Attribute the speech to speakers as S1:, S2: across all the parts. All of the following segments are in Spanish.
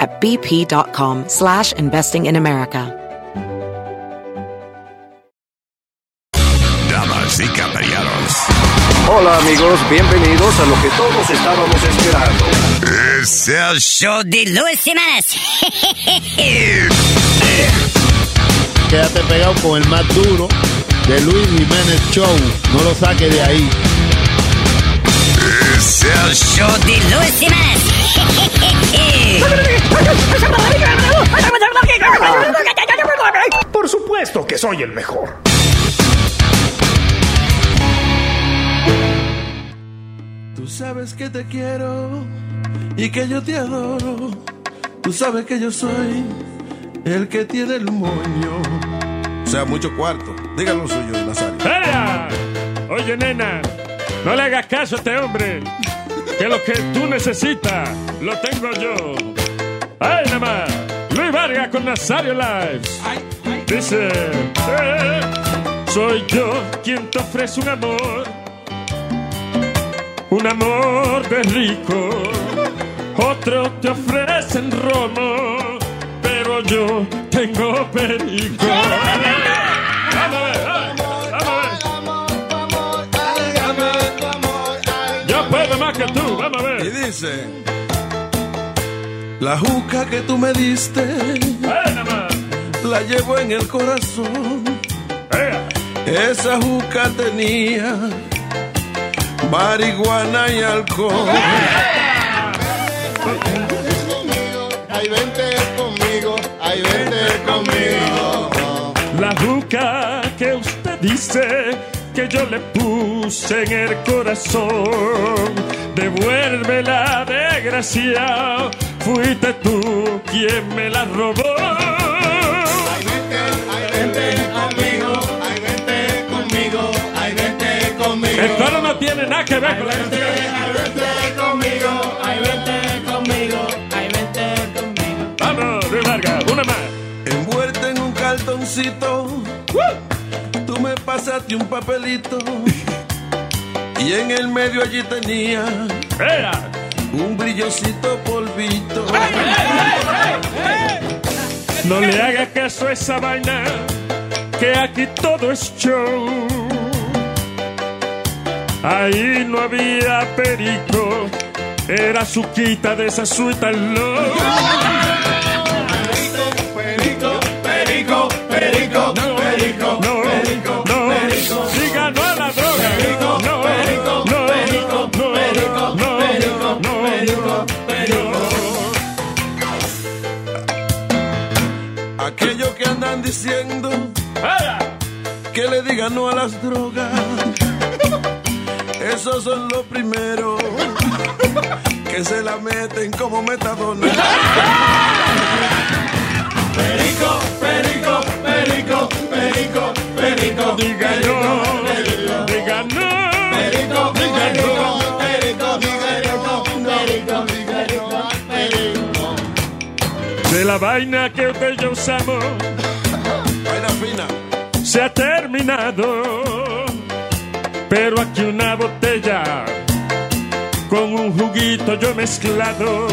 S1: at bp.com slash investing in America.
S2: Damas y caballeros,
S3: Hola amigos, bienvenidos a lo que todos estábamos esperando.
S2: es el show de Luis Jiménez.
S4: Quédate pegado con el más duro de Luis Jiménez Show. No lo saques de ahí.
S2: Es el show de Luis Jiménez.
S5: Por supuesto que soy el mejor.
S6: Tú sabes que te quiero y que yo te adoro. Tú sabes que yo soy el que tiene el moño. O sea, mucho cuarto. Díganlo suyo, Nazario.
S7: ¡Ea! Oye, nena, no le hagas caso a este hombre. Que lo que tú necesitas, lo tengo yo. ¡Ay, nada más! Luis Vargas con Nazario Lives. Dice: eh, Soy yo quien te ofrece un amor. Un amor de rico. Otro te ofrecen romo. Pero yo tengo perico. Vamos a ver, ay, vamos a ver. Yo puedo más que tú, vamos a
S6: Y
S7: ver.
S6: dice: La juca que tú me diste
S7: Ven nomás.
S6: la llevo en el corazón.
S7: Ea.
S6: Esa juca tenía marihuana y alcohol.
S4: Ay, vente conmigo, ay, vente conmigo.
S7: La juca que usted dice que yo le puse en el corazón. Devuélvela, desgraciado. Fuiste tú quien me la robó. El coro no tiene nada que ver con la canción. Vamos, Luis Vargas, una más.
S6: Envuelta en un cartoncito, tú me pasaste un papelito. y en el medio allí tenía
S7: Ea.
S6: un brillocito polvito.
S7: No le haga caso a esa vaina, que aquí todo es show. Ahí no había perico, era su quita de esa suita loca.
S6: Perico, perico, perico,
S7: No, no, si ganó a la droga. No, no, no, no, no, no,
S6: Aquellos que andan diciendo
S7: ¡Ea!
S6: que le digan no a las drogas. Esos son los primeros que se la meten como metadona.
S7: Diga no, diga no. De la vaina que usted y yo usamos
S6: Vaina fina.
S7: se ha terminado. Pero aquí una botella con un juguito yo mezclado.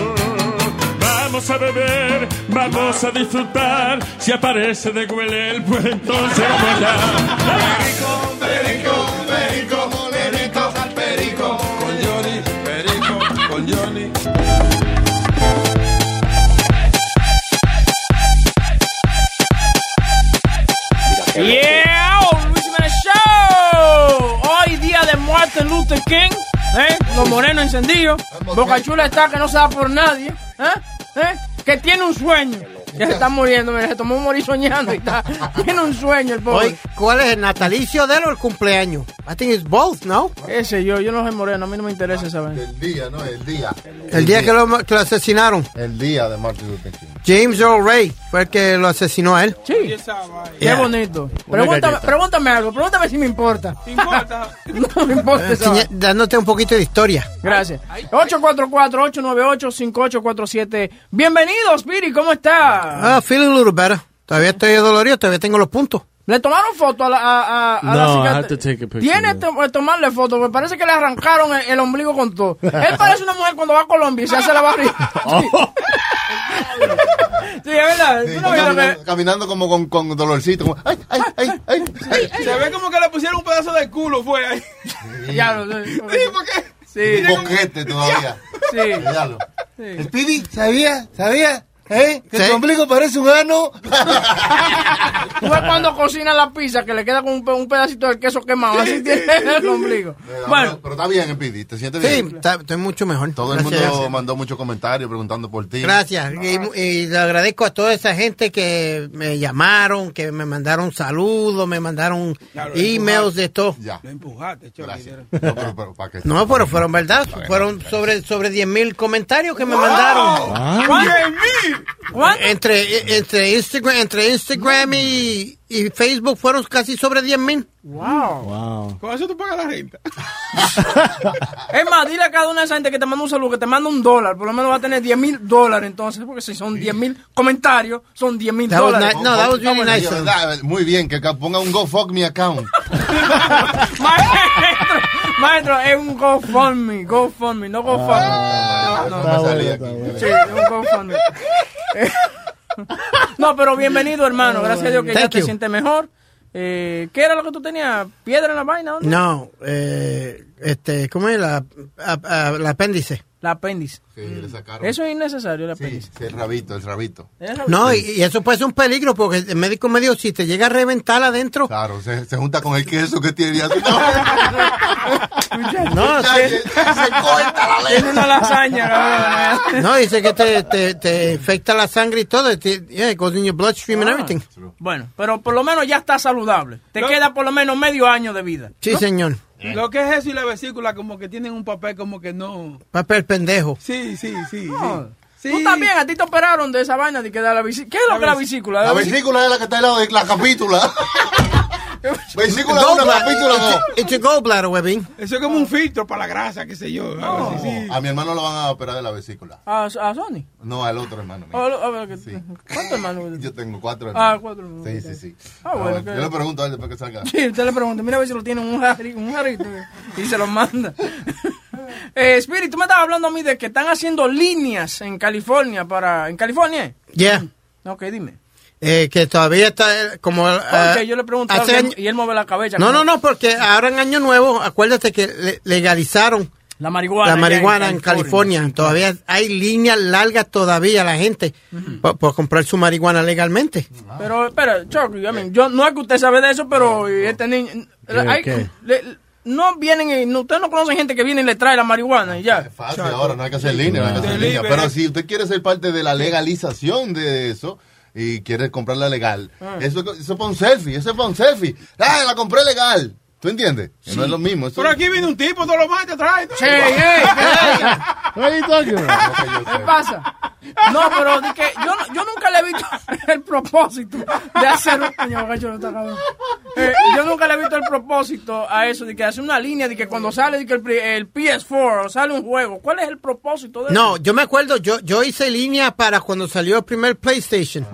S7: Vamos a beber, vamos a disfrutar. Si aparece de huele el pues entonces vamos allá.
S6: Con Johnny, perico, con Johnny.
S8: Yeah, Luis Jiménez Show. Hoy día de Martin Luther King, ¿eh? Los morenos encendidos. Boca Chula está que no se da por nadie, ¿eh? ¿eh? Que tiene un sueño. Ya se está muriendo, mira, se tomó un morir soñando y está. Tiene un sueño el pobre.
S9: Hoy, ¿cuál es el natalicio de él o el cumpleaños? I think it's both, ¿no?
S8: Ese yo, yo no soy moreno, a mí no me interesa saber.
S4: El día, no, el día. El,
S9: El día que lo, que lo asesinaron.
S4: El día de Martin Luther King.
S9: James Earl Ray fue el que lo asesinó a él.
S8: Sí, qué
S9: Yeah.
S8: bonito.
S4: Una
S8: Pregúntame,
S4: galleta.
S8: pregúntame algo, pregúntame si me importa. no me importa. esa
S9: Enseña- Eh, dándote un poquito de historia.
S8: Gracias. 844-898-5847. Bienvenidos, Piri, ¿cómo está?
S9: Ah, feel a little better. Todavía estoy dolorido, todavía tengo los puntos.
S8: ¿Le tomaron foto a la, a, a- a la
S2: No, I
S8: cicat-
S2: have to take a picture,
S8: Tiene
S2: yeah.
S8: to- que tomarle foto, porque parece que le arrancaron el, el ombligo con todo. Él parece una mujer cuando va a Colombia y se hace la barriga.
S2: Oh.
S8: Sí, es verdad. Tú no viste lo
S4: Caminando,
S8: que-
S4: caminando como con, con dolorcito. como, ay, ay, ay, ay.
S10: Se ve como que le pusieron un pedazo de culo, fue ahí.
S8: Ya lo sé.
S10: Sí, porque.
S8: Sí,
S4: Boquete todavía.
S8: sí.
S4: Míralo.
S8: El
S4: Pidi sabía, sabía, ¿eh? Que
S9: Sí. tu
S4: ombligo parece un ano.
S8: Tú ves cuando cocina la pizza que le queda con un, pe- un pedacito del queso quemado. Así tiene el ombligo. Bueno,
S4: Pero está bien, el Pidi, te sientes
S9: Sí,
S4: bien.
S9: está- estoy mucho mejor.
S4: Todo el
S9: Gracias,
S4: mundo mandó muchos comentarios preguntando por ti.
S9: Gracias. Gracias. Y, y le agradezco a toda esa gente que me llamaron, que me mandaron saludos, me mandaron
S10: Claro,
S9: emails de todo.
S4: Ya,
S10: Lo empujaste,
S4: gracias.
S10: chaval.
S4: No, pero, pero, ¿para qué?
S9: No, pero fueron verdad, fueron sobre sobre 10 mil comentarios que me mandaron.
S8: ¿cuánto?
S9: Entre entre Instagram, entre Instagram y, y Facebook fueron casi sobre 10 mil.
S8: Wow.
S2: Wow.
S10: Con eso tú pagas la renta.
S8: Es más, dile a cada una de esas gente que te manda un saludo, que te manda un dólar. Por lo menos va a tener 10 mil dólares entonces, porque si son 10 mil comentarios, son 10 mil
S9: That was
S8: dólares.
S9: ni- no, that was really
S4: Oye,
S9: nice.
S4: verdad, "Ah, Muy bien, que ca- ponga un Go Fuck Me account.
S8: Maestro, maestro, es un GoFundMe, GoFundMe, no GoFundMe. No,
S4: Me
S8: no,
S4: salía aquí.
S8: sí, es un GoFundMe. Eh, No, pero bienvenido, hermano. Gracias a Dios que ya
S9: Thank
S8: te
S9: you.
S8: sientes mejor. Eh, ¿Qué era lo que tú tenías? ¿Piedra en la vaina? ¿Dónde?
S9: No, eh, este, ¿cómo es la, a- a- la apéndice?
S8: La apéndice.
S4: Sí, le sacaron.
S8: Eso es innecesario, la
S4: Sí,
S8: apéndice.
S4: sí, el rabito, el rabito.
S8: Eso-
S9: No, y, y eso puede ser un peligro porque el médico me dijo si te llega a reventar adentro.
S4: Claro, se, se junta con el queso que tiene. Ya, no,
S9: No,
S4: ya,
S9: sí.
S4: se, se corta la
S8: Tiene una lasaña, cabrón.
S9: No, dice que te, te, te infecta la sangre y todo. Te, yeah, it goes in your bloodstream and
S8: Ah.
S9: everything.
S8: Bueno, pero por lo menos ya está saludable. Te
S10: No.
S8: queda por lo menos medio año de vida.
S9: Sí, señor.
S10: Lo que es eso y la vesícula, como que tienen un papel como que no.
S9: Papel pendejo.
S10: Sí, sí, sí.
S8: No.
S10: sí.
S8: Tú
S10: Sí.
S8: también, a ti te operaron de esa vaina de que da la vesícula. ¿Qué es lo que es la vesícula?
S4: La vesícula es la que está al lado de la capítula. vesícula una, capítula dos.
S9: It's, it's a gallbladder, Webin.
S10: Eso es como un filtro para la grasa, qué sé yo. algo así, sí.
S4: A mi hermano lo van a operar de la vesícula.
S8: ¿A, a Sony?
S4: No, al otro hermano mío.
S8: ¿O Oh, lo- a ver, que-
S4: Sí.
S8: ¿Cuánto hermano?
S4: Yo tengo cuatro
S8: Ah,
S4: hermanos.
S8: cuatro hermanos.
S4: Sí, sí, sí.
S8: Ah, bueno,
S4: Pero
S8: que-
S4: Yo le pregunto a él después que salga.
S8: Sí, usted le pregunta, mira a ver si lo tiene un jarrito, un jarrito y se lo manda. Eh, Spirit, tú me estabas hablando a mí de que están haciendo líneas en California para... ¿En California? eh?
S9: Yeah.
S8: Ok, dime.
S9: Eh, que todavía está eh, como... ah,
S8: Porque yo le pregunto
S9: hace año-
S8: y él mueve la cabeza.
S9: No,
S8: como-
S9: no, no, porque ahora en Año Nuevo, acuérdate que le- legalizaron
S8: La marihuana.
S9: la
S8: ya
S9: marihuana en California. Todavía hay líneas largas todavía la gente por, por comprar su marihuana legalmente.
S8: Pero, espera, Chuck, I mean, yo, no es que usted sabe de eso, pero eh, este niño... hay-
S2: qué?
S8: le- no vienen, y- no, ustedes no conocen gente que viene y le trae la marihuana y ya.
S4: Es fácil Ah, ahora, no hay que hacer línea, no hay que hacer línea.
S10: Delivery.
S4: Pero si usted quiere ser parte de la legalización de eso y quiere comprarla legal, eso, eso es para un selfie, eso es para un selfie. ¡Ah, la compré legal! ¿Tú entiendes? Que No es lo mismo. Eso
S10: Pero aquí viene un tipo, todos los más te trae. ¿no?
S8: Sí, ey, ey,
S2: What are you talking about?
S4: es lo que yo
S8: ¿Qué
S4: sé.
S8: pasa? No, pero di que yo, no- yo nunca le he visto el propósito de hacer un coño, gacho, no está cabrón. Eh, yo nunca le he visto el propósito a eso de que hace una línea de que cuando sale de que el, pri- el PS4 o sale un juego, ¿cuál es el propósito de
S9: No,
S8: eso?
S9: yo me acuerdo, yo, yo hice línea para cuando salió el primer PlayStation.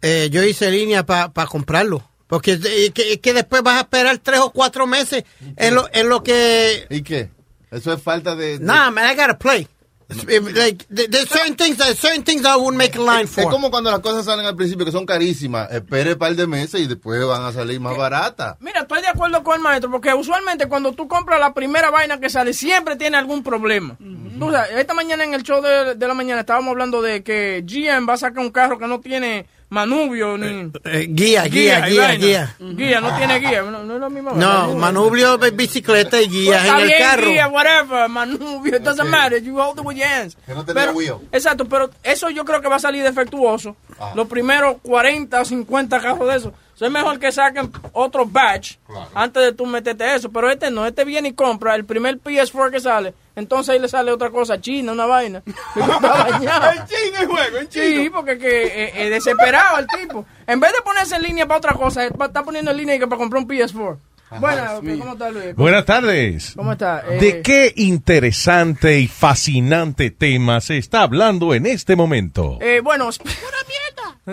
S9: Eh, yo hice línea para comprarlo. Porque es de- es que, es que después vas a esperar tres o cuatro meses en lo, en lo que...
S4: ¿Y qué? Eso es falta de... de-
S9: Nah, man, I gotta play. It's- it- like, there- there's certain things, there's certain things I would make a line
S4: Es
S9: for.
S4: como cuando las cosas salen al principio que son carísimas. Espere un par de meses y después van a salir
S9: Eh.
S4: más baratas.
S8: Mira, estoy de acuerdo con el maestro, porque usualmente cuando tú compras la primera vaina que sale, siempre tiene algún problema. Tú sabes, esta mañana en el show de, de la mañana estábamos hablando de que GM va a sacar un carro que no tiene Manubio ni.
S9: Eh, guía, guía,
S8: y
S9: guía,
S8: vaina.
S9: guía.
S8: Guía, no tiene guía. No, no es lo mismo.
S9: No, manubrio, bi- bicicleta y guías en
S8: Pues Está
S9: el
S8: bien,
S9: carro.
S8: guía, whatever, manubrio, it doesn't matter, you hold it with your hands. pero, Exacto, pero eso yo creo que va a salir defectuoso.
S10: Ah.
S8: Los primeros 40 o 50 carros de eso. So, es mejor que saquen otro batch antes de tú meterte eso. Pero este no, este viene y compra el primer PS4 que sale. Entonces ahí le sale otra cosa china, una vaina.
S10: En chino el juego, en chino.
S8: Sí, porque que, eh, eh, desesperado el tipo. En vez de ponerse en línea para otra cosa, eh, pa- está poniendo en línea que para comprar un PS4. Bueno, ¿cómo está Luis?
S11: Buenas tardes.
S8: ¿Cómo está? Eh,
S11: ¿De qué interesante y fascinante tema se está hablando en este momento?
S8: Eh, bueno, Sp-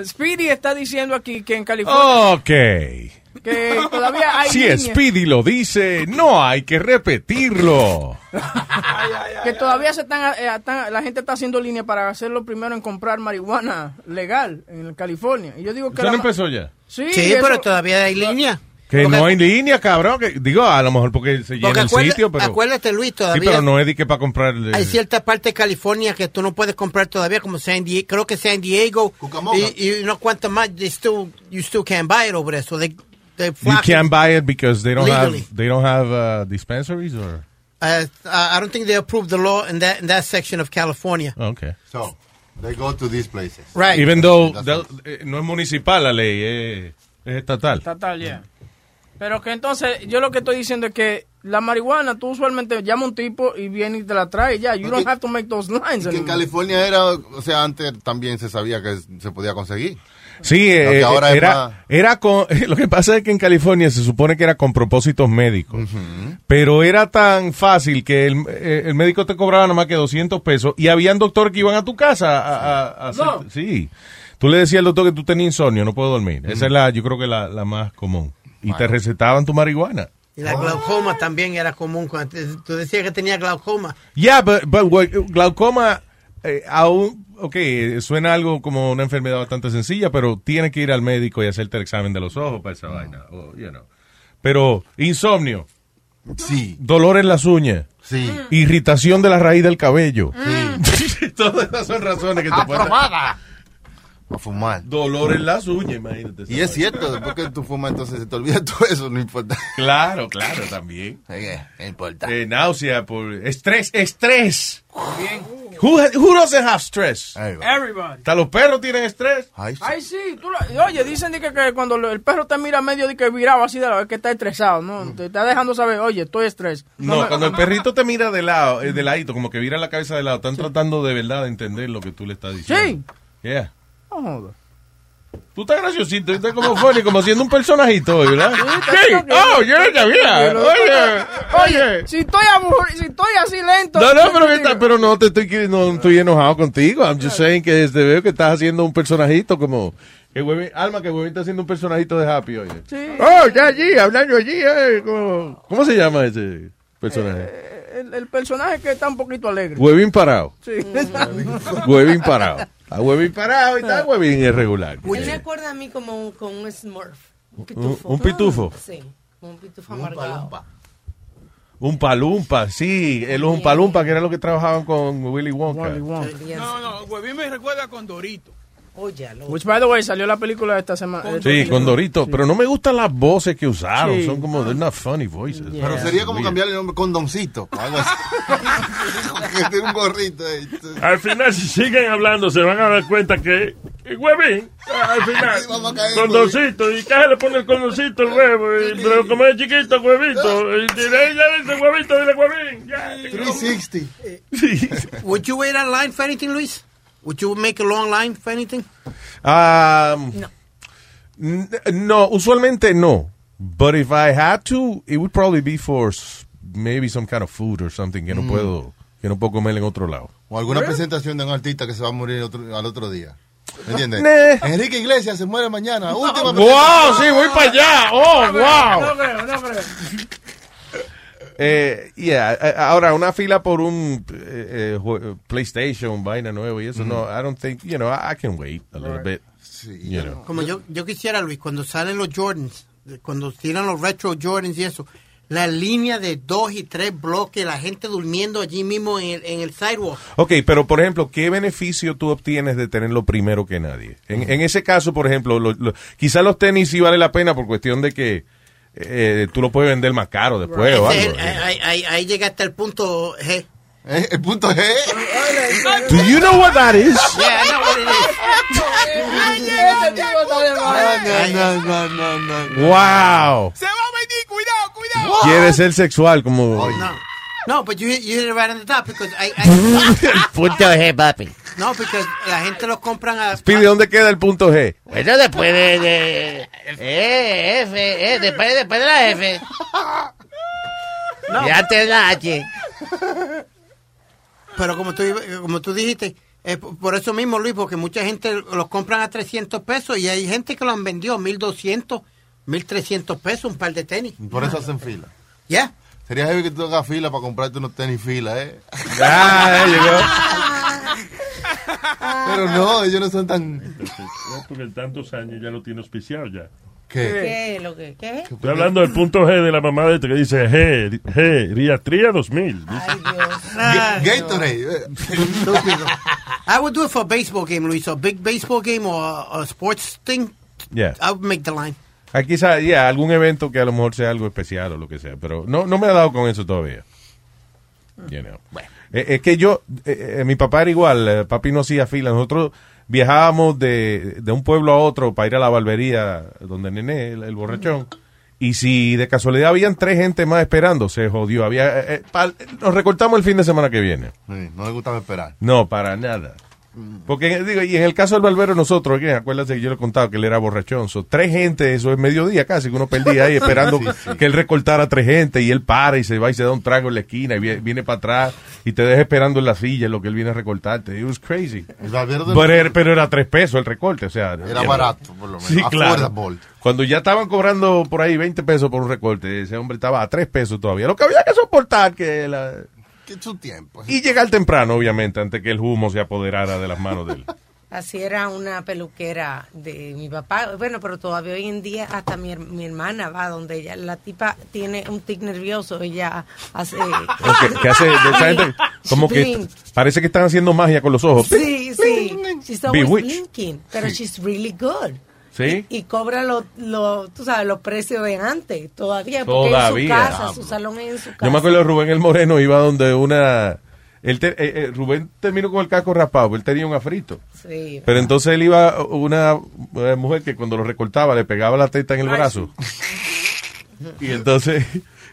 S8: Speedy está diciendo aquí que en California
S11: Ok.
S8: que todavía hay
S11: Si
S8: líneas,
S11: Speedy lo dice, no hay que repetirlo.
S8: que todavía se están, eh, están- la gente está haciendo línea para hacer lo primero en comprar marihuana legal en California. Y yo digo que
S11: ¿Eso
S8: la
S11: no
S8: ma-
S11: empezó ya?
S8: Sí,
S9: Sí,
S8: eso-
S9: pero todavía hay línea.
S11: Que no hay línea, cabrón. que- digo, a lo mejor porque se llena
S9: Porque
S11: el
S9: acuérdate-
S11: sitio, pero...
S9: acuérdate, Luis,
S11: sí,
S9: todavía
S11: pero no es de que para comprar... eh,
S9: hay cierta parte de California que tú no puedes comprar todavía, como San Diego, creo que San Diego y, y unos cuantos más. They still, you still can't buy it over there, so they, they
S11: You
S9: flock
S11: can't buy it because they don't
S9: Legally.
S11: have they don't have uh, dispensaries or
S9: Uh, I I don't think they approved the law in that in that section of California.
S11: okay.
S4: So, they go to these places.
S9: Right.
S11: Even though they'll- eh, no es municipal la ley, eh, es estatal.
S8: Estatal, ya. Pero que entonces, yo lo que estoy diciendo es que la marihuana, tú usualmente llama a un tipo y viene y te la trae, ya. You don't have to make those
S4: Que
S8: lines.
S4: en
S8: anymore.
S4: California era, o sea, antes también se sabía que se podía conseguir.
S11: Sí,
S4: Lo
S11: eh,
S4: que ahora es más-
S11: era, era con, lo que pasa es que en California se supone que era con propósitos médicos, pero era tan fácil que el, eh, el médico te cobraba nomás que 200 pesos y habían doctores que iban a tu casa a, a- a hacer-
S8: No.
S11: sí. Tú le decías al doctor que tú tenías insomnio, no puedo dormir. Esa es la, yo creo que la, la más común. Y te recetaban tu marihuana.
S9: Y la glaucoma también era común. cuando te- Tú decías que tenía glaucoma.
S11: Yeah, but, but what- glaucoma eh, aún, ok, eh, suena algo como una enfermedad bastante sencilla, pero tienes que ir al médico y hacerte el examen de los ojos para esa vaina, o, you know. Pero insomnio.
S4: Sí.
S11: Dolor en las uñas.
S4: Sí.
S11: Irritación de la raíz del cabello.
S4: Todas esas son razones que te pueden... ¡Aprobada! A fumar.
S11: Dolor en las uñas, imagínate.
S4: Y es cierto, después que tú fumas, entonces se te olvida todo eso, no importa.
S11: Claro, claro, también.
S4: No importa.
S11: Eh, náusea por estrés, estrés. Who, ha- who doesn't have stress?
S8: Everybody.
S11: Hasta los perros tienen estrés.
S8: Ay, sí. Tú la- oye, dicen de que, que cuando lo- el perro te mira medio de que virado así de la vez que está estresado, ¿no? Te está dejando saber, oye, estoy estresado.
S11: No,
S8: me-
S11: cuando el perrito te mira de lado, eh, de ladito, como que vira la cabeza de lado, están tratando de verdad de entender lo que tú le estás diciendo. Sí. Yeah.
S8: No jodas.
S11: Tú estás graciosito, estás como funny, como siendo un personajito, hoy, ¿verdad? Sí. Oh, yo no sabía. Oye.
S8: Oye, si estoy aburrido, si estoy así lento.
S11: No, no, pero, que está- pero no, te estoy, que- no estoy enojado contigo. I'm just saying que desde veo que estás haciendo un personajito como... Que huevín- Alma, que huevín está haciendo un personajito de Happy, oye. Oh, ya allí, hablando allí, eh, como- ¿Cómo se llama ese personaje?
S8: El, el personaje que está un poquito alegre.
S11: Huevín parado.
S8: Sí.
S11: Huevín parado. A huevín parado y tal, huevín irregular.
S12: Él me
S11: Eh,
S12: acuerda a mí como con un Smurf. Un
S11: Un,
S12: pitufo.
S11: un pitufo.
S12: Sí, un pitufo amargado.
S11: Un palumpa, sí. El un palumpa, que era lo que trabajaban con Willy Wonka.
S10: No, no, Huevín me recuerda con Dorito.
S12: Óyalo.
S8: Which, by the way, salió la película esta semana. esta
S11: Sí,
S8: película.
S11: con Dorito. Pero no me gustan las voces que usaron.
S8: Sí.
S11: Son como, they're not funny voices.
S4: Pero sería como cambiar el nombre con Doncito. o algo así. Porque tiene un gorrito ahí.
S7: Al final, si siguen hablando, se van a dar cuenta que. que huevín, al final.
S4: pues.
S12: pues.
S7: Condoncito, ¿y qué se le pone el condoncito el huevo? Y- Pero como es chiquito, huevito. Y diré, ya dice huevito, dile huevín. ya".
S4: 360.
S9: Would you wait in line for anything, Luis? Would you make a long line for anything?
S11: Ah, n- no, usualmente no. But if I had to, it would probably be for s- maybe some kind of food or something que no
S4: Mm.
S11: puedo que no puedo comer en otro lado.
S4: O alguna presentación de un artista que se va a morir otro- al otro día. ¿Me entiendes?
S11: Nah.
S4: Enrique Iglesias se muere mañana. Última
S11: Wow, sí, voy para allá. Oh,
S8: No creo,
S11: wow.
S8: No creo, no creo.
S11: Eh, yeah, eh, ahora una fila por un eh, eh, jue- PlayStation, vaina nueva y eso. No, I don't think, you know, I, I can wait a little bit. you know.
S9: Como yo, yo quisiera, Luis, cuando salen los Jordans, cuando tiran los retro Jordans y eso, la línea de dos y tres bloques, la gente durmiendo allí mismo en el, en el sidewalk.
S11: Ok, pero por ejemplo, ¿qué beneficio tú obtienes de tenerlo primero que nadie? En, en ese caso, por ejemplo, lo- lo- quizás los tenis sí vale la pena por cuestión de que eh, tú lo puedes vender más caro después o
S9: Ese es
S11: algo.
S9: el- eh,
S2: eh.
S9: ahí, ahí- ahí llega hasta el punto G.
S4: Eh, ¿El punto G?
S11: Do you know what that is?
S9: Yeah, I know what it is.
S4: No, no, no, no.
S11: Wow.
S9: Se va a venir, cuidado, cuidado.
S11: Quiere ser sexual
S2: Oh,
S11: como
S9: No, no, but you, you hit it right on the top because I, I-
S2: Punto G, papi.
S9: no, because la gente lo compran a
S11: Speedy, ¿dónde queda el punto G?
S2: Bueno, después de... de- eh, F, eh, después, después de la F. Y antes de la H.
S9: Pero como tú, como tú dijiste, eh, p- por eso mismo, Luis, porque mucha gente los compran a 300 pesos y hay gente que lo han vendido a 1200, 1300 pesos, un par de tenis.
S4: Por eso hacen fila.
S9: ¿Ya?
S4: Sería heavy que tú hagas fila para comprarte unos tenis fila, ¿eh?
S11: Ah, llegó.
S4: Pero no, ellos no son tan...
S7: No, porque en tantos años ya lo tiene auspiciado ya.
S12: ¿Qué? ¿Lo que? ¿Qué?
S7: Estoy hablando del punto G de la mamá de este que dice G, G, Riatría 2000.
S9: Ay,
S4: Gatorade.
S9: Estúpido. I would do it for a baseball game, Luis, a big baseball game or a, a sports thing.
S11: Yeah.
S9: I would make the line.
S11: Aquí quizá, yeah, algún evento que a lo mejor sea algo especial o lo que sea, pero no, no me ha dado con eso todavía. You know. Eh, es que yo, eh, eh, mi papá era igual, eh, papi no hacía fila. Nosotros viajábamos de, de un pueblo a otro para ir a la barbería donde nené, el, el borrachón. Y si de casualidad habían tres gente más esperando, se jodió. Había, eh, eh, pa- nos recortamos el fin de semana que viene.
S4: Sí, no les gusta esperar.
S11: No, para nada. Porque digo, y en el caso del barbero nosotros, que acuérdate que yo le he contado que él era borrachón, so, tres gente, eso es mediodía casi, que uno perdía ahí esperando
S4: Sí, sí.
S11: que él recortara tres gente y él para y se va y se da un trago en la esquina y vie- viene, para atrás y te deja esperando en la silla en lo que él viene a recortarte. It was crazy.
S4: El barbero del-
S11: Pero, era- pero era tres pesos el recorte, o sea.
S4: Era barato, por lo menos.
S11: Sí, claro.
S4: Affordable.
S11: Cuando ya estaban cobrando por ahí 20 pesos por un recorte, ese hombre estaba a tres pesos todavía. Lo que había que soportar que la...
S4: ¿Qué es su tiempo?
S11: Y llegar temprano, obviamente, antes que el humo se apoderara de las manos de él.
S12: Así era una peluquera de mi papá. Bueno, pero todavía hoy en día hasta mi, her- mi hermana va donde ella. La tipa tiene un tic nervioso. Ella hace...
S11: Que, que hace de esa gente como que
S12: Blink.
S11: parece que están haciendo magia con los ojos.
S12: Sí, sí. She's always
S11: Bewitched.
S12: blinking. Pero she's really good.
S11: ¿Sí?
S12: Y cobra los, los, tú sabes, los precios de antes. Todavía. Porque en su
S11: Todavía. pues.
S12: casa, su salón es en su casa.
S11: Yo me acuerdo de Rubén el Moreno iba donde una él te- eh, eh, Rubén terminó con el casco raspado, él tenía un afrito.
S12: Sí.
S11: Pero entonces él iba a una eh, mujer que cuando lo recortaba le pegaba la teta en el brazo. e- Y entonces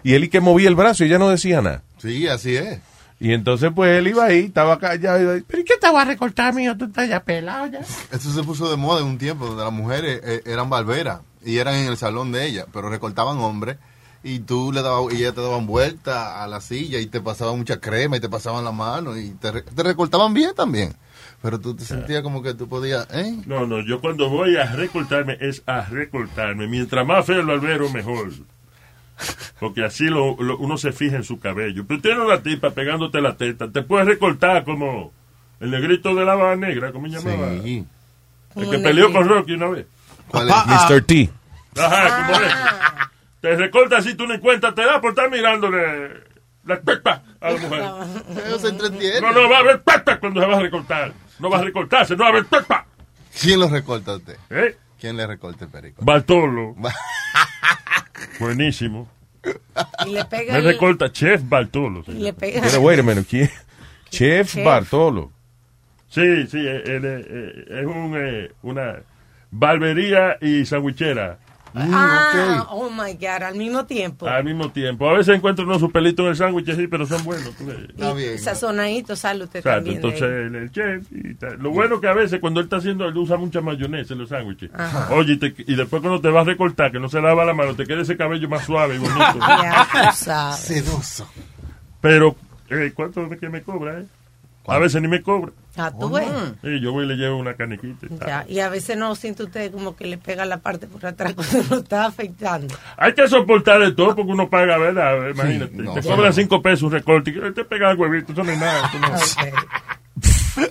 S11: y él y que movía el brazo y ella no decía nada.
S4: Sí, así es.
S11: Y entonces pues él iba ahí, estaba acá ya iba ahí,
S2: ¿Pero qué te voy a recortar, mijo? Tú estás ya pelado ya.
S4: Eso se puso de moda en un tiempo donde las mujeres eh, eran barberas y eran en el salón de ellas, pero recortaban hombres y tú le dabas, y ellas te daban vuelta a la silla y te pasaban mucha crema y te pasaban la mano y te, re- te recortaban bien también. Pero tú te sentías como que tú podías, ¿eh?
S7: No, no, yo cuando voy a recortarme es a recortarme. Mientras más feo el barbero, mejor. Porque así lo- lo- uno se fija en su cabello. Pero tienes una tipa pegándote la teta, te puedes recortar como el negrito de la barba negra, ¿cómo se llamaba? El que
S12: Un
S7: peleó
S12: negrito.
S7: con Rocky una vez.
S4: ¿Cuál
S11: Mr. T.
S7: Ajá, como eso. Te recortas y tú ni cuenta te da por estar mirándole la pepa a la mujer.
S4: Ellos se entretienen.
S7: No, no, va a haber pepa cuando se va a recortar. No va a recortarse, no va a haber pepa.
S4: ¿Quién los recorta a usted?
S7: ¿Eh?
S4: ¿Quién le recorta el perico?
S7: Bartolo. Buenísimo.
S12: Y le pega
S7: Me
S12: el-
S7: recorta Chef Bartolo.
S12: Y le pega...
S11: Pero wait a minute, ¿quién? Chef,
S12: Chef.
S11: Bartolo.
S7: Sí, sí, eh, él, eh, eh, es un, eh, una barbería y sandwichera Mm,
S12: Ah, oh my God, al mismo tiempo.
S7: al mismo tiempo. A veces encuentro unos su pelito en el sándwich, sí, pero son buenos. tú ves.
S12: Y sazonadito sale usted
S7: Exacto,
S12: también. de
S7: entonces
S12: ahí.
S7: el, el chef. y tal. Lo bueno que a veces cuando él está haciendo, él usa mucha mayonesa en los sándwiches.
S12: Ajá.
S7: Oye, y, te- y después cuando te vas a recortar, que no se lava la mano, te queda ese cabello más suave y bonito.
S12: Ya tú sabes.
S4: Sedoso.
S7: Pero, eh, ¿cuánto es que me cobra? eh? A veces ni me cobra.
S12: Ah, tú ves.
S7: Sí, yo voy y le llevo una caniquita. y tal.
S12: Ya, y a veces no siente usted como que le pega la parte por atrás cuando lo está afectando.
S7: Hay que soportar de todo porque uno paga, ¿verdad? Imagínate.
S12: no,
S7: te
S12: sí,
S7: cobran
S12: no.
S7: cinco pesos un recorte. y Te pega el huevito, eso no es nada. eso no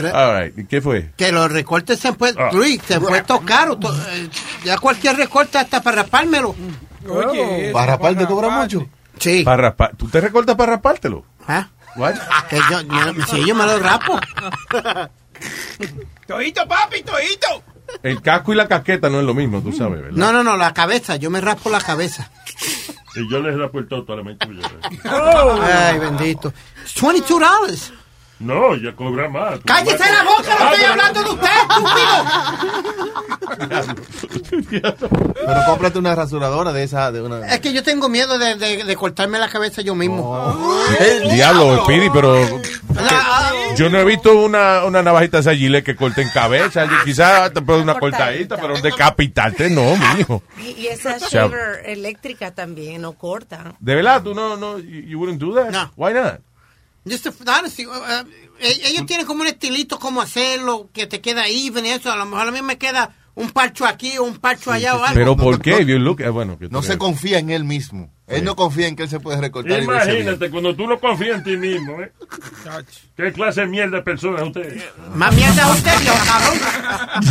S7: es-
S11: All right, ¿qué fue? Ah.
S9: Que los
S4: Ah.
S9: recortes se han puesto, Luis, se han puesto caros. to- eh, ya cualquier recorte hasta para raspármelo
S10: Oye,
S4: ¿Para rapar te cobra mucho?
S9: Sí.
S11: Para rapar. ¿Tú te recortas para rapártelo?
S9: ¿Ah?
S11: What?
S9: Que yo, yo- si yo me lo rapo.
S10: Toito, papi, toito.
S11: El casco y la casqueta no es lo mismo, tú sabes, ¿verdad?
S9: No, no, no, la cabeza. Yo me raspo la cabeza.
S7: Y yo les rapo el toto a la mente tuya.
S10: Oh.
S4: Ah.
S9: Ay, bendito. $22.
S7: No, ya cobra más. Tú
S9: ¡Cállese
S7: vas-
S9: la boca! ¡No estoy
S7: Ah,
S9: hablando de usted, estúpido!
S4: Pero cómprate una rasuradora de esa. De una...
S9: Es que yo tengo miedo de, de- de cortarme la cabeza yo mismo.
S10: Oh.
S11: Eh, Diablo, Speedy, pero. que- Yo no he visto una, una navajita de esa Gillette que corten cabeza. Yo Quizás te puede una cortadita, pero decapitarte no, mijo.
S12: Y, y esa
S11: O sea,
S12: shaver eléctrica también no corta.
S11: De verdad, tú no, no, you you wouldn't do that. Why not?
S9: Just to- honestly, uh, uh, e- ellos tienen como un estilito cómo hacerlo, que te queda even y eso. A lo mejor a mí me queda un parcho aquí o un parcho allá o algo.
S11: Pero
S4: no,
S11: ¿por
S4: no,
S11: qué? If you look- eh, bueno, que
S4: No
S11: tú-
S4: se confía en él mismo. Él no confía en que él se puede recortar. y verse bien.
S7: Imagínate, cuando tú no confías en ti mismo, ¿eh? ¿Qué clase de mierda de persona es usted?
S9: Más mierda usted,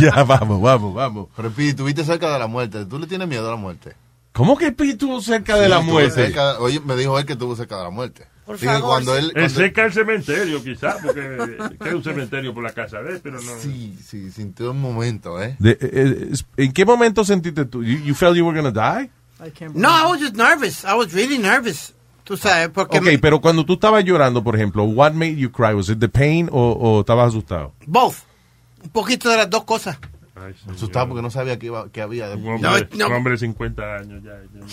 S11: Ya, vamos, vamos, vamos.
S4: Pero Pi, estuviste cerca de la muerte. ¿Tú le tienes miedo a la muerte?
S11: ¿Cómo que Pi estuvo cerca
S7: de la muerte?
S4: oye, me dijo él que estuvo cerca de la muerte.
S7: Por
S4: Digo,
S7: favor,
S4: cuando él,
S7: Es
S4: cuando-
S7: cerca del cementerio, quizás, porque queda un cementerio por la casa de él, pero no.
S4: Sí, sí, sintió un momento, ¿eh?
S11: De- eh, eh, es- ¿En qué momento sentiste tú? You, you felt you were gonna die?
S9: No, I was just nervous. I was really nervous. Tú sabes, porque...
S11: Ok, pero cuando tú estabas llorando, por ejemplo, what made you cry? Was it the pain o, o estabas asustado?
S9: Both. Un poquito de las dos cosas.
S4: Asustado porque no sabía que, iba, que había.
S7: Un hombre,
S9: No, no.
S7: un hombre de 50 años ya. ya no.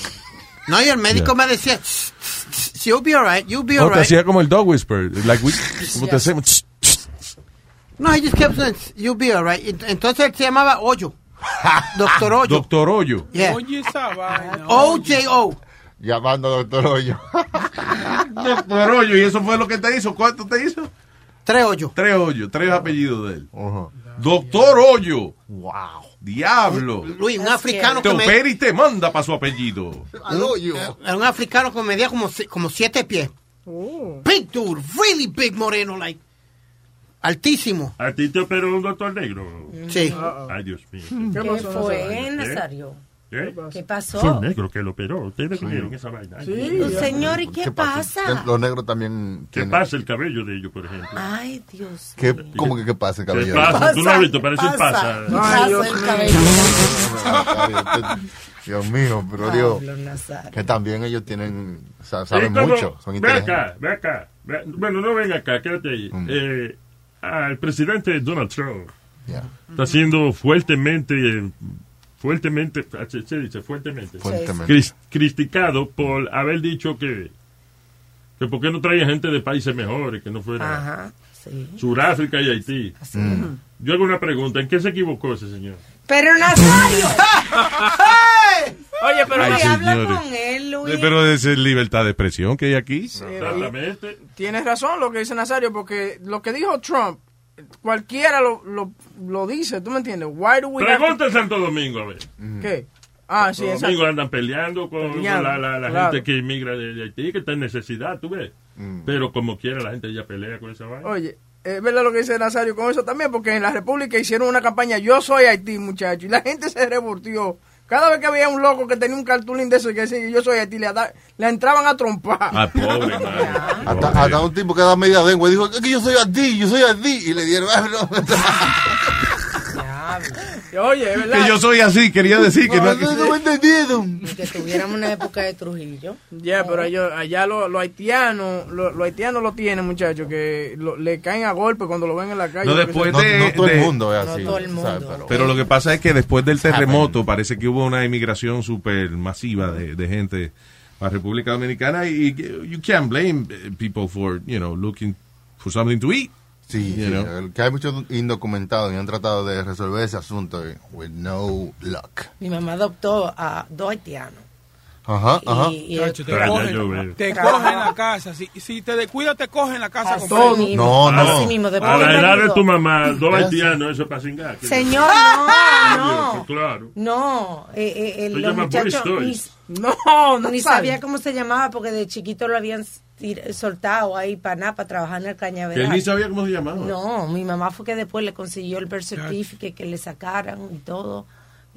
S9: No, y el médico me decía, "Tss, tss, tss, you'll be alright, you'll be
S11: No, te
S9: alright.
S11: hacía como el dog whisper. Like we, como te
S9: Yeah.
S11: hacemos.
S9: No, he just kept saying, you'll be alright. Ent- Entonces él se llamaba Hoyo. Doctor Hoyo.
S11: Doctor Hoyo.
S9: Yeah.
S10: Oye, esa vaina.
S9: O-J-O.
S4: Llamando al doctor Hoyo.
S11: Doctor Hoyo, y eso fue lo que te hizo. ¿Cuánto te hizo?
S9: Tres hoyos.
S11: Tres hoyos, tres apellidos de él. Doctor Hoyo. Wow. Diablo.
S9: Luis, un africano
S11: Te
S9: que me...
S11: opera y te manda para su apellido.
S9: Un- Era un africano que medía como, si- como siete pies.
S10: Oh.
S9: Big dude, really big moreno, like. Altísimo.
S7: A ti te operó un doctor negro.
S9: Sí.
S7: Ay, Dios mío.
S12: ¿Qué,
S7: pasó,
S12: fue,
S7: Nazario?
S12: Nazario?
S7: ¿Qué?
S12: ¿Qué
S7: Fue un
S12: pasó?
S7: negro que lo operó. Ustedes creyeron esa vaina. Ay,
S12: Dios, Pues, Señor, ¿y qué pasa?
S4: Los negros también.
S7: ¿Qué
S4: tienen-
S7: pasa el cabello de ellos, por ejemplo?
S12: Ay, Dios.
S4: ¿Qué, ¿Cómo que qué pasa,
S7: ¿Qué
S4: caballero?
S7: pasa? Tú no has visto, parece un pasa.
S12: Pasa el cabello.
S4: Dios mío, pero Dios.
S12: Pablo Nazario.
S4: Que también ellos tienen. sa-
S7: Y
S4: Saben
S7: como-
S4: mucho. Son
S7: ve
S4: inteligentes. Mm.
S7: acá, ve acá. ve- bueno, no venga acá, quédate ahí. Eh, al presidente Donald Trump está siendo fuertemente, fuertemente, ah, se- se dice fuertemente,
S4: Fuertemente.
S7: cris- criticado por haber dicho que, que por qué no traía gente de países mejores, que no fuera
S12: Ajá, sí.
S7: Suráfrica y Haití.
S12: Mm.
S7: Yo hago una pregunta, ¿en qué se equivocó ese señor?
S12: Pero Nazario.
S8: Oye,
S11: pero- Ay,
S12: Oye, habla
S11: señores.
S12: con él, Luis.
S11: Eh, Pero es eh, libertad de expresión que hay aquí.
S7: Exactamente.
S8: Tienes razón lo que dice Nazario, porque lo que dijo Trump, cualquiera lo, lo, lo dice, ¿tú me entiendes? Why do we have to-
S7: Pregunta en Santo Domingo, a ver.
S8: ¿Qué? Ah, sí,
S7: Los
S8: exacto.
S7: amigos andan peleando con
S8: Peleando,
S7: la, la- la
S8: claro.
S7: gente que inmigra de, de Haití, que está en necesidad, tú ves.
S12: Mm.
S7: Pero como quiera, la gente ya pelea con esa vaina.
S8: Oye, es verdad lo que dice Nazario con eso también, porque en la República hicieron una campaña Yo soy Haití, muchacho, y la gente se revoltió. Cada vez que veía un loco que tenía un cartulín de eso que decía Yo soy Haití, le, ada- le entraban a trompar.
S11: Ah.
S7: pobre,
S4: Hasta, hasta un tipo que da media lengua dijo: Es que yo soy a ti, yo soy a ti. Y le dieron. "Ah, no".
S8: Oye, es verdad.
S11: Que yo soy así, quería decir que no.
S4: entendieron.
S12: Que tuviéramos una época de Trujillo.
S8: Ya, pero ellos- allá los lo haitianos, los lo haitianos lo tienen, muchachos, que lo- le caen a golpe cuando lo ven en la calle.
S11: No, después
S4: No-
S11: de-
S4: no todo el
S11: de-
S4: mundo es así.
S12: todo el mundo.
S4: ¿sabes? Pero-
S11: Pero lo que pasa es que después del terremoto parece que hubo una emigración súper masiva de, de gente a República Dominicana y y you can't blame eh, people for, you know, looking for something to eat.
S4: Sí,
S11: You
S4: sí,
S11: know.
S4: el- que hay muchos indocumentados y han tratado de resolver ese asunto eh, with no luck.
S12: Mi mamá adoptó a dos haitianos.
S4: Ajá,
S12: Y-
S4: ajá.
S12: y el-
S10: Te cogen, te cogen la casa. Si, si te descuidas, te cogen la casa
S12: Así
S10: completa.
S12: mismo. No, no. Así mismo, de
S7: Ah, a
S12: pobre
S7: la edad de
S12: marido.
S7: tu mamá, dos haitianos, eso es para cingar. Ah,
S12: Señor, no, no.
S7: pues, Claro.
S12: No, eh, eh, el-
S7: Se
S12: los
S7: llama
S12: muchachos
S7: Boy
S12: ni,
S7: Stories.
S8: No, no
S12: ni
S8: sabe.
S12: sabía cómo se llamaba porque de chiquito lo habían tir- soltado ahí para nada, para trabajar en el
S11: Que él
S12: cañaveral.
S11: ni sabía cómo se llamaba.
S12: No, mi mamá fue que después le consiguió el birth certificate que le sacaran y todo.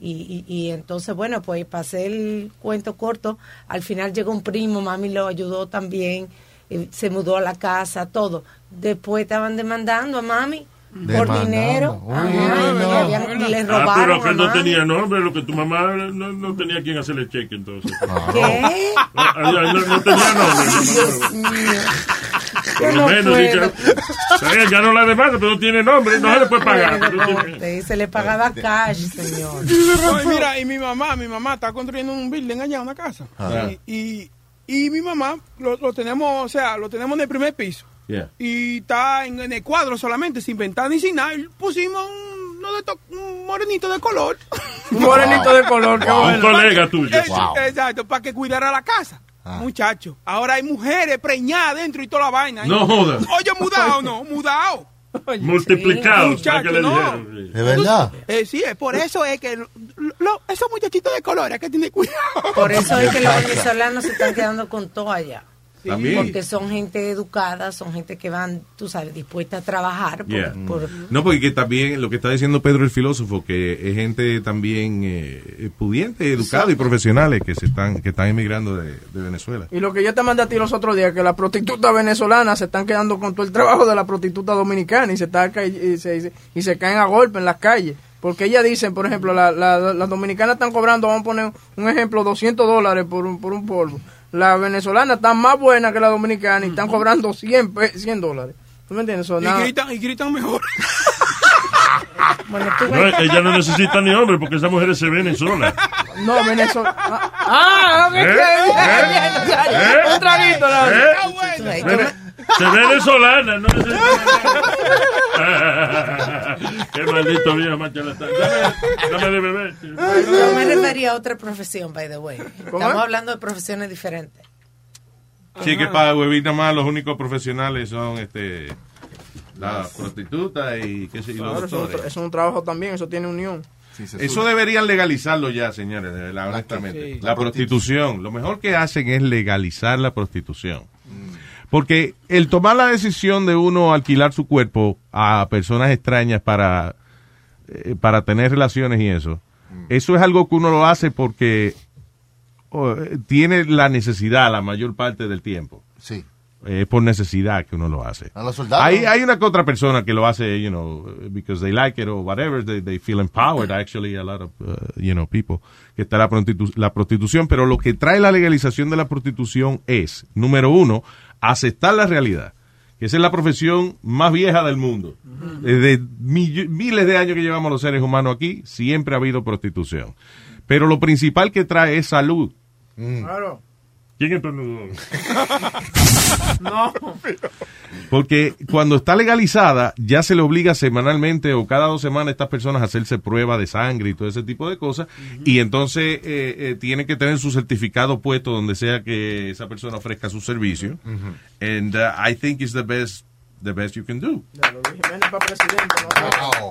S12: Y, y- y entonces, bueno, pues pasé el cuento corto. Al final llegó un primo, mami lo ayudó también. eh, se mudó a la casa, todo. Después estaban demandando a mami por
S7: Demandando.
S12: dinero.
S7: Uy,
S12: Ajá,
S7: no.
S12: y habían- y le
S7: Ah,
S12: robaron.
S7: pero que
S12: a
S7: no
S12: mami.
S7: tenía nombre, lo que tu mamá eh, no, no tenía quien hacerle cheque entonces.
S12: ¿Qué?
S7: Ah, ah, No, no tenía nombre.
S12: Dios mío.
S7: Por
S12: no
S7: lo menos,
S12: puedo.
S7: dice, "Está bien, ya no la demanda, pero no tiene nombre, no se le puede pagar.
S12: Pero,
S7: pero tiene-
S12: te- se le pagaba cash, señor.
S10: No, y mira, y mi mamá, mi mamá está construyendo un building allá, una casa.
S13: Ah.
S8: Ajá.
S10: Y, y, y mi mamá lo, lo tenemos, o sea, lo tenemos en el primer piso.
S8: Yeah.
S10: Y está en, en el cuadro solamente, sin ventana y sin nada. Y pusimos un, uno de to- un morenito de color.
S13: Un morenito de color, qué
S7: Un
S13: bueno.
S7: colega tuyo.
S10: Eso, Exacto, para que cuidara la casa. Muchacho, ahora hay mujeres preñadas dentro y toda la vaina. ¿eh?
S7: No jodas.
S10: Oye, mudado, no, mudado.
S7: Multiplicado, ¿a qué
S10: Muchacho,
S7: le
S10: no.
S7: dijeron?
S4: ¿De verdad?
S10: Eh, sí, es por eso es que lo- lo- esos muchachitos de color hay que tener cuidado.
S12: Por eso es que los venezolanos se están quedando con todo allá.
S10: También.
S12: Porque son gente educada, son gente que van, tú sabes, dispuesta a trabajar. por-
S11: Yeah. Mm.
S12: por-
S11: No, porque que también lo que está diciendo Pedro el filósofo, que es gente también eh, pudiente, educada y profesionales que se están que están emigrando de, de Venezuela.
S13: Y lo que yo te mandé a ti los otros días, que las prostitutas venezolanas se están quedando con todo el trabajo de la prostituta dominicana y se, está ca- y se, y se- y se caen a golpe en las calles. Porque ellas dicen, por ejemplo, la- la- las dominicanas están cobrando, vamos a poner un ejemplo, 200 dólares por un, por un polvo. Las venezolanas están más buenas que las dominicanas y están cobrando 100, pe- 100 dólares. ¿Tú me entiendes? So,
S10: Y
S13: nada.
S10: gritan, y gritan mejor.
S13: Bueno,
S7: No, ella no necesita ni hombre porque esas mujeres se vienen solas.
S13: No, Venezuela. Ah, ok,
S7: ¿Eh?
S13: bien, bien, bien,
S7: ¿Eh?
S13: Un traguito, la-
S7: ¿Eh?
S13: Ah, bueno.
S7: Se vienen solanas, no necesita. Qué maldito viejo más charlatán. Dame, dame de beber.
S12: Yo me refería a otra profesión, by the way. Estamos
S7: es?
S12: hablando de profesiones diferentes.
S11: Sí, que para huevita más los únicos profesionales son este la prostituta y qué sé yo,
S10: Claro,
S11: los
S10: eso, es un tra- eso
S11: doctores.
S10: es un trabajo también, eso tiene unión.
S11: Eso deberían legalizarlo ya, señores, de verdad, honestamente.
S10: sí.
S11: La prostitución. Lo mejor que hacen es legalizar la prostitución. Porque el tomar la decisión de uno alquilar su cuerpo a personas extrañas para, eh, para tener relaciones y eso, eso es algo que uno lo hace porque oh, eh, tiene la necesidad la mayor parte del tiempo.
S4: Sí.
S11: Es por necesidad que uno lo hace.
S4: A los soldados.
S11: Hay, hay una que otra persona que lo hace, you know, because they like it or whatever, they, they feel empowered, actually, a lot of, uh, you know, people, que está la, prostitu- la prostitución. Pero lo que trae la legalización de la prostitución es, número uno, aceptar la realidad. Que esa es la profesión más vieja del mundo.
S10: Mm.
S11: Desde millo- miles de años que llevamos los seres humanos aquí, siempre ha habido prostitución. Pero lo principal que trae es salud.
S13: Claro.
S7: ¿Quién estornudó?
S13: No.
S11: Porque cuando está legalizada, ya se le obliga semanalmente o cada dos semanas a estas personas a hacerse prueba de sangre y todo ese tipo de cosas. Y entonces eh, eh, tienen que tener su certificado puesto donde sea que esa persona ofrezca su servicio.
S8: Ujú.
S11: And uh, I think it's the best, the best you can do.
S10: Ya lo dije, menos para presidente. ¿no?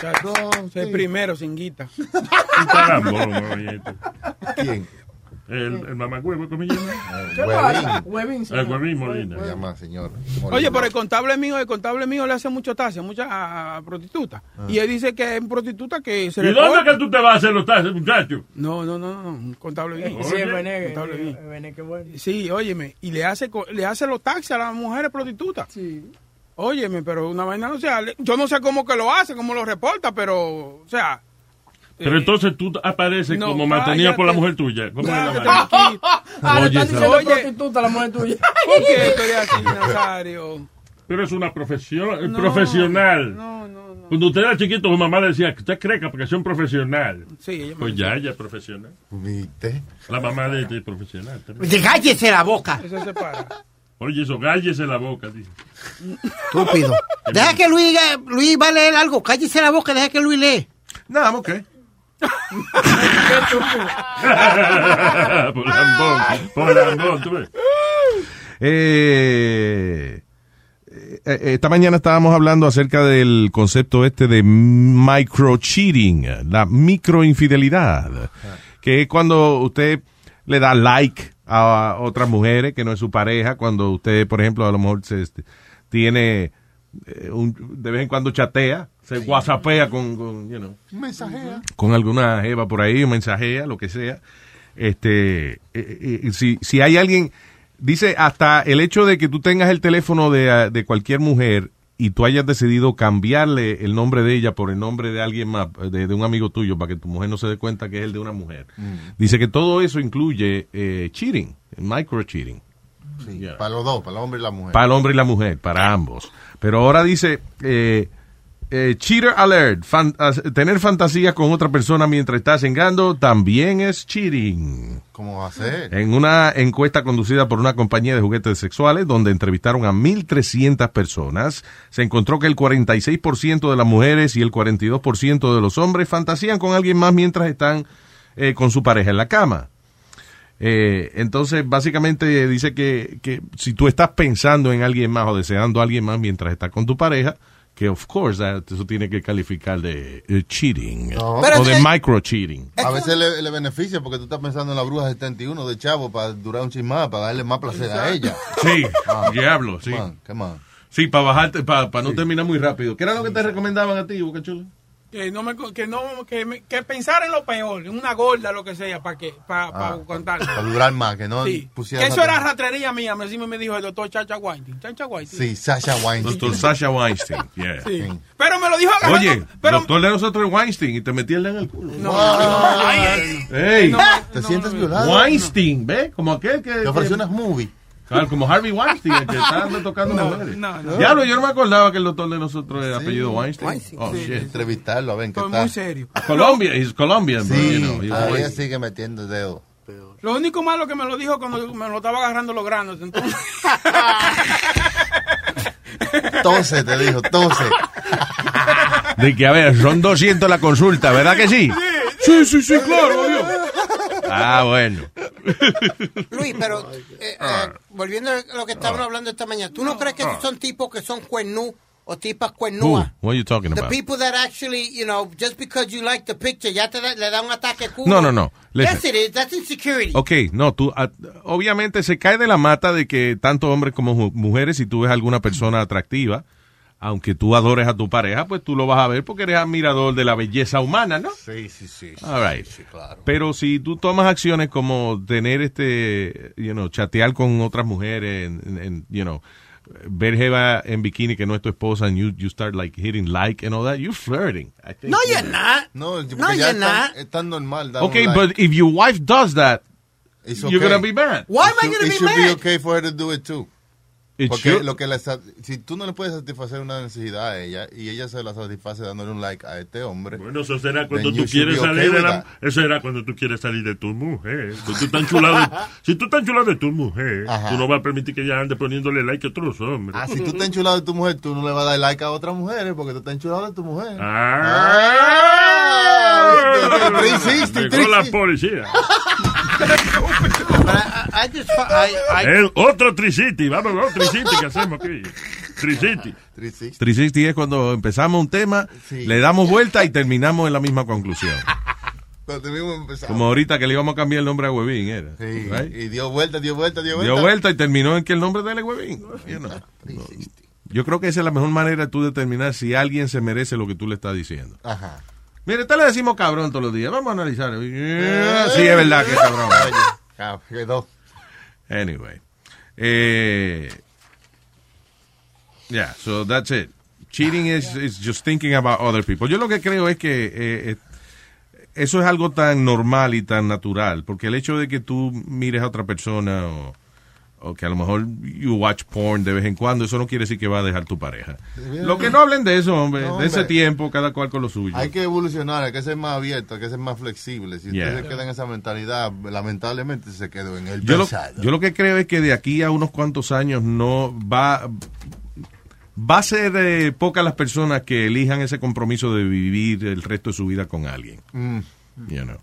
S10: Chacho, soy primero, sin guita. Ah.
S7: Carambolo, ¿Quién? El, el mamacuevo, ¿cómo se llama?
S10: ¿Qué pasa? Huevín,
S7: El
S10: señor.
S7: huevín Molina.
S10: Huevín.
S4: Llama, señor.
S10: Oye, pero el contable mío, el contable mío le hace mucho tase, muchas a, a prostitutas. Y él dice que es prostituta que se
S7: ¿Y dónde que tú te vas a hacer los taxes, muchacho?
S10: No, no, no, no, un contable bien.
S13: Sí, es Benegue,
S10: Contable bien.
S13: Benegue, qué bueno.
S10: Sí, óyeme, y le hace co- le hace los taxis a las mujeres prostitutas. Sí. Óyeme, pero una vaina, o sea, le- yo no sé cómo que lo hace, cómo lo reporta, pero, o sea,
S7: Pero entonces tú apareces
S10: No,
S7: como mantenida por la
S10: cállate.
S7: mujer tuya. ¿Cómo es la
S10: cállate,
S7: vaina?
S10: Maquito.
S13: Ah, le están
S7: Oye,
S13: diciendo
S7: oye.
S13: prostituta a la mujer tuya.
S10: ¿Por qué tú eres así, Nazario?
S7: Pero es una profesión eh,
S10: No,
S7: profesional. Cuando usted era chiquito, su mamá decía que usted cree que porque es un profesional.
S10: Sí, ella me
S7: Pues
S10: dice.
S7: ya, ella es profesional. La mamá de de profesional. también.
S9: De cállese la boca.
S10: Eso se para.
S7: Oye, eso, gállese la boca. dice.
S9: Estúpido. Deja que Luis, eh, Luis va a leer algo. Cállese la boca, deja que Luis lee.
S11: No, vamos ok.
S7: por lambón, por lambón, tú ves.
S11: Eh, eh, eh, esta mañana estábamos hablando acerca del concepto este de micro-cheating, la microinfidelidad, que es cuando usted le da like a otras mujeres que no es su pareja, cuando usted, por ejemplo, a lo mejor se, este, tiene eh, un- de vez en cuando chatea se whatsappea con, con, you know,
S4: Mensajea.
S11: con alguna jeva por ahí, o mensajea, lo que sea. Este, eh, eh, si, si hay alguien, dice, hasta el hecho de que tú tengas el teléfono de, ah, de cualquier mujer y tú hayas decidido cambiarle el nombre de ella por el nombre de alguien más, de, de un amigo tuyo, para que tu mujer no se dé cuenta que es el de una mujer. Dice que todo eso incluye eh, cheating, micro cheating.
S4: Sí, Para los dos, para el hombre y la mujer.
S11: Para el hombre y la mujer, para ambos. Pero ahora dice, eh, eh, cheater alert, fan- as- tener fantasías con otra persona mientras estás engando también es cheating.
S4: ¿Cómo va a ser?
S11: En una encuesta conducida por una compañía de juguetes sexuales donde entrevistaron a 1.300 personas, se encontró que el 46% de las mujeres y el 42% de los hombres fantasían con alguien más mientras están eh, con su pareja en la cama. Eh, entonces, básicamente eh, dice que, que si tú estás pensando en alguien más o deseando a alguien más mientras estás con tu pareja, que of course that- eso tiene que calificar de eh, cheating
S4: No.
S11: o
S4: Pero
S11: de
S4: es-
S11: micro cheating.
S4: A veces le, le beneficia porque tú estás pensando en la bruja 71 de Chavo para durar un chismada, para darle más placer a ella.
S11: Sí, diablo, sí.
S4: ¿Qué más?
S11: Sí, para bajarte, para no terminar muy rápido. ¿Qué era lo que te recomendaban a ti, Boca Chula?
S10: Que no me, que no, que, me- que pensar en lo peor, en una gorda, lo que sea, para que, para,
S4: Ah,
S10: contar.
S4: Para durar más, que no
S10: Sí.
S4: pusiera
S10: Que eso
S4: nada.
S10: era ratrería mía, me- así me dijo el doctor Chacha Whiting. Chacha Whiting.
S4: Sí, Sasha Weinstein.
S11: Doctor Sasha Weinstein, yeah.
S10: Sí. Pero me lo dijo agarrando-
S11: Oye, doctor de nosotros es Weinstein y te metí el dedo en el culo.
S10: No, no, ay, ay.
S11: Ey,
S10: No,
S4: ¿Te sientes violado?
S11: Weinstein, ¿ve? Como aquel que...
S4: Te ofreció
S11: que-
S4: unas movies.
S11: Claro, como Harvey Weinstein, el que está tocando
S4: No,
S11: mujeres.
S4: no, no.
S11: Diablo, yo no me acordaba que el doctor de nosotros era
S4: Sí.
S11: apellido Weinstein.
S4: Weinstein,
S11: Oh,
S4: sí.
S11: shit.
S4: Entrevistarlo, a ver, ¿qué
S10: Estoy
S4: tal?
S10: muy serio.
S11: Colombia, he's Colombian,
S4: Sí,
S11: bro, you know, he's
S4: todavía
S11: Weinstein.
S4: sigue metiendo el dedo.
S10: Lo único malo que me lo dijo cuando me lo estaba agarrando los granos. Entonces,
S4: Entonces te dijo, entonces.
S11: De que, a ver, son 200 la consulta, ¿verdad que sí? Sí, sí, sí, claro, Ah, bueno.
S9: Luis, pero eh,
S11: Ah.
S9: eh, volviendo a lo que estábamos hablando esta mañana, ¿tú no crees que esos son tipos que son cuernú o tipas
S11: Who?
S9: cuernúas?
S11: What are you talking
S9: The
S11: about?
S9: people that actually, you know, just because you like the picture, ya te da, le da un ataque culo.
S11: No, no, no.
S9: Yes,
S11: Listen.
S9: it is. That's insecurity.
S11: Ok, no, tú, ah, obviamente se cae de la mata de que tanto hombres como ju- mujeres, si tú ves alguna persona atractiva, aunque tú adores a tu pareja, pues tú lo vas a ver porque eres admirador de la belleza humana, ¿no?
S4: Sí, sí, sí.
S11: All right. Pero si tú tomas acciones como tener este, you know, chatear con otras mujeres, en- en- en, you know, ver Jeva en bikini que no es tu esposa, and you, you start like hitting like and all that, you're flirting. I think.
S9: No, you're not.
S4: No,
S9: No,
S4: ya
S9: you're
S4: es tan,
S9: not.
S4: es tan normal. dar un
S11: Okay,
S4: like.
S11: but if your wife does that,
S4: It's
S11: you're
S4: okay.
S11: gonna be mad.
S9: Why am I
S4: It
S9: gonna
S4: should-
S9: be
S4: It should be
S9: mad?
S4: okay for her to do it too.
S11: It
S4: Porque
S11: should.
S4: lo que la sa- si tú no le puedes satisfacer una necesidad a ella y ella se la satisface dándole un like a este hombre.
S7: Bueno, eso será cuando
S4: then you
S7: tú
S4: should
S7: quieres
S4: be
S7: salir
S4: okay
S7: de
S4: with
S7: la... Eso era cuando tú quieres salir de tu mujer. Si tú estás chulado de, si tú estás chulado de tu mujer,
S4: Ajá.
S7: tú no vas a permitir que ella ande poniéndole like a otros hombres.
S4: Ah, si tú estás enchulado de tu mujer, tú no le vas a dar like a otras mujeres porque tú estás enchulado de tu mujer.
S7: Ah.
S4: Ah, 360,
S7: Llegó la policía.
S9: I just, fi- I, I,
S7: El otro Tricity. Vamos, otro Tricity que hacemos aquí. Tricity.
S11: 360 es cuando empezamos un tema, le damos vuelta y terminamos en la misma conclusión.
S4: Cuando mismo empezamos.
S11: Como ahorita que le íbamos a cambiar el nombre a Huevín, era.
S4: Sí,
S11: Right?
S4: Y dio vuelta, dio vuelta, dio vuelta.
S11: Dio vuelta y terminó en que el nombre de él es Huevín. You know. Yo creo que esa es la mejor manera de tú determinar si alguien se merece lo que tú le estás diciendo.
S4: Ajá.
S11: Mire, te le decimos cabrón todos los días. Vamos a analizar.
S4: Eh.
S11: Yeah, Eh, sí, es verdad que es cabrón.
S4: Oye, ah, quedó.
S11: Anyway. Eh, yeah, so that's it. Cheating is, is just thinking about other people. Yo lo que creo es que eh, eh, eso es algo tan normal y tan natural, porque el hecho de que tú mires a otra persona o, o que a lo mejor you watch porn de vez en cuando, eso no quiere decir que va a dejar tu pareja. Lo que no hablen de eso, hombre,
S4: No,
S11: de ese
S4: hombre.
S11: tiempo, cada cual con lo suyo.
S4: Hay que evolucionar, hay que ser más abierto, hay que ser más flexible. Si
S11: Yeah.
S4: ustedes quedan en esa mentalidad, lamentablemente se quedó en el
S11: yo lo,
S4: pasado.
S11: yo lo que creo es que de aquí a unos cuantos años no va va a ser eh, pocas las personas que elijan ese compromiso de vivir el resto de su vida con alguien.
S4: Mm.
S11: you know.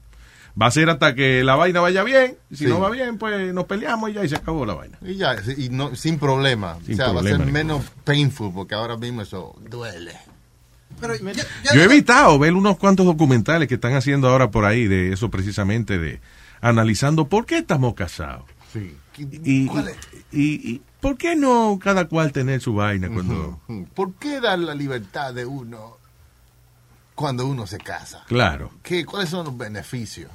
S11: Va a ser hasta que la vaina vaya bien. Si
S4: Sí.
S11: no va bien, pues nos peleamos y ya y se acabó la vaina.
S4: Y ya, y no, sin problema.
S11: Sin
S4: o sea, va a
S11: problema
S4: ser
S11: ninguno.
S4: menos painful porque ahora mismo eso duele.
S9: pero ya-
S11: Yo he evitado ver unos cuantos documentales que están haciendo ahora por ahí de eso precisamente, de analizando por qué estamos casados.
S4: Sí.
S11: Y, y- y por qué no cada cual tener su vaina cuando...
S4: ¿Por qué dar la libertad de uno cuando uno se casa?
S11: Claro.
S4: ¿Qué, ¿Cuáles son los beneficios?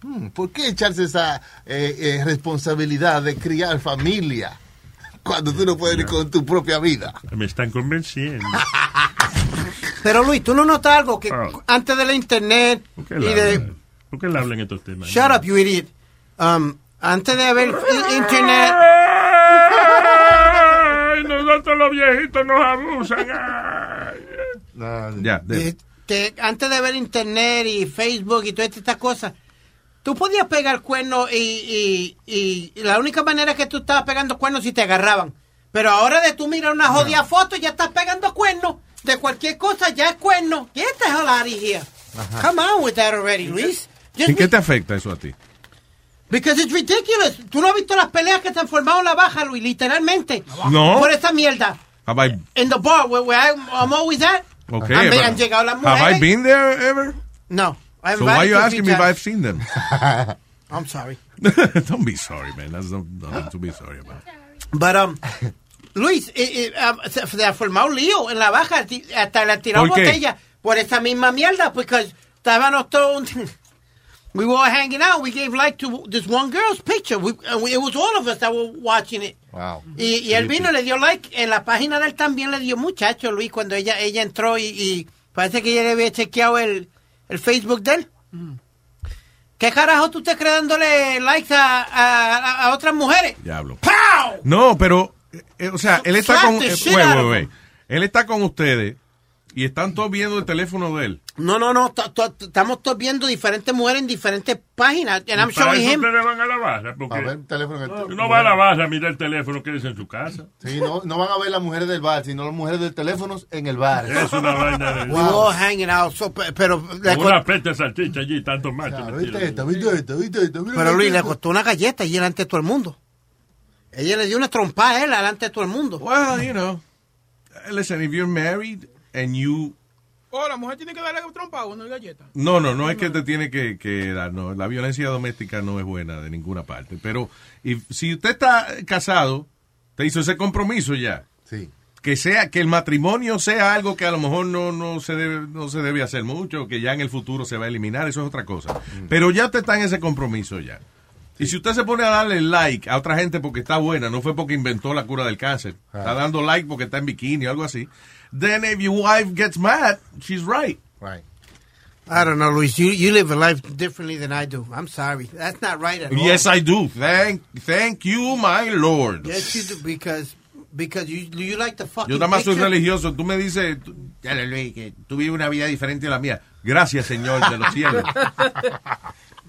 S4: Hmm, ¿Por qué echarse esa eh, eh, responsabilidad de criar familia cuando tú no puedes ni con tu propia vida?
S7: Me están convenciendo.
S4: Ah,
S9: Pero Luis, ¿tú no notas algo que
S7: Ah.
S9: antes de la internet
S7: ¿Qué
S9: y de...
S7: le- ¿Por qué le hablan estos temas?
S9: Shut up, you idiot. Um, antes de haber i- internet...
S7: Ay, nosotros los viejitos nos abusan.
S11: Ah.
S7: ay.
S11: Ya, de-
S9: que antes de haber internet y Facebook y todas estas cosas, tú podías pegar cuernos y, y- y- y la única manera que tú estabas pegando cuernos si te agarraban. Pero ahora de tú mirar una jodida foto ya estás pegando cuernos. De cualquier cosa ya es cuerno. Get the hell out of here.
S11: Ah.
S9: Come on with that already, Luis. Just
S11: ¿En qué te afecta eso a ti?
S9: Because it's ridiculous. Tú no has visto las peleas que se han formado en la baja, Luis, literalmente.
S11: No.
S9: Por esta mierda.
S11: Have I,
S9: En the bar, where, where I'm, I'm always at.
S11: okay,
S9: han,
S11: but-
S9: han llegado las mujeres.
S11: have I been there ever?
S9: No. I've
S11: So why
S9: invited
S11: you
S9: two
S11: asking me if
S9: features.
S11: I've seen them?
S9: I'm sorry.
S11: Don't be sorry, man. That's no- nothing to be sorry about.
S9: But, um, Luis, eh, eh, um, se, se ha formado lío en la baja, ti- hasta le ha tirado
S11: ¿Por qué?
S9: botella por esa misma mierda, porque estábamos todos... We were all hanging out. We gave like to this one girl's picture. We, and we- it was all of us that were watching it.
S4: Wow.
S9: Y, y él vino, le dio like. En la página de él también le dio muchacho, Luis, cuando ella ella entró y, y parece que ella le había chequeado el, el Facebook de él.
S11: Mm.
S9: ¿Qué carajo tú estás creándole likes a, a, a- a otras mujeres?
S11: Diablo.
S9: ¡Pow!
S11: No, pero, eh, eh, o sea, él está
S9: Slap
S11: con.
S9: the
S11: eh,
S9: shit
S11: wait,
S9: out
S11: wait,
S9: of
S11: wait. Él está con ustedes y están todos viendo el teléfono de él.
S9: No, no, no. to- to- Estamos todos viendo diferentes mujeres en diferentes páginas. And I'm
S7: Para
S9: showing
S7: eso
S9: him.
S7: ustedes van a la barra. Porque
S4: A ver, el teléfono que-
S7: No va a la barra a mirar el teléfono que es en su casa.
S4: Sí, no, no van a ver las mujeres del bar, sino las mujeres del teléfono en el bar.
S7: Es una vaina de-
S9: We were all hanging out. so- pe- pero, le
S7: Como
S9: co-
S7: una peste de salchicha allí, tanto más.
S4: ¿Viste esto? ¿Viste esto? ¿Viste esto? Mira
S9: pero
S4: lo
S9: Luis
S4: que
S9: le
S4: esto.
S9: costó una galleta y delante de todo el mundo. Ella le dio una trompada a él delante de todo el mundo.
S11: Well, you know. Listen, if you're married and you.
S10: Oh, la mujer tiene que darle trompa a uno y galleta.
S11: No, no, no es que te tiene que, que dar, no, la violencia doméstica no es buena de ninguna parte, pero if- si usted está casado, te hizo ese compromiso ya.
S4: Sí.
S11: Que sea que el matrimonio sea algo que a lo mejor no no se debe no se debe hacer mucho, que ya en el futuro se va a eliminar, eso es otra cosa. Pero ya usted está en ese compromiso ya. Y si usted se pone a darle like a otra gente porque está buena, no fue porque inventó la cura del cáncer, está dando like porque está en bikini o algo así, then if your wife gets mad, she's right.
S4: Right.
S9: I don't know, Luis. You, you live a life differently than I do. I'm sorry. That's not right at all.
S11: Yes, I do. Thank, thank you, my lord.
S9: Yes, you do, because, because you, you like the fucking
S11: Yo nada más soy
S9: picture.
S11: religioso. Tú me dices, tú- dale, Luis, que tú vives una vida diferente a la mía. Gracias, Señor de los cielos.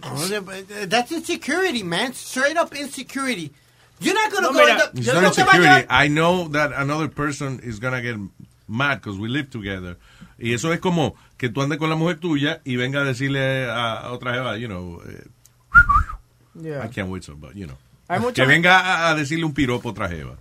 S9: No, but, uh, That's insecurity, man. Straight up insecurity. You're not gonna
S10: No,
S9: go
S10: mira,
S9: in the,
S11: It's
S9: yo
S11: not
S9: no te va a
S11: insecurity.
S9: llevar-
S11: I know that another person is gonna get mad because we live together. Y eso es como que tú andes con la mujer tuya y venga a decirle a a otra jeva, you know, eh, I can't wait so, but you know.
S9: Hay mucha-
S11: Que
S9: Pues,
S11: venga a- a decirle un piropo a otra jeva.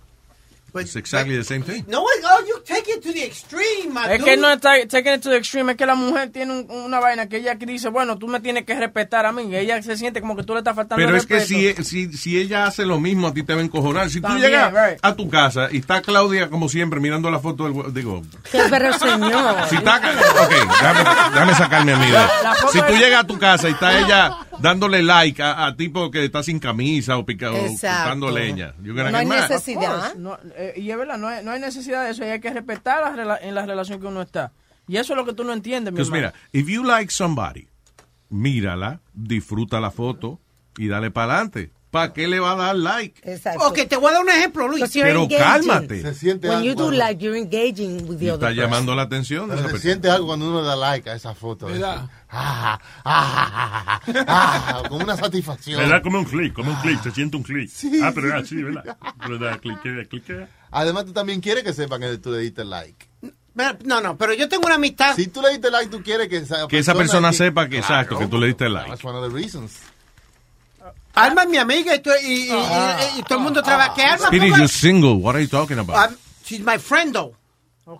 S9: But-
S11: It's exactly the same thing.
S9: No, oh, you take it to the extreme, my
S13: Es
S9: dude.
S13: que no está taking it to the extreme, es que la mujer tiene un- una vaina que ella dice, bueno, tú me tienes que respetar a mí. Y ella se siente como que tú le estás faltando
S11: Pero
S13: el
S11: es que
S13: respeto.
S11: si, si, si ella hace lo mismo, a ti te va a encojonar. Si tú
S13: También,
S11: llegas
S13: right.
S11: a tu casa y está Claudia, como siempre, mirando la foto del... hue- Digo,
S14: Qué perro señor.
S11: si está... Ok, déjame, déjame sacarme a mí. de-
S14: La- la foto
S11: Si tú
S14: era-
S11: llegas a tu casa y está ella dándole like a, a tipo que está sin camisa o picado,
S14: Exacto.
S11: cortando leña. You're gonna get
S14: No hay
S11: mad.
S14: necesidad.
S13: Of course, no, eh, y es verdad, no hay, no hay necesidad de eso. Y hay que respetar la rela- en la relación que uno está. Y eso es lo que tú no entiendes, mi
S11: Pues mira,
S13: hermano.
S11: if you like somebody, mírala, disfruta la foto y dale para adelante. ¿Para qué le va a dar like?
S12: Exacto.
S9: Ok, te voy a dar un ejemplo, Luis.
S11: Pero cálmate. Se siente
S12: Pues,
S11: algo,
S12: When you do
S11: algo.
S12: like, you're engaging with the
S11: Y
S12: other
S11: está
S12: person.
S11: llamando la atención. de
S4: Pero
S11: esa
S4: se
S11: persona.
S4: siente algo cuando uno da like a esa foto.
S11: ¿Verdad?
S4: Ah, ah, ah, ah, ah, ah, con una satisfacción.
S7: ¿Verdad? Como un clic, como un clic, se siente un clic. Ah, pero es así, ¿verdad? ¿Verdad? Cliquea, cliquea.
S4: Además, tú también quieres que sepan que tú le diste like.
S9: No, no, pero yo tengo una amistad.
S4: Si tú le diste like, tú quieres que esa
S11: Que esa persona
S4: que-
S11: sepa que
S4: Claro.
S11: exacto, que tú le diste like.
S4: That's one of the reasons.
S9: Alma es mi amiga y, tú- y- y-
S4: Ah.
S9: y- y todo el mundo trabaja. ¿Qué Alma?
S11: Speedy,
S9: ¿Cómo?
S11: you're single. What are you talking about?
S9: I'm- she's my friend, though.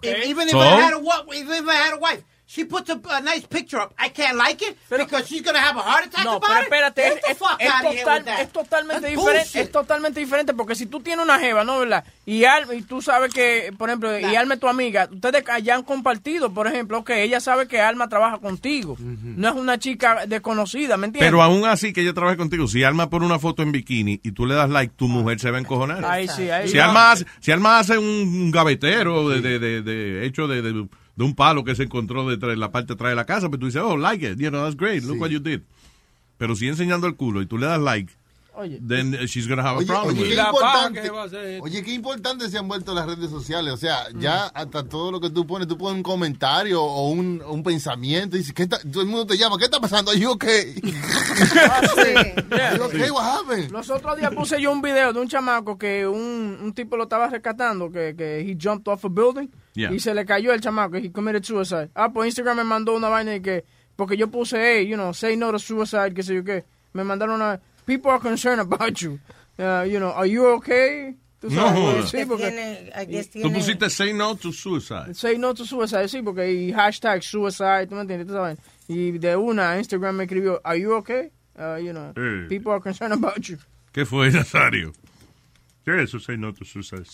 S9: Even if
S11: So?
S9: I had a wife, even if I had a wife, She puts a, a nice picture up. I can't like it because she's gonna have a heart attack
S8: No,
S9: about
S8: pero
S9: it.
S8: espérate, es,
S9: Get the
S8: es-
S9: este fuck
S8: es
S9: out of here
S8: total-
S9: with that.
S8: es totalmente
S9: That's
S8: diferente,
S9: bullshit.
S8: es totalmente diferente porque si tú tienes una jeva, ¿no, verdad? Y Al- y tú sabes que, por ejemplo, y Alma es tu amiga, ustedes ya han compartido, por ejemplo, que ella sabe que Alma trabaja contigo. No es una chica desconocida, ¿me entiendes?
S11: Pero aún así que ella trabaje contigo, si Alma pone una foto en bikini y tú le das like, tu mujer se va a encojonar.
S8: Ahí sí, ahí
S11: si,
S8: sí.
S11: Alma hace, si Alma hace un gavetero de, de- de- de- hecho de, de- de un palo que se encontró detrás, en la parte de atrás de la casa, pero tú dices, oh, like it, you know, that's great, look what you did. Pero si enseñando el culo y tú le das like,
S8: Oye.
S11: then uh, she's gonna have a
S4: Oye,
S11: problem
S4: oye,
S11: with
S4: qué
S11: it.
S4: importante, oye, qué importante se han vuelto las redes sociales. O sea,
S7: Mm.
S4: ya hasta todo lo que tú pones, tú pones un comentario o un, un pensamiento. Y dices, ¿qué está? Todo el mundo te llama, ¿qué está pasando? Are you okay? Are you okay? What happened?
S8: Los otros días puse yo un video de un chamaco que un, un tipo lo estaba rescatando, que, que he jumped off a building
S15: Yeah.
S8: y se le cayó el chamaco, he committed suicide. Ah, pues Instagram me mandó una vaina y que, porque yo puse, hey, you know, say no to suicide, qué sé yo qué. Me mandaron una, people are concerned about you. Uh, you know, are you okay? Tú
S11: No
S8: sabes, pues,
S11: joda.
S8: sí, porque-
S11: Tú pusiste say no to suicide.
S8: Say no to suicide, sí, porque y hashtag suicide, ¿tú me entiendes? Tú sabes. Y de una, Instagram me escribió, are you okay? Uh, you know,
S7: Eh.
S8: people are concerned about you.
S11: ¿Qué fue, Nazario?
S7: ¿Qué es eso? No, tu suicidio.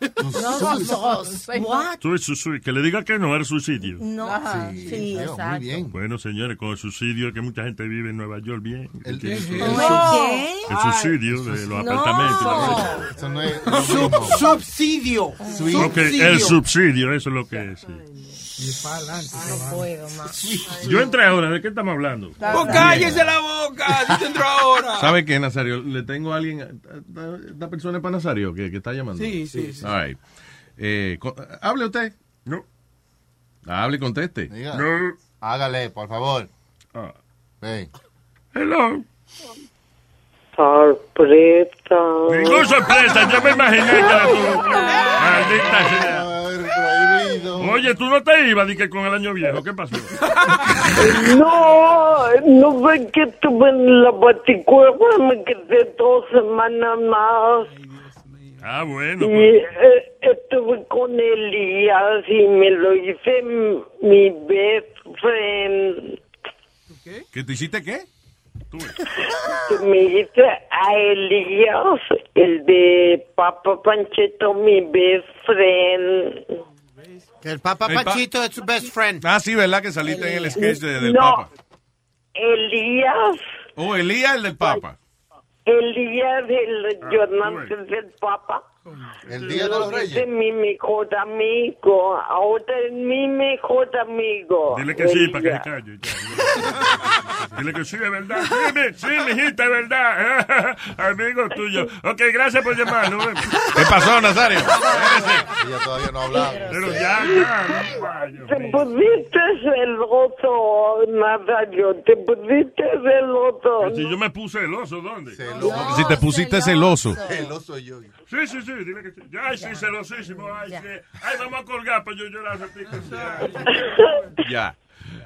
S2: No, no, no. What?
S7: Tú eres suicidio. Que le diga que no es suicidio.
S2: No. Ajá. Sí, Sí, tío, exacto. muy bien.
S7: Bueno, señores, con el suicidio que mucha gente vive en Nueva York, bien. El,
S2: ¿Qué?
S7: el suicidio de los
S2: No.
S7: apartamentos.
S4: Eso no es.
S9: Sub- subsidio.
S7: Lo que- el subsidio, eso es lo que es. sí.
S2: No puedo más.
S7: Yo entré ahora, ¿de qué estamos hablando?
S4: Oh,
S16: Pues cállese la boca, si te entró ahora.
S11: ¿Sabe qué, Nazario? Le tengo a alguien. ¿Esta persona es para Nazario que, que está llamando?
S16: Sí, sí, sí.
S11: All right. Eh, co- hable usted.
S7: No.
S11: Hable y conteste.
S4: Diga. Hágale, por favor.
S7: Ah.
S4: Ven.
S7: Hello.
S17: Sorpresa.
S7: Ninguna sorpresa, yo me imaginé que era tú. Maldita sea. Oye, tú no te ibas, di que con el año viejo, ¿qué pasó?
S17: No, no ve que tuve en la baticueva, me quedé dos semanas más.
S7: Ah, bueno.
S17: Y eh, estuve con Elías y me lo hice m- mi best friend.
S11: ¿Que te hiciste qué?
S17: Que Me hice a Elías, el de Papa Pancheto, mi best friend.
S9: Que el Papa
S11: El pa-
S9: Pachito es su best friend.
S11: Ah, sí, ¿verdad? Que saliste en el sketch de- del
S17: No.
S11: Papa.
S17: Elías,
S11: Oh, Elías, el del Papa.
S17: Elías,
S7: Ah,
S17: el ayudante del Papa.
S4: El Día de los Reyes.
S17: Es mi mejor amigo. Ahora es mi mejor amigo.
S7: Dile que sí,
S17: Elías.
S7: para que se calle. ya. Dile que sí, es verdad. Sí, mi- sí, mijita, es verdad. Amigo tuyo. Ok, gracias por llamar. ¿no?
S11: ¿Qué pasó, Nazario?
S4: Ella todavía no ha hablado.
S7: Pero ya, ya.
S17: Te pusiste celoso, Nazario. Te pusiste celoso.
S7: Si yo me puse celoso, ¿dónde?
S11: Porque Si te pusiste celoso.
S4: Celoso yo.
S7: Sí, sí, sí, dile que sí. Ya, Ay, sí, celosísimo. Ay, sí. Ay, vamos a colgar para yo llorar. un ratico.
S11: Ya.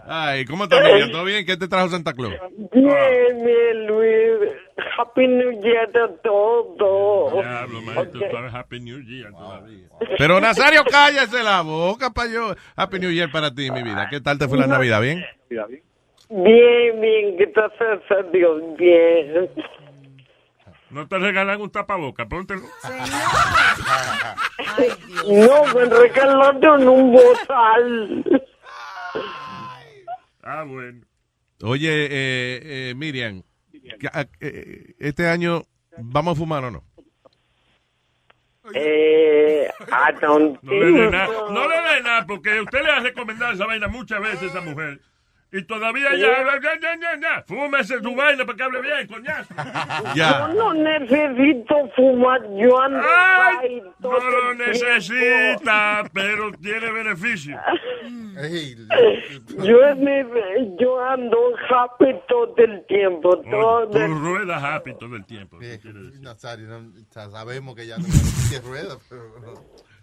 S11: Ay, ¿cómo estás, Miriam? ¿Todo bien? ¿Qué te trajo Santa Claus?
S17: Bien, bien, Luis. Happy New Year a todos.
S7: Diablo, maestro, tú sabes Happy New Year todavía.
S11: Pero Nazario, cállese la boca para yo. Happy New Year para ti, mi vida. ¿Qué tal te fue la Navidad? ¿Bien?
S17: Bien, bien, gracias a Dios, bien.
S7: No te regalan un tapaboca, póntelo.
S17: No, me regalaron un bozal.
S7: Ah, bueno.
S11: Oye, eh, eh, Miriam, que- a- eh, este año vamos a fumar o no?
S17: Eh, I don't
S7: No le dé
S17: think
S7: nada,
S17: so.
S7: no le dé nada, porque usted le ha recomendado esa vaina muchas veces a esa mujer. Y todavía ya, ya, ya, ya, ya, ya. Fúmese tu vaina para que hable bien, coñazo.
S17: Yo no necesito fumar, yo ando
S7: Ay,
S17: right
S7: no
S17: todo
S7: lo
S17: el tiempo.
S7: necesita, pero tiene beneficio.
S17: Yo, me- yo ando happy todo el tiempo. Todo
S7: Tú
S17: el-
S7: ruedas happy todo el tiempo. ¿qué quiere decir?
S4: Nazario, no, ya sabemos que ya no tiene rueda, pero no.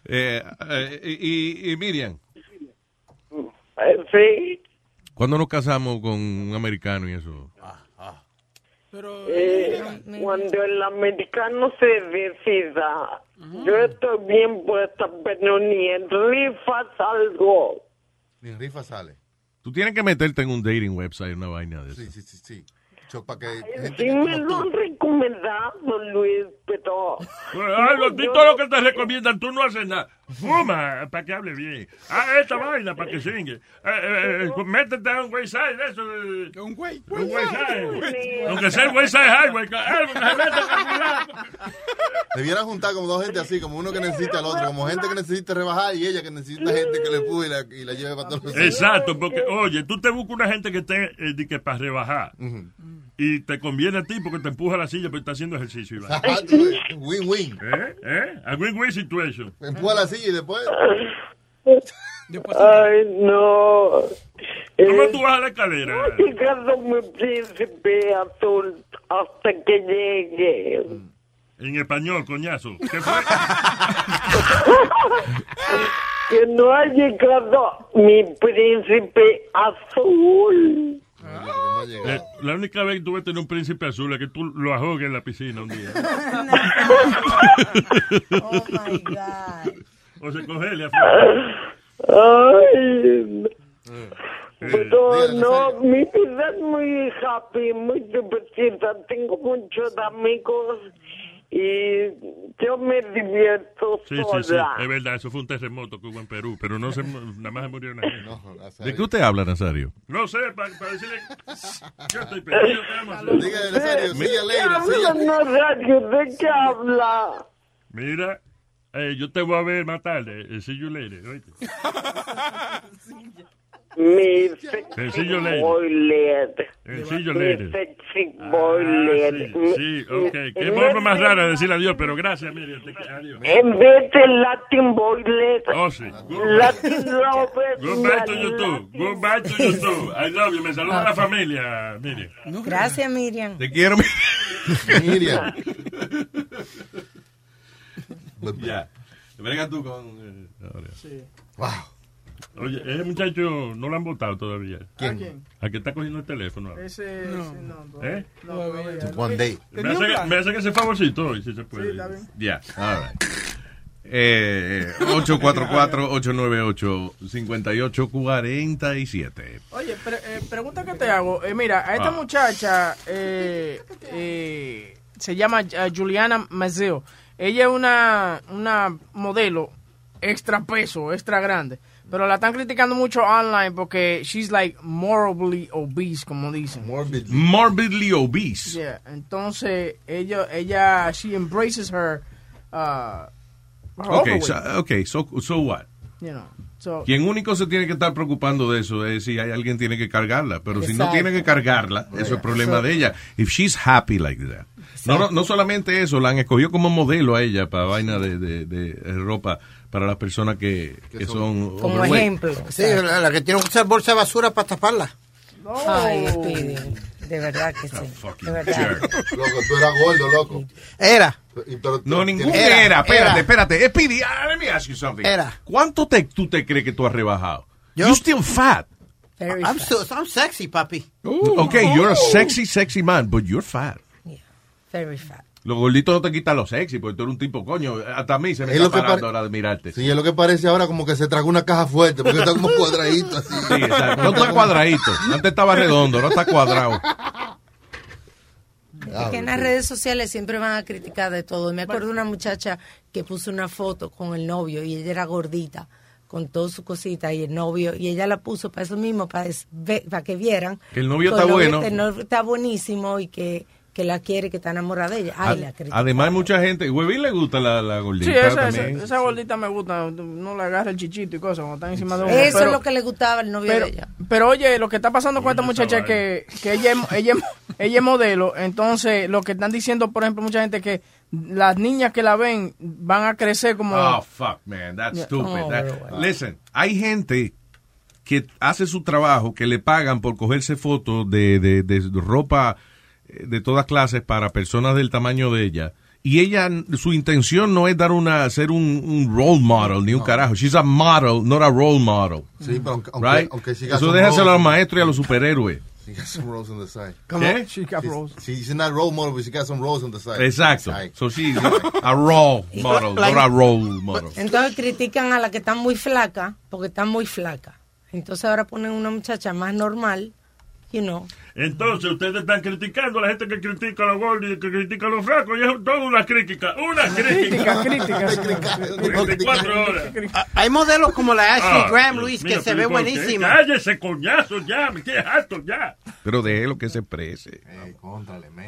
S11: Eh, eh, y, y- y Miriam,
S17: eh, Sí.
S11: ¿cuándo nos casamos con un americano y eso?
S17: Eh, cuando el americano se decida, yo estoy bien puesta, pero ni en rifas algo.
S4: Ni en rifa sale.
S11: Tú tienes que meterte en un dating website, una vaina de eso. Sí,
S4: sí, sí. sí. Cho- pa' que
S7: Eh,
S17: Sí me lo han recomendado, Luis, pero...
S7: Algo, a ti todo lo que te recomiendan, tú no haces nada. Fuma, para que hable bien. Ah, esta vaina, para que singue. Eh, eh, eh, métete a un wayside, eso. de-
S10: Un güey.
S7: Un wayside.
S4: Wayside.
S7: Aunque sea el wayside highway. que algo que se meta
S4: Debieran juntar como dos gente así, como uno que necesita al otro, como gente que necesita rebajar y ella que necesita gente que le puje y la, y la lleve para todos los
S7: Exacto, porque, oye, tú te buscas una gente que esté eh, di que para rebajar. Y te conviene a ti porque te empuja a la silla porque está haciendo ejercicio. Iván.
S4: Win-win.
S7: ¿Eh? ¿Eh? A win-win situation.
S4: Empuja la silla y después.
S17: Ay, no.
S7: ¿Cómo
S17: Eh,
S7: tú vas a la escalera?
S17: No ha llegado mi príncipe azul hasta que llegue.
S7: Mm. En español, coñazo. ¿Qué fue?
S17: Que no ha llegado mi príncipe azul.
S7: Eh, la única vez que tú vas a tener un príncipe azul es que tú lo ahogues en la piscina un día.
S17: Oh, my God.
S7: O se congele afuera.
S17: Ay.
S7: Eh,
S17: Pero no, mi vida es muy happy, muy divertida. Tengo muchos amigos y yo me divierto
S7: Sí, sí,
S17: sola.
S7: sí. Es verdad, eso fue un terremoto que hubo en Perú, pero no se, mu- nada más se murió nadie.
S11: ¿De qué usted habla, Nazario?
S7: No sé, para decirle. Yo estoy perdido, ¿qué vamos a hacer?
S2: Eh,
S17: ¿De qué hablan, Horacio? ¿De qué habla?
S7: Mira, eh, yo te voy a ver más tarde. Eh, see you later, oíste.
S17: Mi
S7: sí,
S17: sexy
S7: yo leí.
S17: boiler.
S7: Eh, sí, yo
S17: Mi
S7: leí.
S17: sexy
S7: Ah,
S17: boiler.
S7: sí, sí, ok. Qué forma más rara de decirle adiós, pero gracias, mire. te- Adiós.
S17: En vez de Latin boiler,
S7: Oh, sí.
S17: Latin lover.
S7: Goodbye to you too. Goodbye to you too. I love you. Me saluda la familia, mire.
S12: Gracias, Miriam.
S11: Te quiero,
S4: Miriam.
S11: Ya. Te verga tú con. eh, ahora.
S7: Wow. Oye, ese muchacho no lo han votado todavía.
S10: ¿Quién? ¿A quién?
S7: Al que está cogiendo el teléfono. ahora.
S10: Ese, no. ese no.
S7: ¿Eh?
S10: One day.
S7: Me hace, me hace que se favorcito hoy, si se puede.
S11: Ya, all right. Eh, 844-898-5847.
S13: Oye, pre- eh, pregunta que te hago. Eh, mira, a esta
S11: Ah.
S13: muchacha eh, eh, se llama eh, Juliana Mazeo. Ella es una, una modelo extra peso, extra grande. Pero la están criticando mucho online porque she's like morbidly obese, como dicen.
S4: Morbidly.
S11: Morbidly obese.
S13: Yeah. Entonces, ella, ella, she embraces her, uh,
S9: Oh,
S13: her
S11: Ok,
S13: overweight,
S11: so, okay, so, so what?
S13: you know. So,
S11: Quien único se tiene que estar preocupando de eso es si hay alguien tiene que cargarla. Pero si no
S13: Exacto.
S11: tiene que cargarla, eso es problema de ella. If she's happy like that. No, no, no solamente eso, la han escogido como modelo a ella para vaina de, de- de ropa para las personas que, que son
S9: Como
S11: overweight.
S9: ejemplo. Sí, la, la que tiene que usar bolsa de basura para taparla.
S12: Ay, Speedy, de verdad que
S2: Ah,
S12: sí. De verdad.
S4: Loco, tú eras gordo, loco.
S9: Era.
S11: No, ningún
S9: Era,
S11: era. Espérate,
S9: era.
S11: espérate. Eh, Speedy, ah, let me ask you something.
S9: Era.
S11: ¿Cuánto te, tú te crees que tú has rebajado? You're still fat.
S9: I'm, so, I'm sexy, papi.
S4: Uh,
S11: Okay, you're a sexy, sexy man, but you're fat.
S12: Very fat.
S11: Los gorditos no te quitan lo sexy, porque tú eres un tipo, coño. Hasta a mí se me
S4: Es
S11: está
S4: lo que
S11: parando
S4: pare-
S11: ahora de mirarte.
S4: Sí, es lo que parece ahora como que se tragó una caja fuerte, porque está como cuadradito así.
S11: Sí, exacto. No está cuadradito. Antes estaba redondo, ahora está cuadrado.
S12: Es que en las redes sociales siempre van a criticar de todo. Me acuerdo de una muchacha que puso una foto con el novio y ella era gordita, con todas sus cositas y el novio, y ella la puso para eso mismo, para, des- ve- para que vieran.
S11: Que el novio
S12: que
S11: está bueno.
S12: este novio está buenísimo y que, que la quiere, que está enamorada de ella. Ay, la
S11: A-
S12: critica.
S11: Además, hay mucha gente. Huevín le gusta la, la gordita
S13: Sí, esa, esa,
S11: también.
S13: esa gordita me gusta. No le agarra el chichito y cosas cuando están encima de uno.
S12: Eso
S13: pero-
S12: es lo que le gustaba al novio
S13: pero,
S12: de ella.
S13: pero oye, lo que está pasando con esta muchacha es
S12: esa
S13: que, que ella, es- ella, es- ella es modelo, entonces lo que están diciendo, por ejemplo, mucha gente que las niñas que la ven van a crecer como...
S11: Oh, fuck, man, that's
S13: Yeah.
S11: stupid.
S13: Oh,
S11: That-
S13: pero bueno.
S11: Listen, hay gente que hace su trabajo, que le pagan por cogerse fotos de, de- de ropa eh, de todas clases para personas del tamaño de ella. Y ella, su intención no es dar una, ser un, un role model, ni un carajo. She's a model, not a role model.
S4: Sí, pero aunque- aunque-
S11: Right?
S4: aunque siga
S11: Eso
S4: su
S11: déjaselo
S4: role.
S11: a los maestros y a los superhéroes.
S4: She got some rolls on the side.
S11: Come on.
S4: She got rolls. she's not role model, but she got some rolls on the side.
S11: Exacto.
S4: Ay.
S11: So she's a role model, not a role model.
S12: Entonces critican a la que está muy flaca porque está muy flaca. Entonces ahora ponen una muchacha más normal, you know.
S7: Entonces, ustedes están criticando a la gente que critica a los gordos y que critica a los flacos. Y es toda una crítica. Una crítica.
S9: crítica,
S7: crítica. 24 horas.
S9: Hay modelos como
S7: Ah,
S9: la Ashley Graham, Luis, que se ve
S7: buenísima.
S9: buenísima.
S7: Cállese, coñazo, ya. Me quedé harto, ya.
S11: Pero déjelo que se exprese.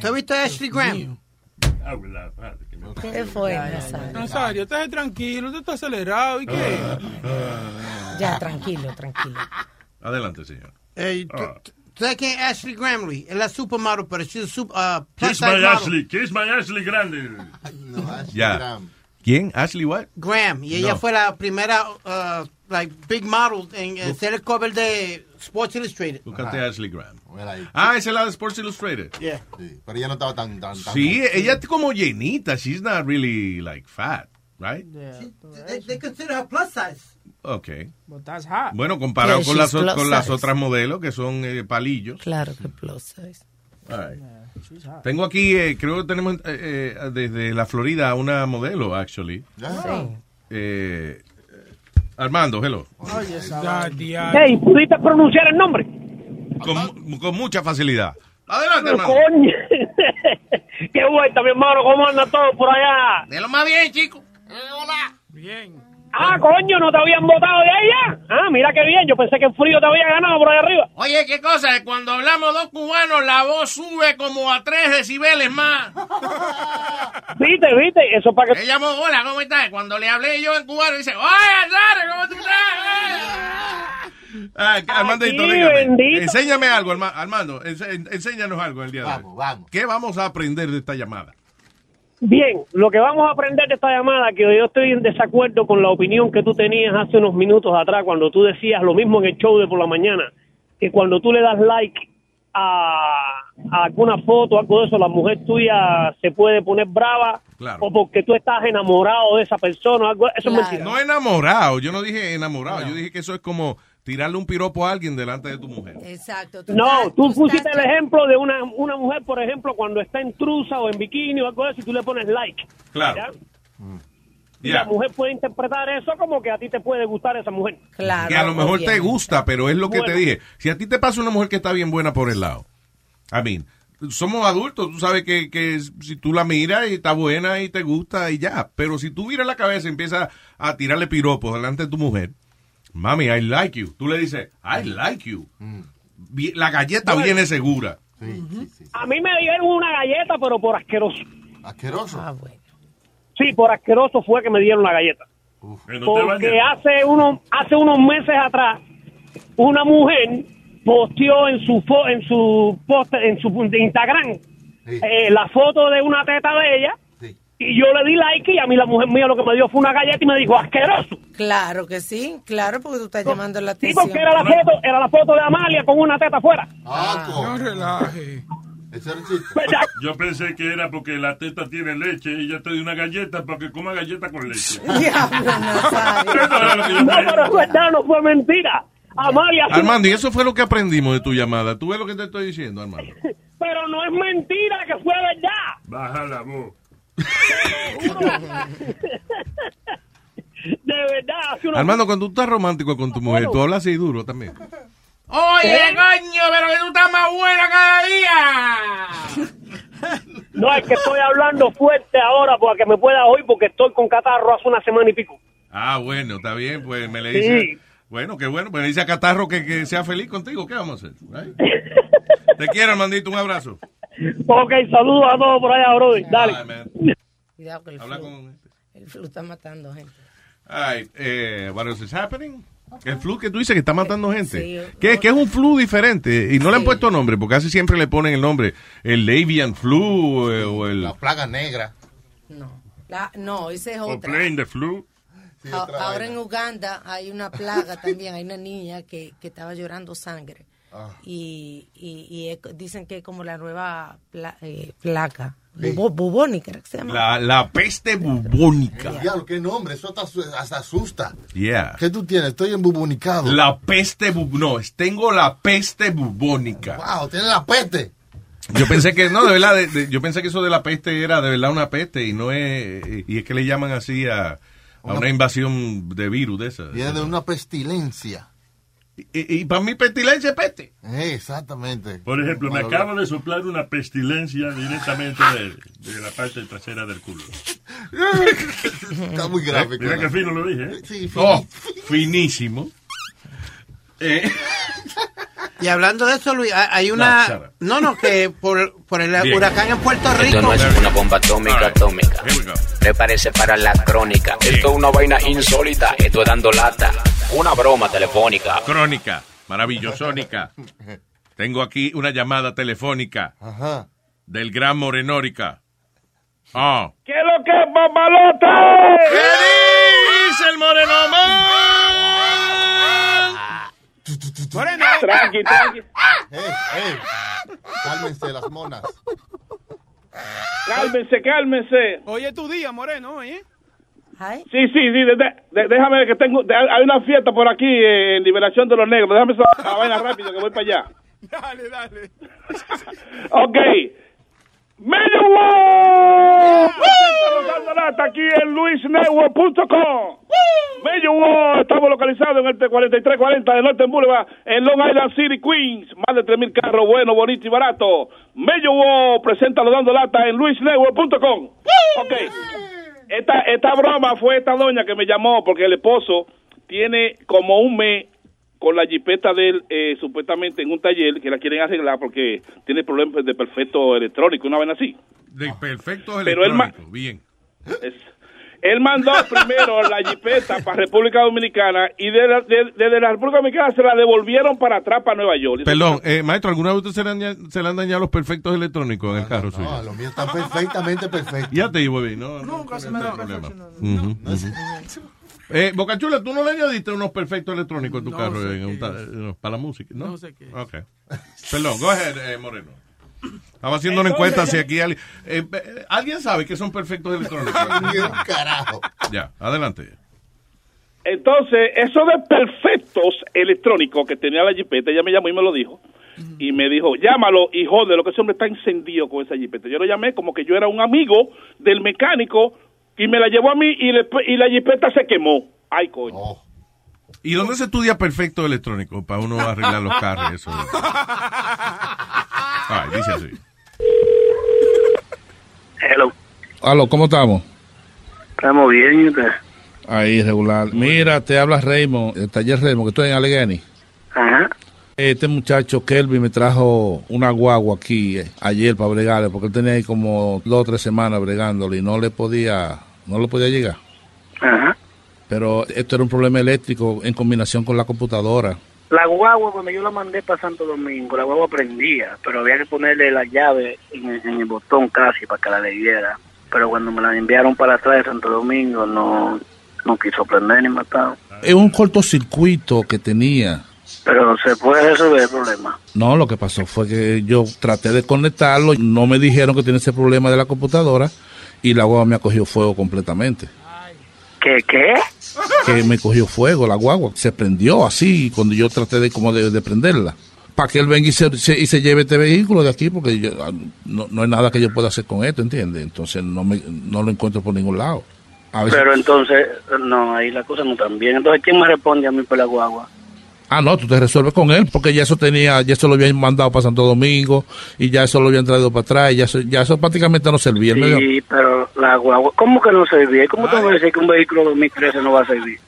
S9: ¿Tú has visto a Ashley Graham?
S7: Abuela, madre, que me-
S12: ¿Qué fue, Nazario?
S10: Nazario, estás tranquilo, tú estás acelerado. ¿Y qué?
S12: Ya, tranquilo, tranquilo.
S11: Adelante, señor.
S9: Eh, ¿tú- tú- ¿Tú sabes quién es Ashley Graham, Luis? Es la supermodel, pero she's a super, uh, plus
S7: Kiss
S9: size
S7: my
S9: model.
S7: Ashley. Kiss my Ashley grande.
S11: Ya. ¿Quién? ¿Ashley what?
S9: Graham. Y ella
S11: No.
S9: fue la primera, uh, like, big model en en hacer el cover de Sports Illustrated.
S11: Búscate a Ashley Graham.
S4: ahí.
S11: Ah, esa es la de Sports Illustrated.
S9: Yeah.
S4: Sí, pero ella no estaba tan. tan, tan
S11: Sí, ella es como llenita. She's not really like fat, right?
S9: They, they consider her plus size.
S11: Okay.
S13: But that's hot.
S11: Bueno, comparado con, las, o-
S12: plus
S11: con las
S12: size.
S11: otras modelos que son eh, palillos.
S12: Claro que plus size.
S11: All right. Tengo aquí, eh, creo que tenemos eh, eh, desde la Florida una modelo, actually.
S4: Ya.
S12: Sí.
S11: Eh, Armando, hello.
S10: Oye, esa
S14: Hey, ¿pudiste pronunciar el nombre?
S11: Con, con mucha facilidad. Adelante,
S14: Pero,
S11: hermano.
S14: coño. Qué vuelta, mi hermano. ¿Cómo anda todo por allá?
S11: De lo más bien, chico.
S14: hola. Bien. Ah, coño, no te habían votado de ahí ya. Ah, mira qué bien. Yo pensé que el frío te había ganado por allá arriba.
S18: Oye, ¿qué cosa? Cuando hablamos dos cubanos, la voz sube como a tres decibeles más.
S14: Viste, viste. Eso para que.
S18: Le llamó, hola, ¿cómo estás? Cuando le hablé yo en cubano, dice, oye, Sara, ¿cómo tú estás?
S11: Ah, Armandito,
S18: Aquí,
S11: dígame.
S18: bendito.
S11: Enséñame algo, Arma- Armando. Ense- enséñanos algo el día de hoy. ¿Qué vamos a aprender de esta llamada?
S14: Bien, lo que vamos a aprender de esta llamada, que yo estoy en desacuerdo con la opinión que tú tenías hace unos minutos atrás, cuando tú decías lo mismo en el show de por la mañana, que cuando tú le das like a, a alguna foto, algo de eso, la mujer tuya se puede poner brava,
S11: Claro.
S14: o porque tú estás enamorado de esa persona, algo, eso es mentira.
S11: No enamorado. Yo no dije enamorado. Yo dije que eso es como tirarle un piropo a alguien delante de tu mujer.
S12: Exacto.
S14: No, tú pusiste el ejemplo de una, una mujer, por ejemplo, cuando está en trusa o en bikini o algo de eso, y tú le pones like.
S11: Claro.
S14: ¿ya? Y
S11: Ya.
S14: La mujer puede interpretar eso como que a ti te puede gustar esa mujer.
S12: Claro.
S11: Que a lo mejor te gusta, pero es lo que
S14: Bueno.
S11: te dije. Si a ti te pasa una mujer que está bien buena por el lado, a mí, somos adultos, tú sabes que, que si tú la miras y está buena y te gusta y ya. Pero si tú miras la cabeza y empiezas a tirarle piropos delante de tu mujer, mami, I like you. Tú le dices, I like you. Vi- La galleta
S14: Bueno.
S11: viene segura.
S14: A mí me dieron una galleta, pero por asqueroso.
S4: ¿Asqueroso?
S14: Sí, por asqueroso fue que me dieron la galleta.
S7: Pero te
S14: Porque
S7: bañas.
S14: hace, uno, hace unos meses atrás, una mujer posteó en su fo- en su post, en su Instagram eh, la foto de una teta de ella y yo le di like y a mí la mujer mía lo que me dio fue una galleta y me dijo asqueroso.
S12: Claro que sí, claro, porque tú estás llamando la
S14: Sí,
S12: atención.
S14: porque era la foto, era la foto de Amalia con una teta afuera.
S7: Ah, No relaje. Yo pensé que era porque la teta tiene leche y ya te di una galleta para que coma galleta con leche.
S14: No, pero es verdad, no fue mentira. Amalia, sí-
S11: Armando, y eso fue lo que aprendimos de tu llamada. ¿Tú ves lo que te estoy diciendo, Armando?
S14: pero no es mentira que fue verdad.
S7: Baja la voz.
S14: De verdad, hace unos
S11: Armando, cuando tú estás romántico con tu mujer, tú hablas así duro también.
S14: ¿Eh?
S18: Oye, coño, pero que tú estás más buena cada día.
S14: No, es que estoy hablando fuerte ahora para que me pueda oír porque estoy con catarro hace una semana y pico.
S11: Ah, bueno, está bien, pues me le
S14: Sí.
S11: dice. Bueno, qué bueno, pues le dice a Catarro que, que sea feliz contigo. ¿Qué vamos a hacer? Right? Te quiero, Armandito, un abrazo.
S14: Ok, saludos a todos por allá, brother. Dale.
S12: Cuidado que el
S11: Habla
S12: flu,
S11: con- este.
S12: el flu está matando gente.
S11: All right, eh, what else is happening? El flu que tú dices que está matando gente.
S12: Sí, yo-
S11: que, que es un flu diferente y no le han puesto nombre, porque casi siempre le ponen el nombre, el avian flu eh, o el...
S4: La plaga negra.
S12: La- no, esa es
S11: O
S12: otra.
S11: plain the flu.
S12: A- ahora en Uganda hay una plaga también, hay una niña que, que estaba llorando sangre.
S11: Ah.
S12: Y, y- y es- dicen que es como la nueva pla- eh, placa, bubo- bubónica, creo que se llama.
S11: La, la peste bubónica.
S4: Diablo, qué nombre, eso hasta, asu- hasta asusta.
S11: Yeah.
S4: ¿Qué tú tienes? Estoy embubonicado.
S11: La peste bubónica. No, es- tengo la peste bubónica.
S4: Wow, tienes la peste.
S11: Yo pensé que, no, de verdad, de- de- yo pensé que eso de la peste era de verdad una peste y no es, y es que le llaman así a, a una invasión de virus de esa.
S4: Viene de una pestilencia. Eh,
S19: Y, y para mí pestilencia es peste.
S4: exactamente.
S19: Por ejemplo, me acabo de soplar una pestilencia directamente de, de la parte trasera del culo.
S4: Está muy
S19: grave.
S4: gráfico.
S19: Mira que fino lo dije. ¿eh?
S4: Sí,
S19: Oh, finísimo.
S9: Y hablando de eso, Luis, ha- hay una... No, no, que por, por el
S20: Bien.
S9: huracán en Puerto Rico...
S20: Esto no es una bomba atómica, atómica. Prepárese para la crónica. Esto es una vaina insólita. Esto es dando lata. Una broma telefónica.
S11: Crónica, maravillosónica. Tengo aquí una llamada telefónica
S4: Ajá.
S11: del gran Morenórica. Ah,
S21: ¿Qué es lo que es, papalote?
S19: ¿Qué dice el moreno
S4: Ah,
S10: Moreno.
S4: Tranqui, tranqui. Ey, ey. eh, Cálmense las monas.
S10: Cálmense,
S22: cálmense.
S10: Hoy es tu día, Moreno, hoy, ¿eh?
S22: Sí, sí, sí, de- de- de- déjame que tengo, de- hay una fiesta por aquí eh, en Liberación de los Negros, déjame esa la Ah, vaina rápido que voy para allá.
S10: Dale, dale.
S22: Ok.
S21: ¡Medio
S22: Estamos dando lata aquí en luisnetwork.com. Medio Wall, estamos localizados en el 4340 de Norton Boulevard, en Long Island City, Queens. Más de 3.000 carros buenos, bonitos y baratos. Medio Wall, presenta los dando lata en luisnetwork.com. Ok. Esta, esta broma fue esta doña que me llamó porque el esposo tiene como un mes con la jipeta de él eh, supuestamente en un taller que la quieren arreglar porque tiene problemas de perfecto electrónico, una vaina así.
S11: de perfectos
S22: Pero él ma-
S11: electrónicos. Bien.
S22: Es- él mandó primero la jipeta para República Dominicana y de la- de- desde la República Dominicana se la devolvieron para atrás, para Nueva York.
S11: Perdón, eh, maestro, ¿alguna vez usted se le, han, daña- se le han dañado los perfectos electrónicos en el carro suyo?
S4: No, los míos están perfectamente perfectos.
S11: Ya te digo, baby, no.
S4: Nunca se me
S11: no hay
S4: da
S11: problema.
S4: No,
S11: Ujú,
S4: no sé.
S11: ujú. Eh, Bocachula, ¿tú no le añadiste unos perfectos electrónicos en tu
S4: No
S11: carro
S4: sé
S11: en
S4: qué
S11: un ta-
S4: es.
S11: no, para la música? No,
S4: No sé qué es.
S11: Ok. Perdón, go ahead, eh, Moreno. Estaba haciendo una encuesta si aquí alguien... eh, eh, ¿Alguien sabe que son perfectos electrónicos?
S4: carajo.
S11: Ya, adelante.
S22: Entonces, eso de perfectos electrónicos que tenía la jipeta, ella me llamó y me lo dijo. Y me dijo, llámalo y joder, lo que ese hombre está encendido con esa jipeta. Yo lo llamé como que yo era un amigo del mecánico y me la llevó a mí y, le- y la jipeta se quemó. Ay, coño.
S11: ¿Y dónde se estudia perfecto electrónico para uno arreglar los carros? y Eso? Ay, dice así.
S23: Hello.
S24: Aló, ¿cómo estamos?
S23: Estamos bien, ¿y usted?
S24: Ahí, regular. Mira, te habla Raymond, el taller Raymond, que estoy en Allegheny.
S23: Ajá.
S24: Este muchacho Kelvin me trajo una guagua aquí eh, ayer para bregarle, porque él tenía ahí como dos o tres semanas bregándole y no le podía, no le podía llegar.
S23: Ajá.
S24: Pero esto era un problema eléctrico en combinación con la computadora.
S23: La guagua, cuando yo la mandé para Santo Domingo, la guagua prendía, pero había que ponerle la llave en, el- en el botón casi para que la debiera. Pero cuando me la enviaron para atrás de Santo Domingo, no, no quiso prender ni matar.
S24: Es un cortocircuito que tenía.
S23: Pero se puede resolver el problema.
S24: No, lo que pasó fue que yo traté de conectarlo, no me dijeron que tiene ese problema de la computadora y la guagua me ha cogido fuego completamente.
S23: ¿Qué, qué?
S24: que me cogió fuego la guagua. Se prendió así cuando yo traté de como de, de prenderla. Para que él venga y se, se- y se lleve este vehículo de aquí, porque yo, ah, no, no hay nada que yo pueda hacer con esto, ¿entiendes? Entonces no, me, no lo encuentro por ningún lado. A veces-
S23: Pero entonces, no, ahí la cosa no está bien. Entonces, ¿quién me responde a mí por la guagua?
S24: ah, no, tú te resuelves con él, porque ya eso tenía, ya eso lo habían mandado para Santo Domingo, y ya eso lo habían traído para atrás, y ya eso, ya eso prácticamente no servía. Él me dijo,
S23: Sí, pero la guagua, ¿cómo que no servía? ¿Cómo te voy a decir que un vehículo 2013 no va a servir?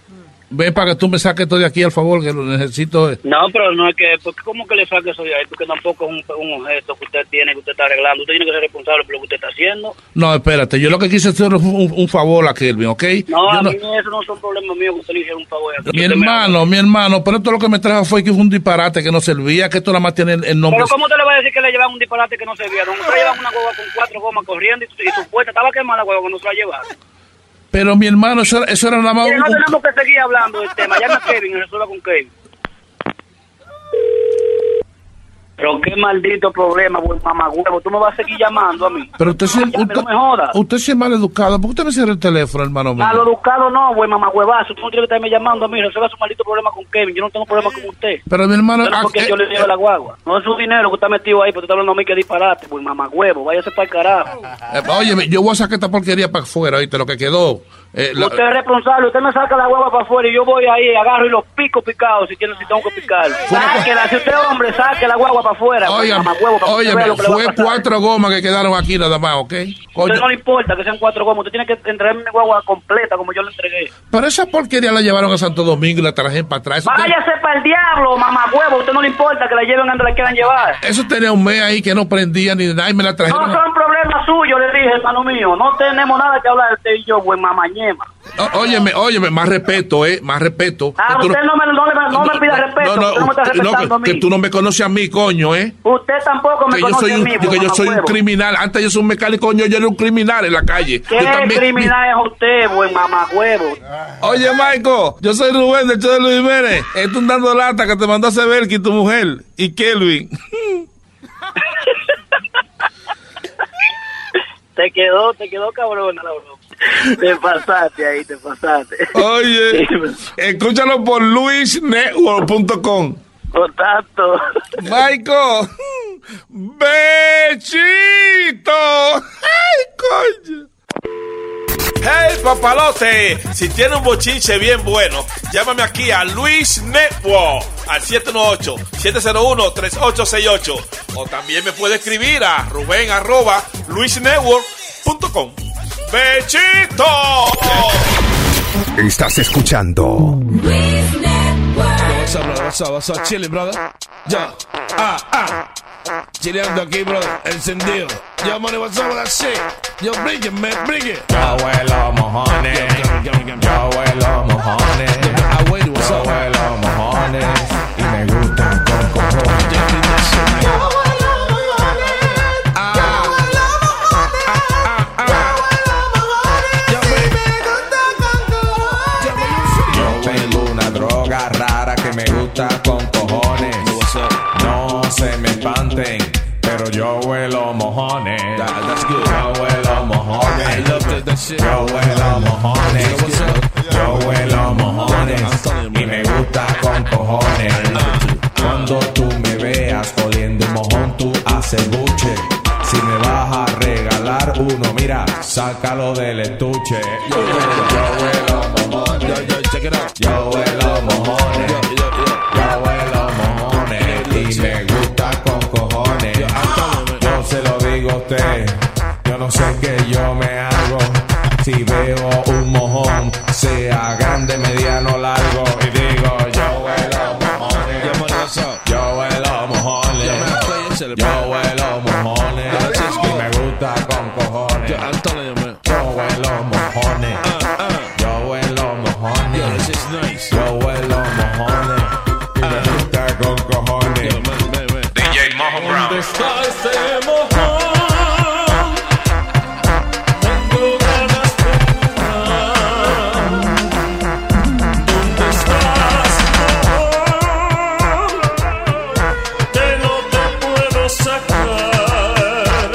S24: Ven para que tú me saques esto de aquí, al favor, que lo necesito.
S23: No, pero no es que, porque ¿cómo que le saque eso de ahí? Porque tampoco es un, un objeto que usted tiene, que usted está arreglando. Usted tiene que ser responsable por lo que usted está haciendo.
S24: No, espérate, yo lo que quise hacer fue un, un favor a Kelvin, ¿ok?
S23: No,
S24: Yo
S23: a
S24: no-
S23: mí eso no son problemas míos que usted le hicieron un favor.
S24: Mi hermano, mi hermano, pero esto lo que me trajo fue que fue un disparate que no servía, que esto nada más tiene el, el nombre.
S23: Pero ¿cómo te le va a decir que le llevaban un disparate que no se vieron? Usted llevan una guagua con cuatro gomas corriendo y, su- y supuesta estaba quemada la guagua cuando se la llevaron.
S24: Pero mi hermano, eso, era- eso era nada más
S23: Mire, no
S24: un- un-
S23: tenemos que seguir hablando del tema. Llama a Kevin y resuelva con Kevin. Pero qué maldito problema, buen mamagüevo. Tú me vas a seguir llamando a mí.
S24: Pero usted sí,
S23: Ya,
S7: pero
S23: no me Ah, jodas.
S24: usted sí es mal educado. ¿Por qué usted me cierra el teléfono, hermano mío?
S23: Malo educado no, buen mamagüevazo. Tú no tienes que estarme llamando a mí. Resuelva su maldito problema con Kevin. Yo no tengo problema con usted.
S24: Eh, Pero mi hermano,
S23: No es porque
S24: ah,
S23: yo
S24: eh,
S23: le llevo la guagua. No es su dinero que está metido ahí, pero tú estás hablando a mí que disparate. Buen mamagüevo, váyase para el carajo.
S24: eh, óyeme, yo voy a sacar esta porquería para afuera, oíste, lo que quedó. Eh, la-
S23: usted es responsable, usted me saca la guagua para afuera y yo voy ahí, agarro y los pico picados si tiene, si tengo que picar. Sáquela, si usted es hombre, saque la guagua para afuera.
S24: Óigame,
S23: mamahuevo, para que usted vea
S24: óigame,
S23: lo que le va a
S24: fue
S23: pasar.
S24: cuatro gomas que quedaron aquí nada más, ¿ok? Coño,
S23: Usted no le importa que sean cuatro gomas, usted tiene que entregarme mi guagua completa como yo la entregué.
S24: pero esa porquería la llevaron a Santo Domingo y la trajeron para atrás. Eso, te-
S23: Váyase para el diablo, mamahuevo, usted no le importa que la lleven donde la quieran llevar.
S24: eso tenía un mes ahí que no prendía ni nada y me la
S23: No
S24: trajeron.
S23: son problemas suyos, le dije, hermano mío. No tenemos nada que hablar usted y yo, buen mamañema.
S24: Ó- óyeme, óyeme, más respeto, ¿eh? Más respeto.
S23: Ah,
S24: Que tú
S23: usted no me, no, le- no me pida respeto,
S24: No, no,
S23: usted no me está
S24: usted- no,
S23: respetando a
S24: que,
S23: mí.
S24: que tú no me conoces a mí, coño, ¿eh?
S23: Usted tampoco me
S24: Que yo
S23: conoce
S24: soy
S23: a
S24: un,
S23: mí,
S7: mí,
S24: que yo soy un
S23: mamahuevo.
S24: criminal. Antes yo soy un mecánico, coño, yo era un criminal en la calle.
S23: ¿Qué
S24: Yo también-
S23: criminal es usted, buen mamahuevo?
S24: Oye, Michael, yo soy Rubén del show de Luis Jiménez. Esto un dando lata que te mandó a Sebelki, tu mujer, y Kelvin.
S23: Te quedó, te quedó cabrona la broma. Te pasaste ahí, te pasaste.
S24: Oye, escúchalo por luisnetwork.com.
S23: Contacto.
S24: Michael, bechito. Ay, coño.
S25: ¡Hey, papalote! Si tiene un bochinche bien bueno, llámame aquí a Luis Network al 718-701-3868. O también me puede escribir a Rubén arroba luisnetwork.com. ¡Bechito!
S26: Estás escuchando
S6: What's up, brother? What's up? What's up? Chile, brother. Yo, ah, ah. Chileando aquí, brother. Encendido. Yo, money, what's up with that shit? Yo, bring it, man, bring it.
S2: Abuelo Ah. mojones, yo abuelo mojones, abuelo mojones, y me gustan con cojones. Yo tengo una droga rara que me gusta con cojones. No se me espanten, pero yo huelo mojones. Yo huelo mojones. Yo huelo mojones. Yo huelo mojones. Y me gusta con cojones. Cuando tú me veas oliendo un mojón, tú haces buche. Si me vas a regalar uno, mira, sácalo del estuche. Yo huelo mojones. Yo huelo mojones. Yo huelo mojones. Y me gusta con cojones. Yo se lo digo a usted. Yo no sé qué yo me hago. Si veo un mojón, sea grande, mediano, largo, y digo yo huelo mojones. Yo huelo mojones. Yo huelo mojones. Y me gusta con cojones. Yo huelo mojones. Yo huelo mojones. Yo huelo mojones. Y me gusta con cojones. DJ Mojo Brown.
S25: ¿Dónde está ese mojón? Tengo ganas de jugar. ¿Dónde estás, mojón? Que no te puedo sacar.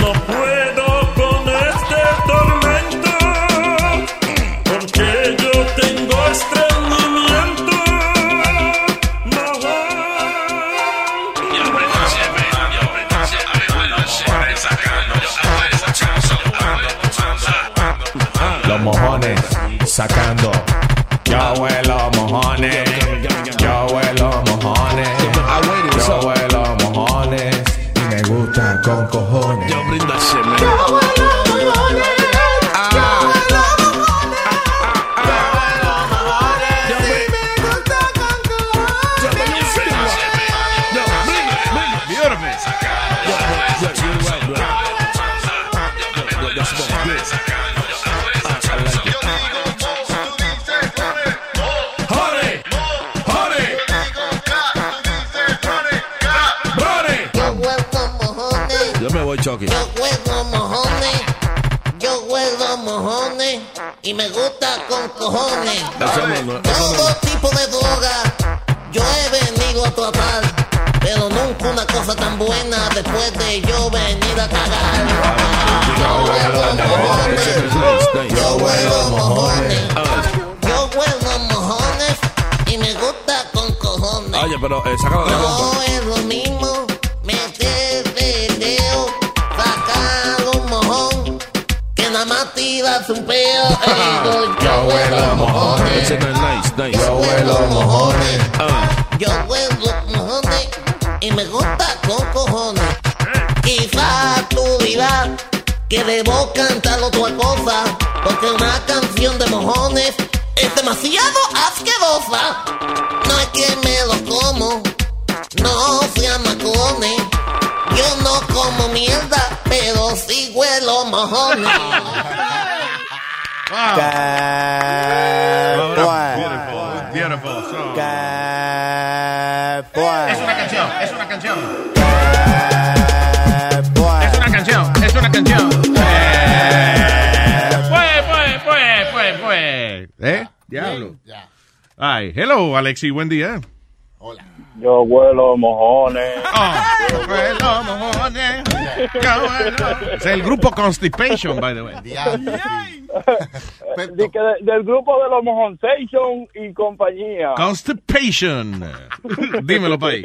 S25: No puedo con este tormento. Porque yo tengo estreñimiento. Mojón.
S2: Los mojones sacando. Yo huelo mojones. Yo huelo mojones. Yo huelo mojones. Y me gusta con cojones. Yo brindo
S6: Yo me voy, Chucky.
S27: huelo mojones, yo huelo mojones y me gusta con cojones.
S6: Eso no, no, eso no.
S27: Todo tipo de droga yo he venido a tratar, pero nunca una cosa tan buena después de yo venir a cagar.
S2: Yo huelo mojones.
S27: Yo huelo mojones y me gusta con cojones.
S6: Oye, pero eh, sácalo de la compa.
S27: No es lo mismo meter el dedo, sacar un mojón, que no nada más tiras un peo. ey, no,
S6: Yo huelo mojones. nice, nice. Yo huelo mojones.
S18: Ah,
S27: Yo huelo mojones y me gusta con cojones. Quizás tú dirás que debo cantar otra cosa, porque una canción de mojones es demasiado asquerosa. No es que me lo como, no sean macones. Yo no como mierda, pero sí huelo mojones.
S2: Beautiful, beautiful song.
S18: Es una canción, es una canción. Es una canción, es una canción. Pues, pues, pues, pues, pues.
S11: ¿Eh? Diablo. Ay, hello, Alexi, buen día.
S26: Yo huelo mojones.
S18: Oh.
S2: Huelo mojones.
S11: Es el grupo Constipation, by the way.
S26: Di que de- del grupo de los Mojontation y compañía.
S11: Constipation. Dímelo, país.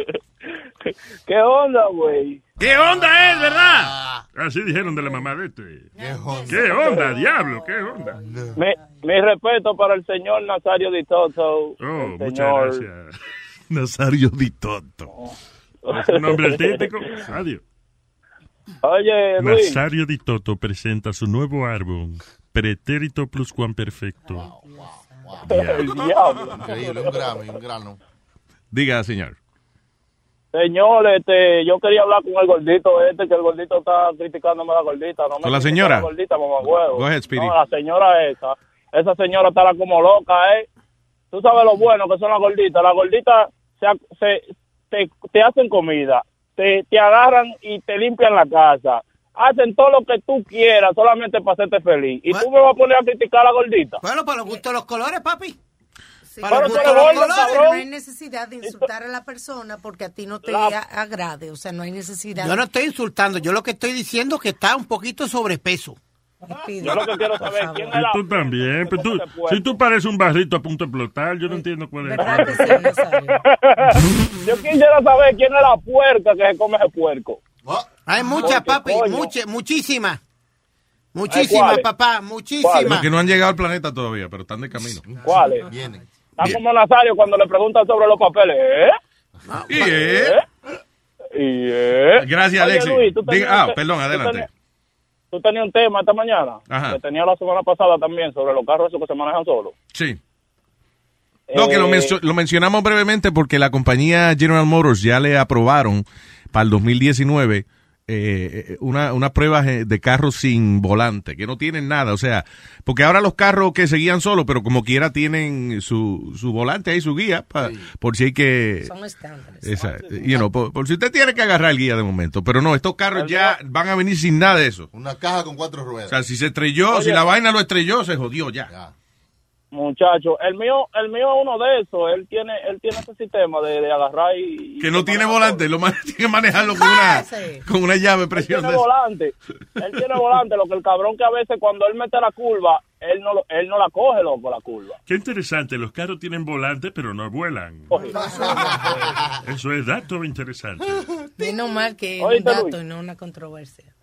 S26: ¿Qué onda, güey?
S7: ¿Qué onda es, verdad? Así dijeron de la mamá de este. ¿Qué onda? ¿Qué onda, diablo? ¿Qué onda?
S26: Mi, mi respeto para el señor Nazario Di Toto.
S7: Oh,
S26: el
S7: muchas
S26: señor-
S7: gracias.
S11: Nazario Di Toto.
S7: ¿Es un nombre artístico? Adiós.
S26: Oye, Luis.
S19: Nazario Di Toto presenta su nuevo álbum, Pretérito Plus Cuan Perfecto.
S26: El diablo.
S4: Increíble, un Grammy, un grano.
S11: Diga, señor.
S26: Señor, este, yo quería hablar con el gordito este, que el gordito está criticándome a la gordita. No me
S11: ¿Con la
S26: critique
S11: señora?
S26: a La gordita, mamá huevo.
S11: Go ahead, Speedy.
S26: No, la señora esa. Esa señora estará como loca, ¿eh? Tú sabes lo bueno que son las gorditas. Las gorditas se, ha- se- te, te hacen comida, te, te agarran y te limpian la casa. Hacen todo lo que tú quieras solamente para hacerte feliz. Y tú me vas a poner a criticar a la gordita.
S9: Bueno, para los gustos los colores, papi.
S26: Para
S9: los
S26: los
S9: gustos
S26: colores,
S9: los colores.
S26: cabrón.
S12: No hay necesidad de insultar a la persona porque a ti no te
S9: La-
S12: a- agrade. O sea, no hay necesidad.
S9: Yo no estoy insultando, yo lo que estoy diciendo es que está un poquito sobrepeso.
S26: Yo lo que quiero saber es quién es
S7: Y
S26: la...
S7: tú también. pues tú- si tú pareces un barrito a punto de explotar, yo no entiendo cuál es
S26: ¿Verdad
S7: el
S26: que Yo quisiera saber quién es la puerca que se come ese puerco.
S9: Hay muchas, papi, muchas, muchísimas. Muchísimas,
S26: ¿cuáles?
S9: papá,
S11: Los
S9: muchísimas.
S11: que no han llegado al planeta todavía, pero están de camino.
S26: ¿Cuáles? Está como Nazario cuando le preguntan sobre los papeles. ¿Eh?
S11: Y, eh, Gracias,
S26: ¿Eh? Oye,
S11: Alexi.
S26: Luis, tú
S11: Diga-
S26: tenías-
S11: ah, perdón,
S26: tú
S11: adelante.
S26: tenías- Tú tenías un tema esta mañana
S11: Ajá.
S26: que tenía la semana pasada también sobre los carros esos que se manejan solos.
S11: Sí. No, que lo,
S26: Eh,
S11: mencio- lo mencionamos brevemente porque la compañía General Motors ya le aprobaron para el 2019 eh, eh, una, una prueba je- de carros sin volante, que no tienen nada. O sea, porque ahora los carros que seguían solo, pero como quiera tienen su, su volante ahí, su guía, pa- por si hay que...
S12: Son estándares.
S11: Esa- eh, you know, por, por si usted tiene que agarrar el guía de momento. Pero no, estos carros ya van a venir sin nada de eso.
S4: Una caja con cuatro
S11: O
S4: ruedas.
S11: sea, si se estrelló,
S26: Oye.
S11: si la vaina lo estrelló, se jodió ya.
S26: Muchacho, el mío, el mío es uno de esos. Él tiene, él tiene ese sistema de, de agarrar y,
S11: Que no tiene volante, lo man- tiene que manejarlo con una, con una llave preciosa.
S26: tiene volante. Él tiene volante, lo que el cabrón que a veces cuando él mete la curva, él no, lo- él no la coge, loco, la curva.
S7: Qué interesante, los carros tienen volante, pero no vuelan.
S26: Oye.
S7: Eso es dato interesante.
S12: Menos mal que es
S26: Oye,
S12: un
S26: Luis.
S12: dato y no una controversia.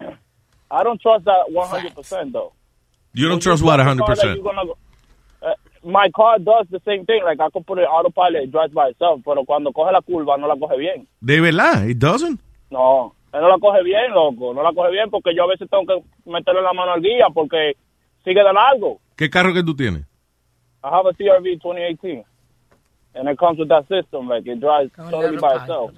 S26: I don't trust that 100% though.
S11: You don't trust what
S26: Car that
S11: 100%.
S26: you're gonna- uh, my car does the same thing. Like I could put it autopilot, it drives by itself. Pero cuando coge la curva no la coge bien.
S11: De verdad, it doesn't.
S26: No, él no la coge bien, loco. No la coge bien porque yo a veces tengo que meterle la mano al guía porque sigue de largo.
S11: ¿Qué carro que tú tienes?
S26: I have a CRV 2018, and it comes with that system. Like it drives totally by itself.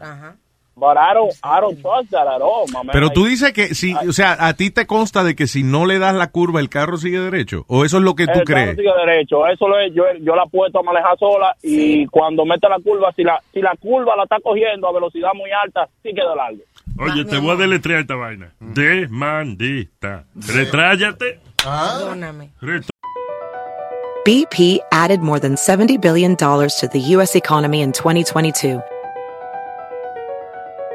S26: But I don't, I don't trust that at all, my man.
S11: Pero tú
S26: Like,
S11: dices que si, o sea, a ti te consta de que si no le das la curva el carro sigue derecho, o eso es lo que tú
S26: el carro
S11: crees.
S26: sigue derecho. Eso lo es, yo, yo la puesto a manejar sola y cuando mete la curva, si la, si la curva la está cogiendo a velocidad muy alta, sí queda largo.
S7: Oye, te voy a deletrear esta vaina. Demandita. Retráyate.
S12: Perdóname.
S7: Reto-
S1: BP added more than $70 billion to the U.S. economy in 2022.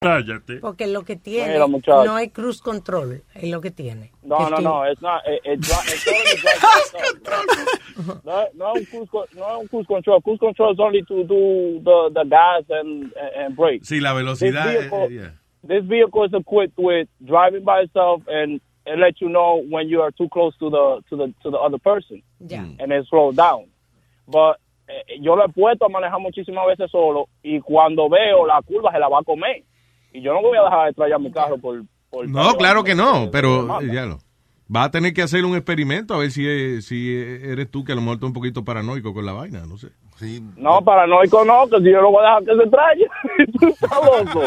S7: Cállate.
S12: Porque lo que tiene
S26: Mira, muchacho.
S12: no es cruise control, es lo que tiene.
S26: No,
S12: El
S26: no,
S12: que-
S26: no, es not, it- it's not- it's not a drug control. no, no, es un cruise, con- no es un cruise control. Cruise control is only to do the, the gas and, and brake.
S11: Sí, la velocidad,
S26: This vehicle,
S11: eh, yeah.
S26: this vehicle is equipped with driving by itself and it lets you know when you are too close to the to the to the other person.
S12: Ya.
S26: and then slow down. But eh, yo lo he puesto a manejar muchísimas veces solo y cuando veo la curva se la va a comer. Y yo no voy a dejar de traer mi carro por... por
S11: No, claro que no, pero eh, ya lo. Vas a tener que hacer un experimento a ver si, eh, si eh, eres tú que a lo mejor estás un poquito paranoico con la vaina, no sé.
S26: No, paranoico no, que si yo lo voy a dejar que se traye. Tú estás loco.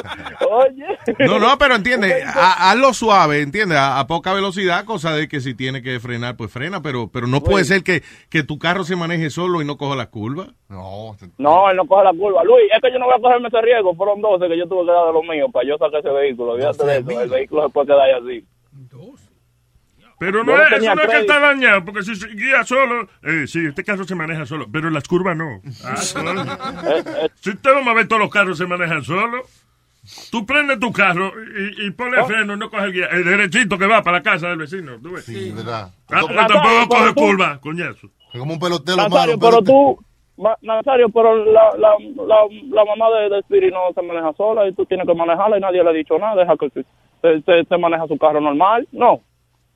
S26: Oye.
S11: No, no, pero entiende, ha- hazlo suave, entiende, a, a poca velocidad, cosa de que si tiene que frenar, pues frena, pero, pero no puede ser que, que tu carro se maneje solo y no coja las curvas.
S26: No, él no coge la curva. Luis, es que yo no voy a cogerme ese riesgo. Fueron 12 que yo tuve que dar de lo mío para yo sacar ese vehículo. Olvídate de eso. El vehículo se puede quedar ahí así.
S7: Pero no
S26: Yo no
S7: es,
S26: tenía
S7: eso no es que
S26: crédito.
S7: está dañado, porque si se guía solo, eh, sí, este carro se maneja solo, pero las curvas no. Ah,
S26: Eh,
S7: si usted vamos a ver todos los carros se manejan solo, tú prendes tu carro y, y ponle el
S26: Oh.
S7: freno, no coge el guía, el derechito que va para la casa del vecino, tú ves.
S4: Sí, verdad.
S7: Ah,
S4: Como-
S7: pero tampoco
S4: Nazario, pero
S7: coge
S4: tú-
S7: curva, coñazo.
S4: Es como un pelotero
S26: Nazario,
S4: malo.
S26: pero tú... Ma- Nazario, pero la, la, la, la mamá de, de Spirit no se maneja sola y tú tienes que manejarla y nadie le ha dicho nada. Deja que se, se- se maneja su carro normal. No.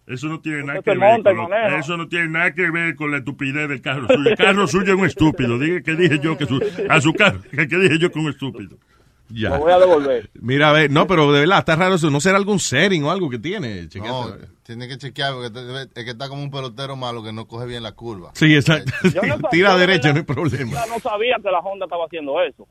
S7: Eso no tiene nada
S26: Usted
S7: que
S26: se
S7: ver
S26: monta y
S7: con lo-
S26: maneja.
S7: eso no tiene nada que ver con la estupidez del carro suyo. El carro suyo es un estúpido. Dije que dije yo que su, a su carro que, que dije yo que un estúpido.
S11: Ya.
S26: Lo voy a devolver.
S11: Mira, a ver, no, pero de verdad, está raro eso, no será algún setting o algo que tiene. chequeate.
S4: No, tiene que chequear porque te- es que está como un pelotero malo que no coge bien la curva.
S11: Sí, exacto.
S4: Yo no sabía,
S11: Tira
S4: de
S11: derecha,
S4: verdad.
S11: no hay problema.
S26: Ya no sabía que la Honda estaba haciendo eso.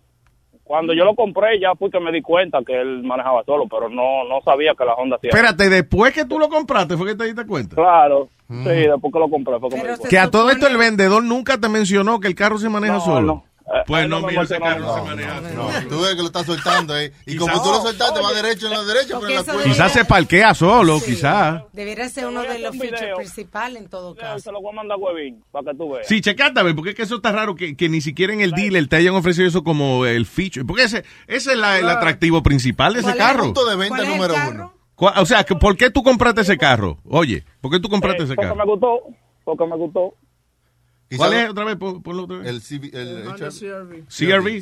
S26: Cuando yo lo compré ya fui que me di cuenta que él manejaba solo, pero no no sabía que la Honda hacía.
S11: Espérate, después que tú lo compraste fue que te diste cuenta. Mm.
S26: Claro, sí, después que lo compré fue que me di cuenta.
S11: Que a todo esto el vendedor nunca te mencionó que el carro se maneja solo. Pues no, mira, ese carro se maneja solo.
S4: Tú ves que lo estás soltando ahí. Y como
S11: Quizás-
S4: tú
S12: Oh,
S4: lo soltaste, va derecho en la derecha, pero en la
S12: eso
S4: curva.
S11: Quizás se parquea solo, quizás.
S12: Debería ser uno de los features principales en todo caso.
S26: Se lo voy a mandar a Huevín para que tú veas.
S11: Sí, checate, a ver, porque es que eso está raro que, que ni siquiera en el dealer te hayan ofrecido eso como el feature. Porque ese, ese es la- el atractivo principal de ese carro.
S4: Punto de venta número uno.
S11: Cu- O sea, que ¿por qué tú compraste ese carro? Oye, ¿por qué tú compraste ese
S26: Eh, Porque
S11: carro?
S26: me gustó, porque me gustó.
S11: ¿Cuál es otra vez? Pon- Ponlo otra vez.
S4: El, CB, el, el
S26: Honda
S4: CR-V.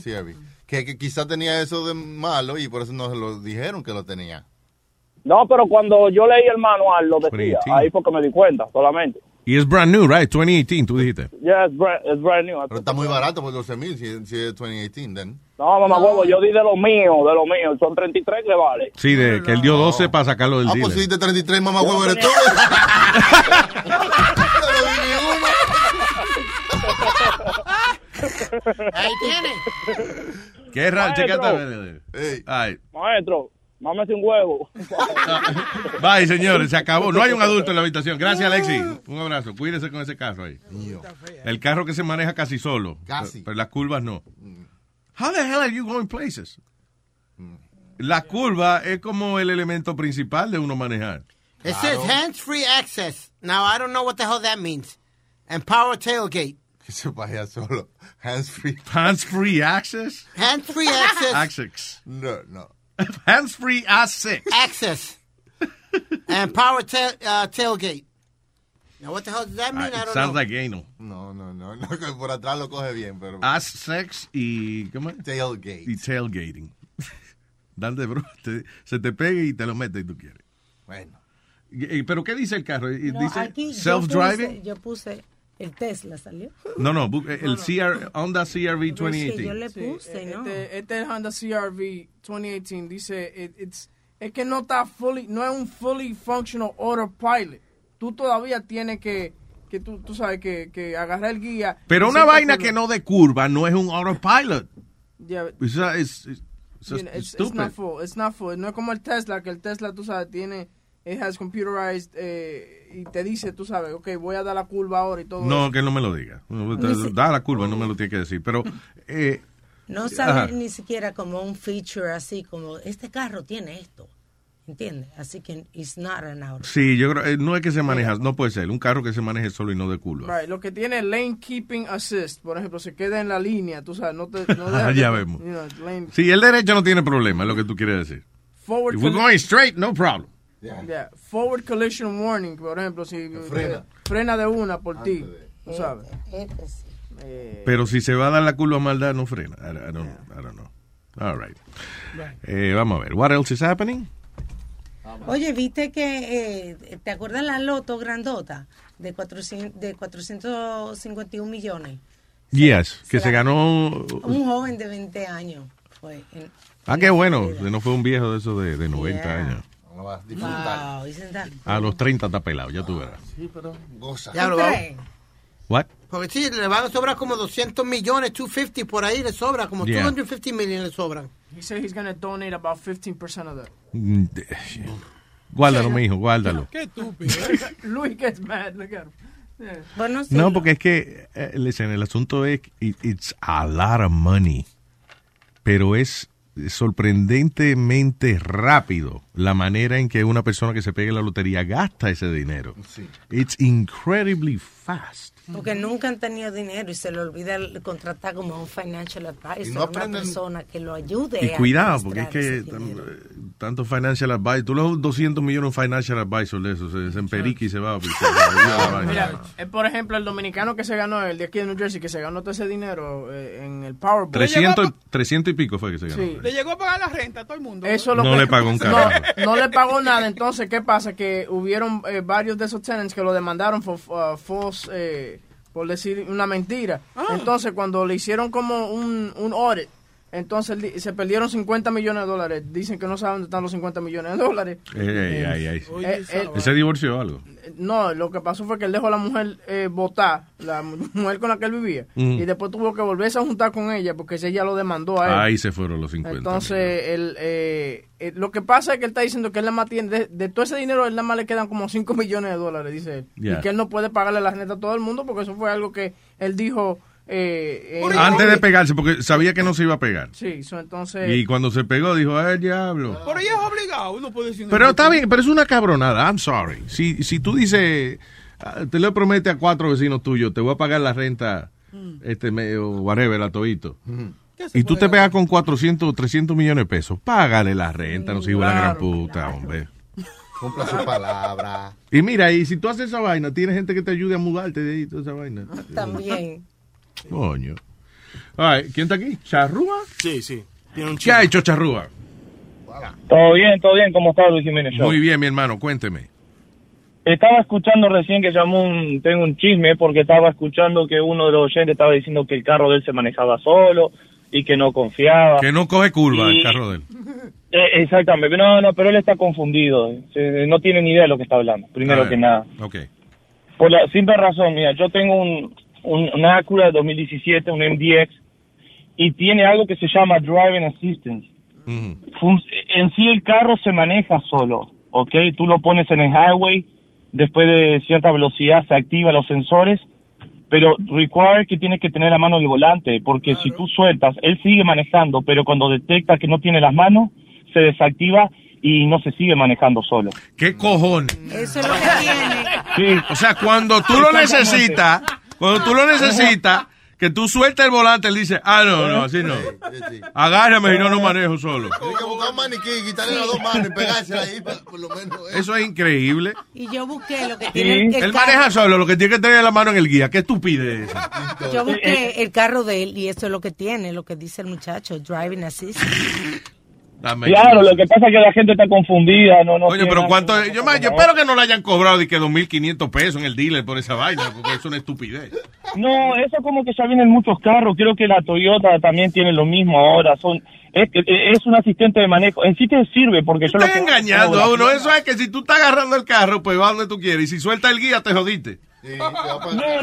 S11: CR-V.
S4: Que, que quizás tenía eso de malo y por eso no se lo dijeron que lo tenía.
S26: No, pero cuando yo leí el manual lo decía,
S11: Pretty.
S26: ahí fue que me di cuenta solamente.
S11: Y es brand new, right? 2018, tú dijiste.
S26: Ya es brand, it's brand new.
S4: Pero está muy barato por 12 mil si, si es 2018, then.
S26: No, mamá huevo, yo di de lo mío, de lo mío, son 33 que vale.
S11: Sí, de, que él dio 12 para sacarlo del
S4: Ah,
S11: dealer.
S4: pues sí, de 33, mamá huevo, eres tú.
S12: Ahí tiene.
S11: Qué raro,
S26: Maestro.
S11: checate. a ver, a ver. Ay.
S26: Maestro, mámese un huevo.
S11: Bye, señores, se acabó. No hay un adulto en la habitación. Gracias, Alexi. Un abrazo. Cuídese con ese carro ahí. El carro que se maneja casi solo.
S4: Casi. Mm.
S11: Pero, pero las curvas no. How the hell are you going places? La curva es como el elemento principal de uno manejar.
S9: It says hands-free access. Now, I don't know what the hell that means. And power tailgate.
S4: Que se vaya solo. Hands free.
S11: Hands free access?
S9: Hands-free access.
S11: Access.
S4: No, no.
S11: Hands free access.
S9: Access. and power tail uh, tailgate. Now, what the hell does that mean? I,
S11: Ah,
S9: don't
S11: sounds
S9: know.
S11: like anal.
S4: No, no, no, no, que por atrás lo coge bien, pero.
S11: Ass sex y. ¿Cómo es?
S4: Tailgate.
S11: Y tailgating. Dale, bro. te- se te pegue y te lo mete y tú quieres.
S4: Bueno.
S11: ¿Pero qué dice el carro? Eh,
S12: No,
S11: ¿Dice
S12: aquí yo
S11: self-driving?
S12: puse- Yo puse el Tesla, ¿salió?
S11: No, no, bu- eh, el CR, Honda
S8: Pues
S11: CRV
S12: Pero es que
S11: 2018.
S12: yo le puse, ¿no?
S8: Este, este Honda CRV 2018 dice, it- it's- es que no está fully, no es un fully functional autopilot. Tú todavía tienes que, que tú, tú sabes, que, que agarrar el guía.
S11: Pero
S8: Y
S11: una
S8: siempre
S11: vaina
S8: te
S11: que
S8: lo-
S11: no de curva no es un autopilot.
S8: Ya,
S11: O sea, es- es- It's
S8: you
S11: just
S8: know, it's, it's
S11: stupid.
S8: not for, it's not for, no es como el Tesla, que el Tesla, tú sabes, tiene, it has computerized, eh, y te dice, tú sabes, ok, voy a dar la curva ahora y todo.
S11: No,
S8: eso.
S11: que no me lo diga.
S12: Dice-
S11: Da la curva, no me lo tiene que decir. Pero, eh,
S12: No
S11: ajá.
S12: sale ni siquiera como un feature así, como este carro tiene esto. ¿Entiendes? Así que it's not an auto.
S11: Sí, yo creo, eh, no es que se maneja, no puede ser, un carro que se maneje solo y no de curva.
S8: Right, lo que tiene lane keeping assist, por ejemplo, se queda en la línea, tú sabes, no te, no deja
S11: Ah, ya
S8: que-
S11: vemos.
S8: you know, lane-
S11: Sí, el derecho no tiene problema, es lo que tú quieres decir.
S8: Forward
S11: If we're
S8: colli-
S11: going straight, no problem.
S8: Yeah, Forward collision warning, por ejemplo, si
S4: Frena.
S8: frena de una por ti, tú sabes. Eh,
S11: Pero si se va a dar la curva a maldad, no frena. I, I don't, I don't know. All right. Eh, vamos a ver, what else is happening?
S12: Oye, viste que, eh, ¿te acuerdas la loto grandota de, 400, de 451 millones?
S11: Yes, que se ganó...
S12: Un joven de 20 años fue. en-
S11: Ah, qué bueno, no fue un viejo de eso de, de 90
S12: Yeah.
S11: años.
S12: Wow, isn't that-
S11: A los 30 está pelado, ya tú verás.
S9: Sí, pero goza.
S11: ¿Tú What?
S9: Porque sí, le van a sobrar como 200 millones, 250 por ahí le sobra, como
S11: Yeah.
S9: 250 millones le sobran.
S8: he said he's gonna donate about 15% of that.
S11: Mm, de- Guárdalo, mi hijo, guárdalo.
S8: Qué estúpido. eh. Luis gets mad, look at him. Yeah.
S11: No, porque es que, eh, listen, el asunto es, it- it's a lot of money, pero es sorprendentemente rápido la manera en que una persona que se pegue la lotería gasta ese dinero. It's incredibly fast.
S12: Porque nunca han tenido dinero y se le olvida el- contratar como a un financial advisor,
S4: Y
S12: no
S4: no
S12: una
S4: aprenden-
S12: persona que lo ayude.
S11: Y
S12: a
S11: cuidado, porque es
S12: administrar
S11: que
S12: ese dinero.
S11: tam- tanto financial advisor, tú los 200 millones de financial advisor de esos, se, se emperica y se va. pues, se- se- se- se-
S8: Mira, es por ejemplo el dominicano que se ganó, el de aquí de New Jersey, que se ganó todo ese dinero eh, en el Powerball.
S11: 300, y- 300 y pico fue que se ganó.
S8: Sí.
S10: Le llegó a pagar la renta a todo el mundo.
S8: Eso es lo
S11: No
S8: que-
S11: le pagó un
S8: No,
S11: carajo.
S8: No, le pagó nada. Entonces, ¿qué pasa? Que hubieron eh, varios de esos tenants que lo demandaron por uh, false, eh, por decir una mentira.
S10: Ah.
S8: Entonces, cuando le hicieron como un, un audit, entonces di- se perdieron 50 millones de dólares. Dicen que no saben dónde están los 50 millones de dólares. eh,
S11: Eh, ay, ay.
S8: Oye, esa
S11: Él se divorció o algo.
S8: No, lo que pasó fue que él dejó a la mujer eh, votar, la mu- mujer con la que él vivía,
S11: Mm.
S8: y después tuvo que volverse a juntar con ella porque ella lo demandó a él.
S11: Ahí se fueron los 50.
S8: Entonces, él, eh, eh, lo que pasa es que él está diciendo que él nada más tiene, de, de todo ese dinero, él nada más le quedan como 5 millones de dólares, dice él.
S11: Yeah.
S8: Y que él no puede pagarle la renta a todo el mundo porque eso fue algo que él dijo... eh, eh,
S11: Antes de pegarse, porque sabía que no se iba a pegar.
S8: Sí, Ah. so, entonces...
S11: Y cuando se pegó, dijo, ay, diablo.
S10: Pero ella es obligada, uno puede decir.
S11: Pero está bien, pero es una cabronada, I'm sorry. Si, si tú dices, ah, te lo promete a cuatro vecinos tuyos, te voy a pagar la renta, este medio, whatever, la toito. Y tú te pegas con 400 o 300 millones de pesos, págale la renta, no se hijo de la gran puta, hombre.
S4: Cumpla su palabra.
S11: Y mira, y si tú haces esa vaina, tienes gente que te ayude a mudarte de ahí, toda esa vaina.
S12: También.
S11: Coño. Ay, ¿Quién está aquí? ¿Charrúa?
S28: Sí, sí.
S11: ¿Qué ha hecho Charrúa?
S28: Todo bien, todo bien. ¿Cómo está Luis Jiménez? Show?
S11: Muy bien, mi hermano, cuénteme.
S28: Estaba escuchando recién que llamó un... Tengo un chisme porque estaba escuchando que uno de los oyentes estaba diciendo que el carro de él se manejaba solo y que no confiaba.
S11: Que no coge curva el carro de él.
S28: Eh, exactamente. No, no, pero él está confundido. Se- No tiene ni idea de lo que está hablando,
S11: A
S28: primero
S11: ver.
S28: que nada.
S11: Ok.
S28: Por la simple razón, mira, yo tengo un, un, un Acura de 2017, un MDX, y tiene algo que se llama Driving Assistance. Fun- En sí el carro se maneja solo, ¿ok? Tú lo pones en el highway, después de cierta velocidad se activan los sensores, pero require que tienes que tener la mano en el volante, porque si tú sueltas, él sigue manejando, pero cuando detecta que no tiene las manos, se desactiva y no se sigue manejando solo.
S11: ¿Qué cojones?
S12: Eso es lo que tiene.
S11: O sea, cuando tú lo
S28: Exactamente.
S11: necesitas, cuando tú lo necesitas, que tú sueltas el volante, él dice, ah, no, no, así no. Agárrame y no, no manejo solo.
S4: Tiene que buscar un maniquí, quitarle las dos manos y pegársela ahí, pa- por lo menos.
S11: Eso es increíble.
S12: Y yo busqué lo que tiene el,
S11: Él
S12: carro.
S11: maneja solo, lo que tiene que tener la mano en el guía. Qué estupidez esa.
S12: Yo busqué el carro de él y eso es lo que tiene, lo que dice el muchacho, driving assist.
S11: Dame.
S28: Claro, lo que pasa es que la gente está confundida, no, no.
S11: Oye,
S28: tiene
S11: pero
S28: nada
S11: cuánto.
S28: que ver
S11: Yo,
S28: con
S11: ma- yo
S28: nada.
S11: espero que no le hayan cobrado de que 2.500 pesos en el dealer por esa vaina, porque es una estupidez.
S28: No, eso como que ya vienen muchos carros. Creo que la Toyota también tiene lo mismo ahora. Son es, e, es un asistente de manejo. En sí te sirve porque yo lo
S11: Estás engañando a
S2: eh.
S11: uno. Eso es que si tú estás agarrando el carro, pues va donde tú quieres. Y si suelta el guía, te jodiste.
S28: No,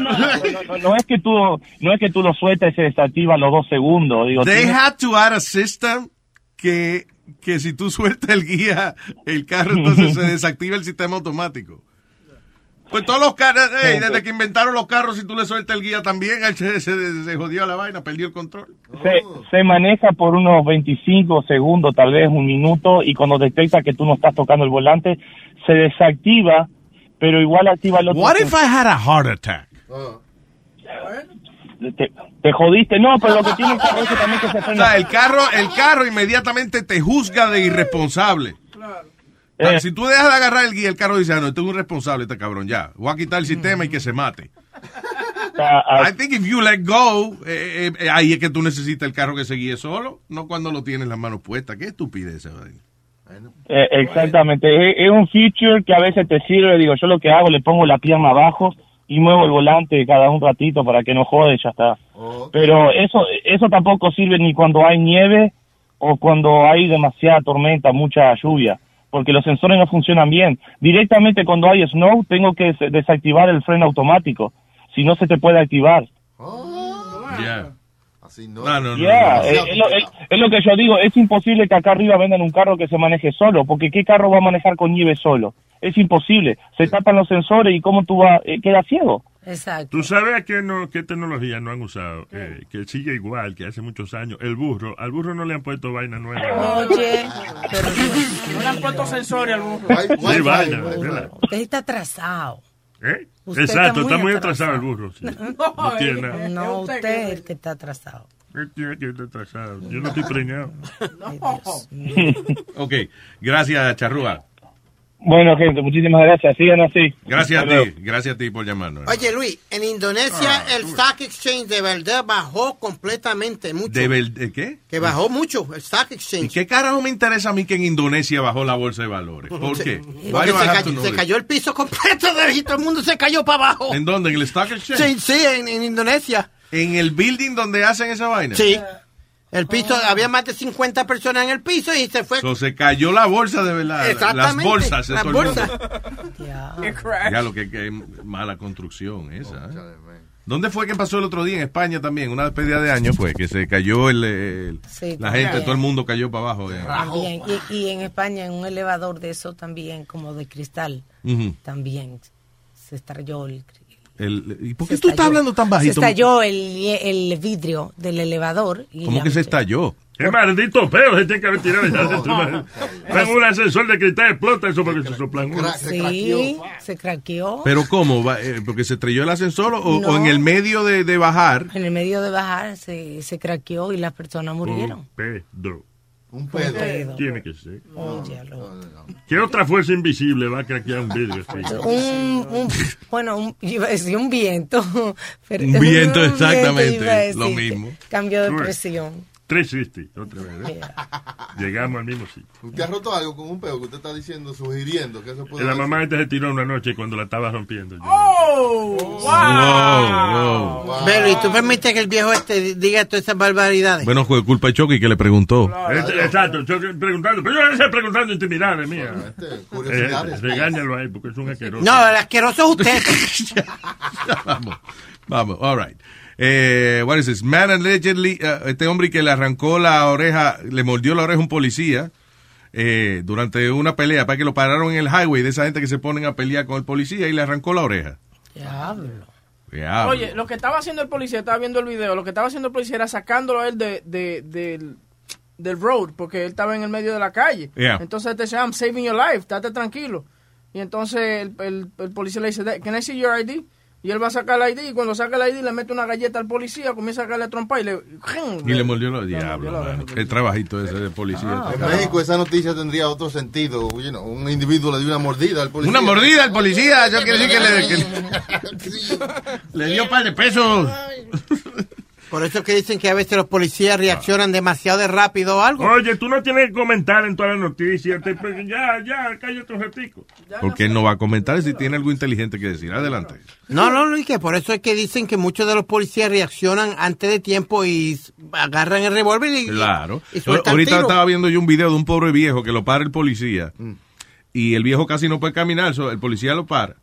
S28: no, no, no es que tú no es que tú lo sueltas y se desactiva a los dos segundos. Digo,
S11: They
S28: tiene-
S11: had to add a system que, que si tú sueltas el guía, el carro entonces se desactiva el sistema automático. Pues todos los carros, ey, desde que inventaron los carros, si tú le sueltas el guía también, él se, se- se jodió la vaina, perdió el control.
S28: se, se maneja por unos 25 segundos, tal vez un minuto, y cuando detecta que tú no estás tocando el volante, se desactiva, pero igual activa el otro.
S2: What if I had a heart attack?
S28: Te, te jodiste, no, pero lo que tiene el carro es que también que se
S11: O
S28: frena.
S11: sea, el carro, el carro inmediatamente te juzga de irresponsable. O sea, si tú dejas de agarrar el guía, el carro dice, ah, no, este es un responsable, este cabrón, ya. Voy a quitar el sistema y que se mate. I think if you let go, eh, eh, eh, ahí es que tú necesitas el carro que se guíe solo, no cuando lo tienes en las manos puestas. Qué estupidez esa vaina.
S28: Eh, exactamente, es, es un feature que a veces te sirve, digo, yo lo que hago, le pongo la pierna abajo y muevo el volante cada un ratito para que no jode, ya está. Pero eso, eso tampoco sirve ni cuando hay nieve o cuando hay demasiada tormenta, mucha lluvia, porque los sensores no funcionan bien. Directamente cuando hay snow tengo que des- desactivar el freno automático, si no se te puede activar.
S4: Así no.
S11: No, no,
S28: Yeah, es, es eh, lo, es- es lo que yo digo, es imposible que acá arriba vendan un carro que se maneje solo, porque ¿qué carro va a manejar con nieve solo? Es imposible, se tapan los sensores y cómo tú vas, eh, quedas ciego.
S12: Exacto.
S19: ¿Tú sabes a qué, no, qué tecnología no han usado? Eh, que sigue igual, que hace muchos años. El burro. Al burro no le han puesto vaina nueva.
S12: Oye,
S8: No le han puesto sensores al burro.
S19: Sí, vaina, ¿verdad?
S12: usted está atrasado.
S19: ¿Eh?
S12: Usted está
S19: Exacto, está
S12: muy eh,
S19: muy atrasado el burro. sí. No tiene nada.
S12: No,
S8: Es usted
S12: usted es el que está atrasado.
S19: Eh, tiene que estar atrasado. Yo no estoy preñado.
S11: Ok, gracias, Charrúa.
S28: Bueno, gente, muchísimas gracias, sigan así.
S11: Gracias a
S28: Hasta
S11: ti, gracias a ti por llamarnos.
S9: Oye, Luis, en Indonesia
S11: Ah,
S9: el Stock Exchange de verdad bajó completamente mucho.
S11: ¿De, ver- de qué?
S9: que bajó mucho el Stock Exchange.
S11: ¿Y qué carajo me interesa a mí que en Indonesia bajó la bolsa de valores? ¿Por
S9: Se-
S11: qué? Why
S9: Porque
S11: do I
S9: se,
S11: have
S9: cayó,
S11: to know
S9: se
S11: this?
S9: cayó el piso completo de y todo el mundo se cayó para abajo.
S11: ¿En dónde? ¿En el Stock Exchange?
S9: Sí, sí, en, en Indonesia.
S11: ¿En el building donde hacen esa vaina?
S9: Sí. El piso, había más de 50 personas en el piso y se fue.
S11: So, se cayó la bolsa de verdad. Las
S9: Exactamente,
S11: bolsas. de
S9: las
S11: todo el mundo.
S8: Qué crash.
S11: Ya lo que, que mala construcción esa. ¿eh? ¿Dónde fue que pasó el otro día? En España también, una despedida de año fue que se cayó el, el-
S12: Sí,
S11: la gente,
S12: también.
S11: todo el mundo cayó para abajo. ¿eh?
S9: Ah.
S12: También. Y, y en España, en un elevador de eso también, como de cristal,
S11: Ujú.
S12: también se estrelló el
S11: El- ¿Y por
S12: se
S11: qué tú estás
S12: estalló.
S11: hablando tan
S12: Se
S11: bajito?
S12: estalló el, el vidrio del elevador. Y
S11: ¿Cómo
S12: la
S11: que se
S12: muchacha-
S11: estalló?
S19: ¡Qué maldito pedo! Se tiene que haber tirado allá adentro. Tengo un ascensor de cristal, explota eso porque se soplan uno.
S12: Sí, se craqueó
S11: ¿Pero cómo? Va- eh, ¿Porque se estrelló el ascensor o, o
S12: No.
S11: en el medio de, de bajar?
S12: en el medio de bajar, se, se craqueó y las personas
S19: Oh.
S12: murieron.
S19: Un pedo.
S4: Un
S12: pedo.
S19: Tiene que ser.
S12: Oye, loco.
S19: ¿Qué otra fuerza invisible va a craquear un vidrio? así?
S12: un, un- bueno, un, iba a decir un viento. pero-
S19: Un viento,
S12: iba a
S19: exactamente,
S12: decir
S19: lo
S12: que
S19: mismo.
S12: Cambio de
S19: Tú ves.
S12: presión.
S19: 360, otra vez. ¿eh? Llegamos al mismo sitio.
S4: ¿Usted ha roto algo con un pedo que usted está diciendo, sugiriendo que eso puede
S19: La
S4: haber
S19: mamá esta se tiró una noche cuando la estaba rompiendo.
S8: ¡Oh!
S11: Wow, wow.
S9: Pero, ¿y tú permites que el viejo este diga todas esas barbaridades?
S11: Bueno, fue culpa de Chucky que le preguntó.
S19: Este- Exacto, yo que- preguntando, pero yo estoy preguntando intimidades mía.
S11: curiosidades.
S19: Eh, regáñalo ahí porque es un asqueroso.
S9: No, el asqueroso es usted.
S11: vamos, vamos, all right. Eh, what is this? Man allegedly, uh, este hombre que le arrancó la oreja, le mordió la oreja a un policía eh, durante una pelea, para que lo pararon en el highway de esa gente que se ponen a pelear con el policía y le arrancó la oreja.
S12: Diablo.
S11: Diablo.
S8: Oye, lo que estaba haciendo el policía, estaba viendo el video, lo que estaba haciendo el policía era sacándolo a él de, de- del, del road, porque él estaba en el medio de la calle.
S11: Yeah.
S8: Entonces él te decía, I'm saving your life, estate tranquilo. Y entonces el, el- el policía le dice, can I see your ID? Y él va a sacar el ID, y cuando saca el ID le mete una galleta al policía, comienza a sacarle trompa y le...
S11: y le mordió la diablo, mano. El trabajito ese de policía. Este
S4: En México esa noticia tendría otro sentido. you know, un individuo le dio una mordida al policía.
S11: Una mordida al policía, yo quiero decir que le, que le- le dio un par de pesos.
S9: Por eso es que dicen que a veces los policías reaccionan demasiado de rápido o algo.
S19: Oye, tú no tienes que comentar en todas las noticias. te- pues, Ya, ya, cállate un ratico.
S11: Porque él no va a comentar si tiene algo inteligente que decir. Adelante.
S9: No, no, Luis, que por eso es que dicen que muchos de los policías reaccionan antes de tiempo y s- agarran el revólver y...
S11: Claro.
S9: y sueltan
S11: Ahorita
S9: tiro.
S11: estaba viendo yo un video de un pobre viejo que lo para el policía. Y el viejo casi no puede caminar, so, el policía lo para.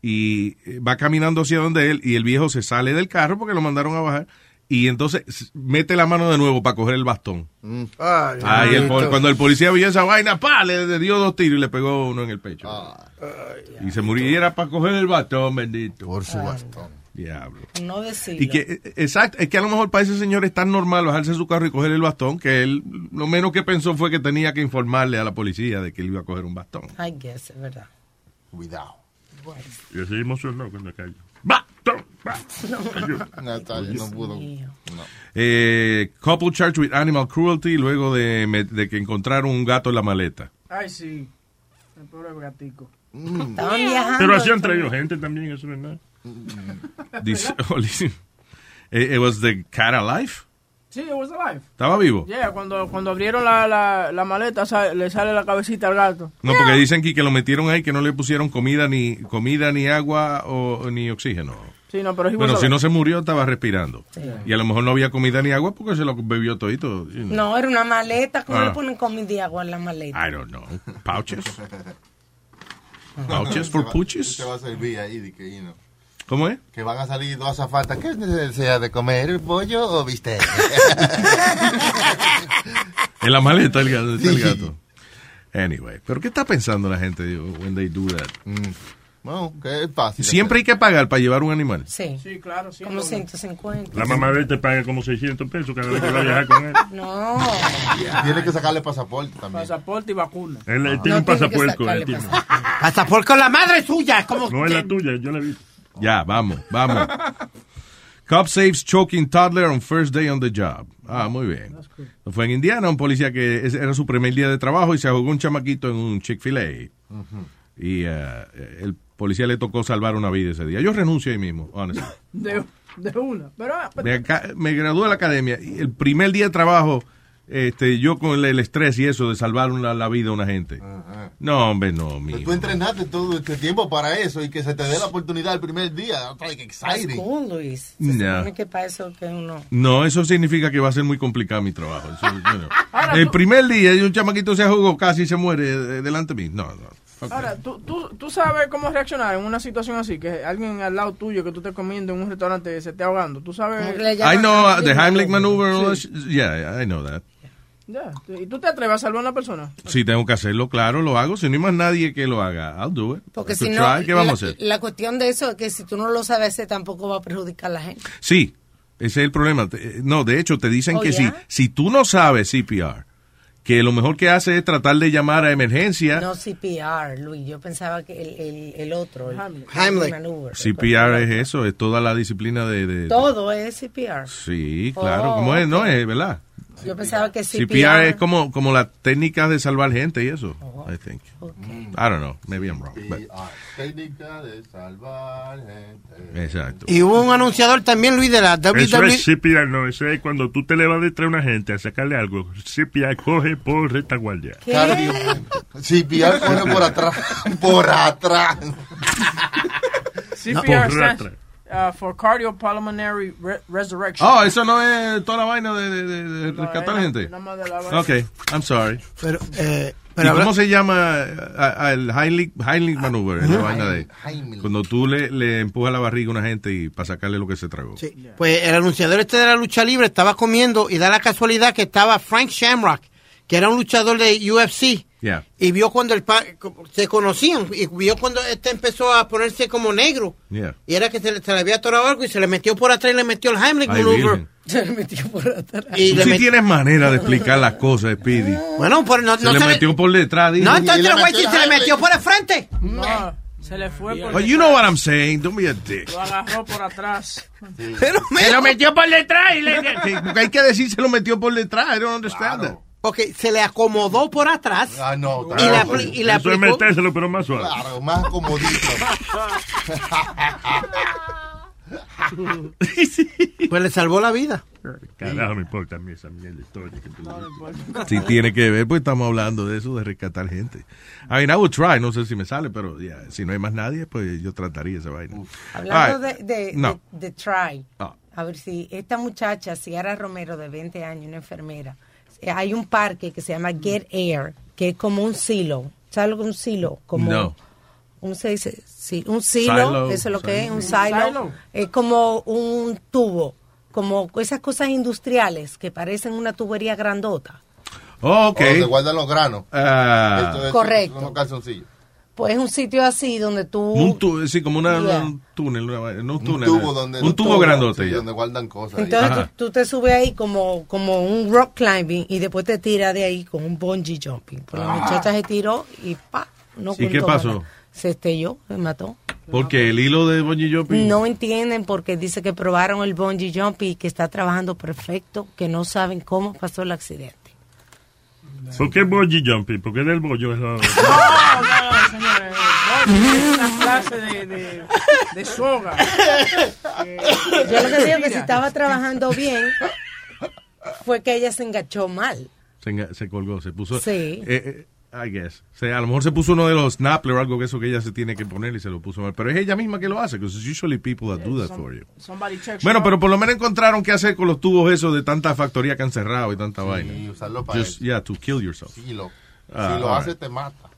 S11: Y eh, va caminando hacia donde él y el viejo se sale del carro porque lo mandaron a bajar y entonces s- mete la mano de nuevo para coger el bastón.
S27: Mm.
S6: Ay,
S11: Ay, el pol-
S6: bendito.
S11: cuando el policía vio esa vaina, pa, le, le dio dos tiros y le pegó uno en el pecho. y se muriera para coger el bastón, bendito. Por su bastón. Diablo.
S12: No decirlo.
S11: Y que, eh, exacto, es que a lo mejor para ese señor es tan normal bajarse de su carro y coger el bastón que él lo menos que pensó fue que tenía que informarle a la policía de que él iba a coger un bastón.
S12: I guess, es verdad.
S11: Cuidado.
S19: Yo estoy emocionado con la calle.
S28: eh,
S4: Natalia no pudo.
S11: Eh, couple charged with animal cruelty luego de, me- de que encontraron un gato en la maleta.
S8: Ay, sí. El pobre gatico.
S7: Mm.
S12: Estaban viajando.
S19: Pero así han traído gente también, eso no es nada.
S8: Mm.
S11: Dice, Oli- eh, it was the cat alive?
S8: Sí, it was alive.
S11: ¿Estaba vivo?
S8: Yeah, cuando, cuando abrieron la, la, la maleta, sa- le sale la cabecita al gato.
S11: No, porque dicen aquí que lo metieron ahí que no le pusieron comida ni comida ni agua o ni oxígeno.
S8: Sí, no, pero he was
S11: Bueno, si
S8: alive.
S11: no se murió estaba respirando. Y a lo mejor no había comida ni agua porque se lo bebió todito. you know.
S12: No, era una maleta. ¿Cómo
S11: Ah.
S12: le ponen comida y agua en la maleta?
S11: I don't know. Pouches. Pouches for puches.
S4: Se va a servir ahí, de que, you know,
S11: ¿Cómo es?
S4: que van a salir dos azafatas. ¿Qué desea de comer? ¿Pollo o bistec?
S11: En la maleta el gato. está el gato. Anyway, pero ¿qué está pensando la gente when they do that?
S4: bueno, que es fácil.
S11: Siempre hay que pagar para llevar un animal.
S12: Sí.
S8: Sí, claro, sí.
S12: Como 150.
S19: La mamá de él te paga como 600 pesos cada vez que va a viajar con él.
S12: No.
S4: Tiene que sacarle pasaporte también.
S8: Pasaporte y vacuna.
S4: Ah.
S19: Él, él tiene un pasaporte con él. tiene.
S9: Pasaporte con la madre suya. es Como
S19: No es la tuya, yo la vi.
S11: Ya, vamos, vamos. Cop saves choking toddler on first day on the job. Ah, muy bien. Fue en Indiana un policía que ese era su primer día de trabajo y se ahogó un chamaquito en un Chick-fil-A. Y eh, el policía le tocó salvar una vida ese día. Yo renuncio ahí mismo, honestly.
S8: De, de una. Pero, ah,
S11: Me, aca- me gradué de la academia y el primer día de trabajo, este, yo con el el estrés y eso de salvar una- la vida a una gente.
S8: Ah,
S11: No, hombre,
S8: Pues
S11: no, mijo.
S4: Tú entrenaste todo este tiempo para eso y que se te dé la oportunidad el primer día. That's like exciting.
S12: Cool, Luis. Se
S11: No.
S12: supone que para eso que uno...
S11: No, eso significa que va a ser muy complicado mi trabajo. Eso, you know.
S8: Ahora
S11: el
S8: tú-
S11: primer día y un chamaquito se ahogó, casi se muere eh, delante de mí. No, no. Fuck that.
S8: Ahora, ¿tú, tú, tú sabes cómo reaccionar en una situación así, que alguien al lado tuyo que tú estés comiendo en un restaurante se esté ahogando. Tú sabes...
S11: I know uh, the Heimlich maneuver. all that shit. Yeah, I know that.
S8: Ya, ¿Y tú te atreves a salvar a una persona?
S11: Si tengo que hacerlo, claro, lo hago. Si no hay más nadie que lo haga, I'll do it.
S12: Porque
S11: I
S12: si
S11: could
S12: no,
S11: Pues try. ¿qué vamos a
S12: la,
S11: hacer?
S12: la cuestión de eso es que si tú no lo sabes hacer, tampoco va a perjudicar a la gente.
S11: Sí, ese es el problema. Te- eh, No, de hecho, te dicen
S12: Oh,
S11: que
S12: yeah?
S11: si, si tú no sabes CPR, que lo mejor que hace es tratar de llamar a emergencia.
S12: No CPR, Luis. Yo pensaba que el, el, el otro, el Heimlich, maneuver.
S11: CPR es eso, es toda la disciplina de... de-
S12: Todo es CPR.
S11: Sí, claro,
S12: Oh,
S11: como es, no es, ¿verdad?
S12: Yo pensaba que
S11: CPR,
S12: CPR,
S11: es como, como las técnicas de salvar gente y eso.
S12: Oh.
S11: I think. Mm, I don't know. Maybe I'm wrong. but-
S4: Técnica de salvar gente.
S11: exacto.
S9: Y hubo un anunciador también, Luis, de la E.
S19: Eso
S9: WWE.
S19: es CPR, no, eso es cuando tú te le vas detrás a una gente a sacarle algo. CPR coge por retaguardia.
S4: Cardio. CPR corre por atrás. Por atrás.
S8: CPR
S19: por
S8: stands
S19: ratra.
S8: uh, for cardiopulmonary re- resurrection.
S11: Oh, eso no es toda la vaina de, de- de- de rescatar
S8: es
S11: gente.
S8: nada más de la vaina.
S11: Ok, I'm sorry.
S9: Pero, eh,
S11: ¿Y
S9: pero Ah,
S11: cómo
S9: habla-
S11: se llama eh, a- a- el Heimlich, Heimlich maneuver? Es la vaina de cuando tú le, le empujas la barriga a una gente y para sacarle lo que se tragó.
S9: Pues el anunciador este de la lucha libre estaba comiendo y da la casualidad que estaba Frank Shamrock, que era un luchador de UFC.
S11: Yeah.
S9: Y vio cuando el pa- se conocían y vio cuando este empezó a ponerse como negro.
S11: Yeah.
S9: Y era que se le, se le había atorado algo y se le metió por atrás y le metió el Heimlich
S11: Ay,
S9: maneuver.
S11: virgen.
S12: Se le metió por atrás.
S9: Y
S11: tú
S9: le
S11: sí
S9: met-
S11: tienes manera de explicar las cosas,
S18: Ah.
S11: Speedy.
S9: Bueno, pero no,
S11: se
S9: no
S11: le
S9: se le-
S11: metió por detrás. dijo.
S9: No, entonces el güey sí
S8: metió
S9: se le
S8: el
S9: metió por el frente.
S8: No, se le fue por
S11: But you know what I'm saying. Don't be a dick.
S8: Lo agarró por atrás.
S9: Pero
S18: Se lo metió por detrás y le...
S11: Sí, porque hay que decir se lo metió por detrás. I don't understand that.
S9: Porque se le acomodó por atrás.
S4: Ah, no.
S9: Y le, apli- y le
S19: Eso es
S9: aplicó.
S19: metérselo, pero más suave.
S4: Claro, más comodito.
S9: Pues le salvó la vida.
S19: Carajo, me importa a mí esa mierda de historia que tú
S11: Si tiene que ver, pues estamos hablando de eso, de rescatar gente. I mean, I would try, no sé si me sale, pero yeah, si no hay más nadie, pues yo trataría esa vaina.
S12: Hablando
S11: All right.
S12: de, de,
S11: No.
S12: de- de try,
S11: Ah.
S12: a ver si esta muchacha, Ciara Romero, de 20 años, una enfermera, eh, hay un parque que se llama
S11: Mm.
S12: Get Air, que es como un silo. ¿Sabes lo que es un silo? Como
S11: No.
S12: un, se dice, sí, un silo,
S21: Silo,
S12: eso es lo que
S21: silo.
S12: es, un silo. Es como un tubo, como esas cosas industriales que parecen una tubería grandota.
S11: Oh, ok.
S4: O donde guardan los granos.
S11: Ah.
S4: Esto es-
S12: Correcto.
S4: Unos calzoncillos.
S12: Pues es un sitio así donde tú...
S11: Como Un tubo, sí, como una,
S12: Yeah.
S11: un túnel, una vaina, no un
S4: Un
S11: túnel. eh,
S4: tubo donde.
S11: un tubo grandote.
S4: sí,
S11: ya.
S4: Donde guardan cosas.
S12: Entonces
S11: Ajá.
S12: tú, tú te subes ahí como, como un rock climbing y después te tiras de ahí con un bungee jumping. Pues la
S11: Ah.
S12: muchacha se tiró y pa, no
S11: ¿Y qué
S12: contó
S11: pasó?
S12: nada. Se estelló, se mató.
S11: Porque el hilo de Bonji Jumping.
S12: No entienden porque dice que probaron el bungee jumping y que está trabajando perfecto, que no saben cómo pasó el accidente.
S19: ¿Por qué bungee jumping? ¿Por qué del bollo? Eso-
S8: No, no, señores. No, es una clase de, de, de soga.
S12: Yo lo que digo que si estaba trabajando bien fue que ella se enganchó mal.
S11: Se, enga- se colgó, se puso.
S12: Sí.
S11: eh, eh, I guess. O sea, a lo mejor se puso uno de los snappler o algo que eso que ella se tiene que poner y se lo puso mal. Pero es ella misma que lo hace, because it's usually people that do that for you.
S8: Somebody check
S11: Bueno,
S8: you
S11: pero
S8: out.
S11: por lo menos encontraron qué hacer con los tubos esos de tanta factoría que han cerrado y tanta vaina.
S4: usarlo para
S11: Just, yeah, to kill yourself.
S4: Si lo,
S11: Ah,
S4: si lo
S11: all
S4: haces,
S11: right.
S4: te mata.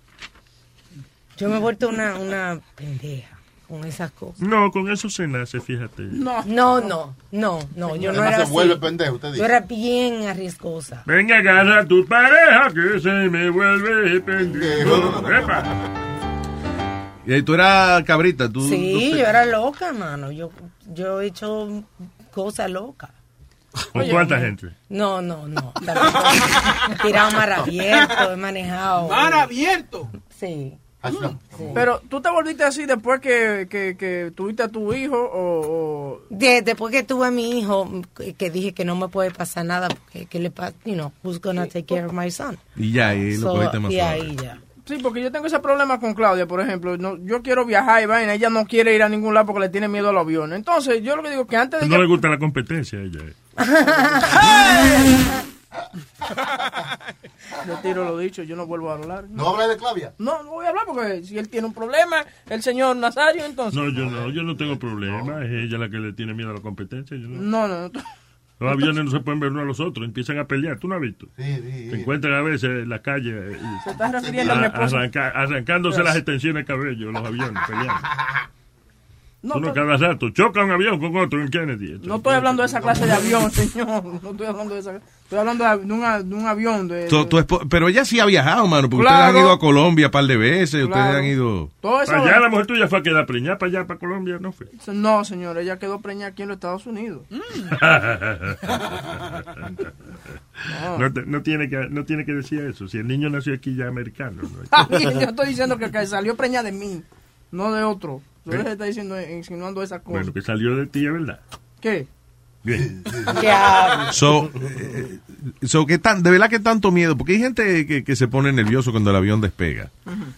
S12: Yo me he vuelto una, una Ah, pendeja con esas cosas.
S19: No, con eso se nace, fíjate.
S12: No, no, no, no, yo no
S19: Además,
S12: era
S19: se
S12: así.
S19: vuelve pendejo, usted dice.
S12: Yo era bien arriesgosa.
S19: Venga, agarra a tu pareja que se me vuelve pendejo. Epa.
S11: Eh, tú eras cabrita, tú. tú
S12: Sí,
S11: te-
S12: yo era loca, mano. Yo, yo he hecho cosas locas.
S19: ¿Con cuánta gente?
S12: No, no, no. También he tirado mar abierto, he manejado.
S8: ¿Mar
S12: abierto? Sí.
S11: Ah,
S8: Pero tú te volviste así después que, que, que tuviste a tu hijo o... o-
S12: De- después que tuve a mi hijo, que dije que no me puede pasar nada, porque que le pasa, you know, who's gonna take care of my son?
S11: Y ya, y lo
S12: So,
S11: cogiste más
S12: y
S11: suave.
S12: ahí ya.
S8: Sí, porque yo tengo ese problema con Claudia, por ejemplo. No, yo quiero viajar y vaina, ella no quiere ir a ningún lado porque le tiene miedo al avión. Entonces, yo lo que digo es que antes de
S19: No
S8: que-
S19: le gusta la competencia a ella. eh.
S8: Yo tiro lo dicho, yo no vuelvo a hablar.
S4: ¿No hablas de Claudia?
S8: No, no voy a hablar porque si él tiene un problema, el señor Nazario, entonces...
S19: No, yo no, yo no tengo problema. Es ella la que le tiene miedo a la competencia. yo no.
S8: No, no, no.
S19: Los aviones no se pueden ver uno a los otros, empiezan a pelear. ¿Tú no has visto? Se encuentran a veces en la calle. eh, y-
S8: Se está refiriendo a mi esposo.
S19: arranca- arrancándose
S8: Yes.
S19: las extensiones de cabello, los aviones peleando.
S8: No,
S19: Uno
S8: to-
S19: cada rato choca un avión con otro en Kennedy.
S8: no estoy hablando de esa clase de avión, señor. No estoy hablando de esa Estoy hablando de, de un, a- de un avión. De,
S11: Tu- tu espo- pero ella sí ha viajado, mano, porque ustedes
S8: Claro.
S11: han ido a Colombia un par de veces, ustedes
S8: Claro.
S11: han ido...
S8: Todo eso-
S19: Para allá la mujer tuya fue a quedar preñada, para allá, para Colombia, no fue.
S8: No, señor, ella quedó preñada aquí en los Estados Unidos.
S19: No, te- no tiene que, no tiene que decir eso. Si el niño nació aquí ya americano. ¿no?
S8: yo estoy diciendo que, que salió preñada de mí, no de otro. Usted se está diciendo, insinuando esa cosa.
S19: Bueno, que salió de ti, es verdad.
S8: ¿Qué?
S19: Bien.
S8: ¿Qué hablo?
S11: So, eh, so que tan, de verdad que tanto miedo, porque hay gente que, que se pone nervioso cuando el avión despega,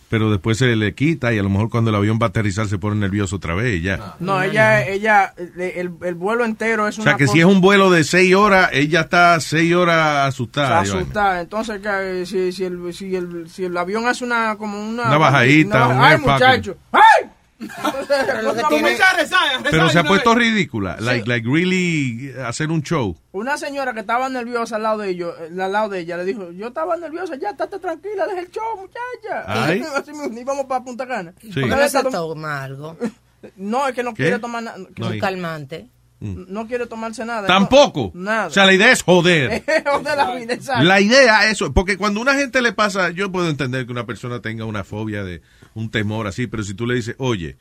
S11: pero después se le quita y a lo mejor cuando el avión va a aterrizar se pone nervioso otra vez y
S4: Ah.
S11: ya.
S8: No, ella, ella, le- el, el vuelo entero es
S11: O
S8: una
S11: sea, que
S8: cosa
S11: si es un vuelo de seis horas, ella está seis horas asustada. y vaina.
S8: asustada. Entonces, que, eh, si, si, el, si, el, si el avión hace una, como una...
S11: Una bajadita,
S8: una
S11: un
S8: ¡Ay,
S11: air pocket.
S8: muchacho! ¡Ay! Entonces,
S10: lo que
S8: una-
S10: tiene-
S8: comienza a rezar, a rezar
S11: Pero se
S8: de
S11: ha
S8: una
S11: puesto
S8: vez.
S11: ridícula, like, like really hacer un show.
S8: Una señora que estaba nerviosa al lado de ellos, eh, al lado de ella, le dijo, yo estaba nerviosa, ya, estate tranquila, deja el show, muchacha.
S12: Ay.
S8: Así mismo, y vamos para Punta Cana.
S12: ¿Por qué no se toma algo?
S8: No, es que no
S11: ¿Qué?
S8: quiere tomar nada.
S11: No hay. Mm.
S12: Un calmante.
S8: No quiere tomarse nada.
S11: Tampoco.
S8: No, nada.
S11: O sea, la idea es joder.
S8: de la vida, exacto.
S11: La idea, eso, porque cuando una gente le pasa, yo puedo entender que una persona tenga una fobia de un temor así, pero si tú le dices, oye,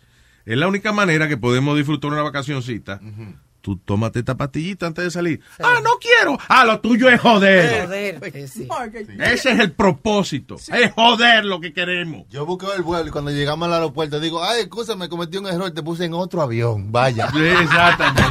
S11: es la única manera que podemos disfrutar una vacacioncita, tú tómate esta pastillita antes de salir. Ah, no quiero. Ah, lo tuyo es joder.
S12: Joderte, sí.
S8: No, es que-
S11: Ese es el propósito. Es joder lo que queremos.
S4: Yo busqué el vuelo y cuando llegamos al aeropuerto digo, ay, escúchame, cometí un error, te puse en otro avión. Vaya.
S11: exactamente.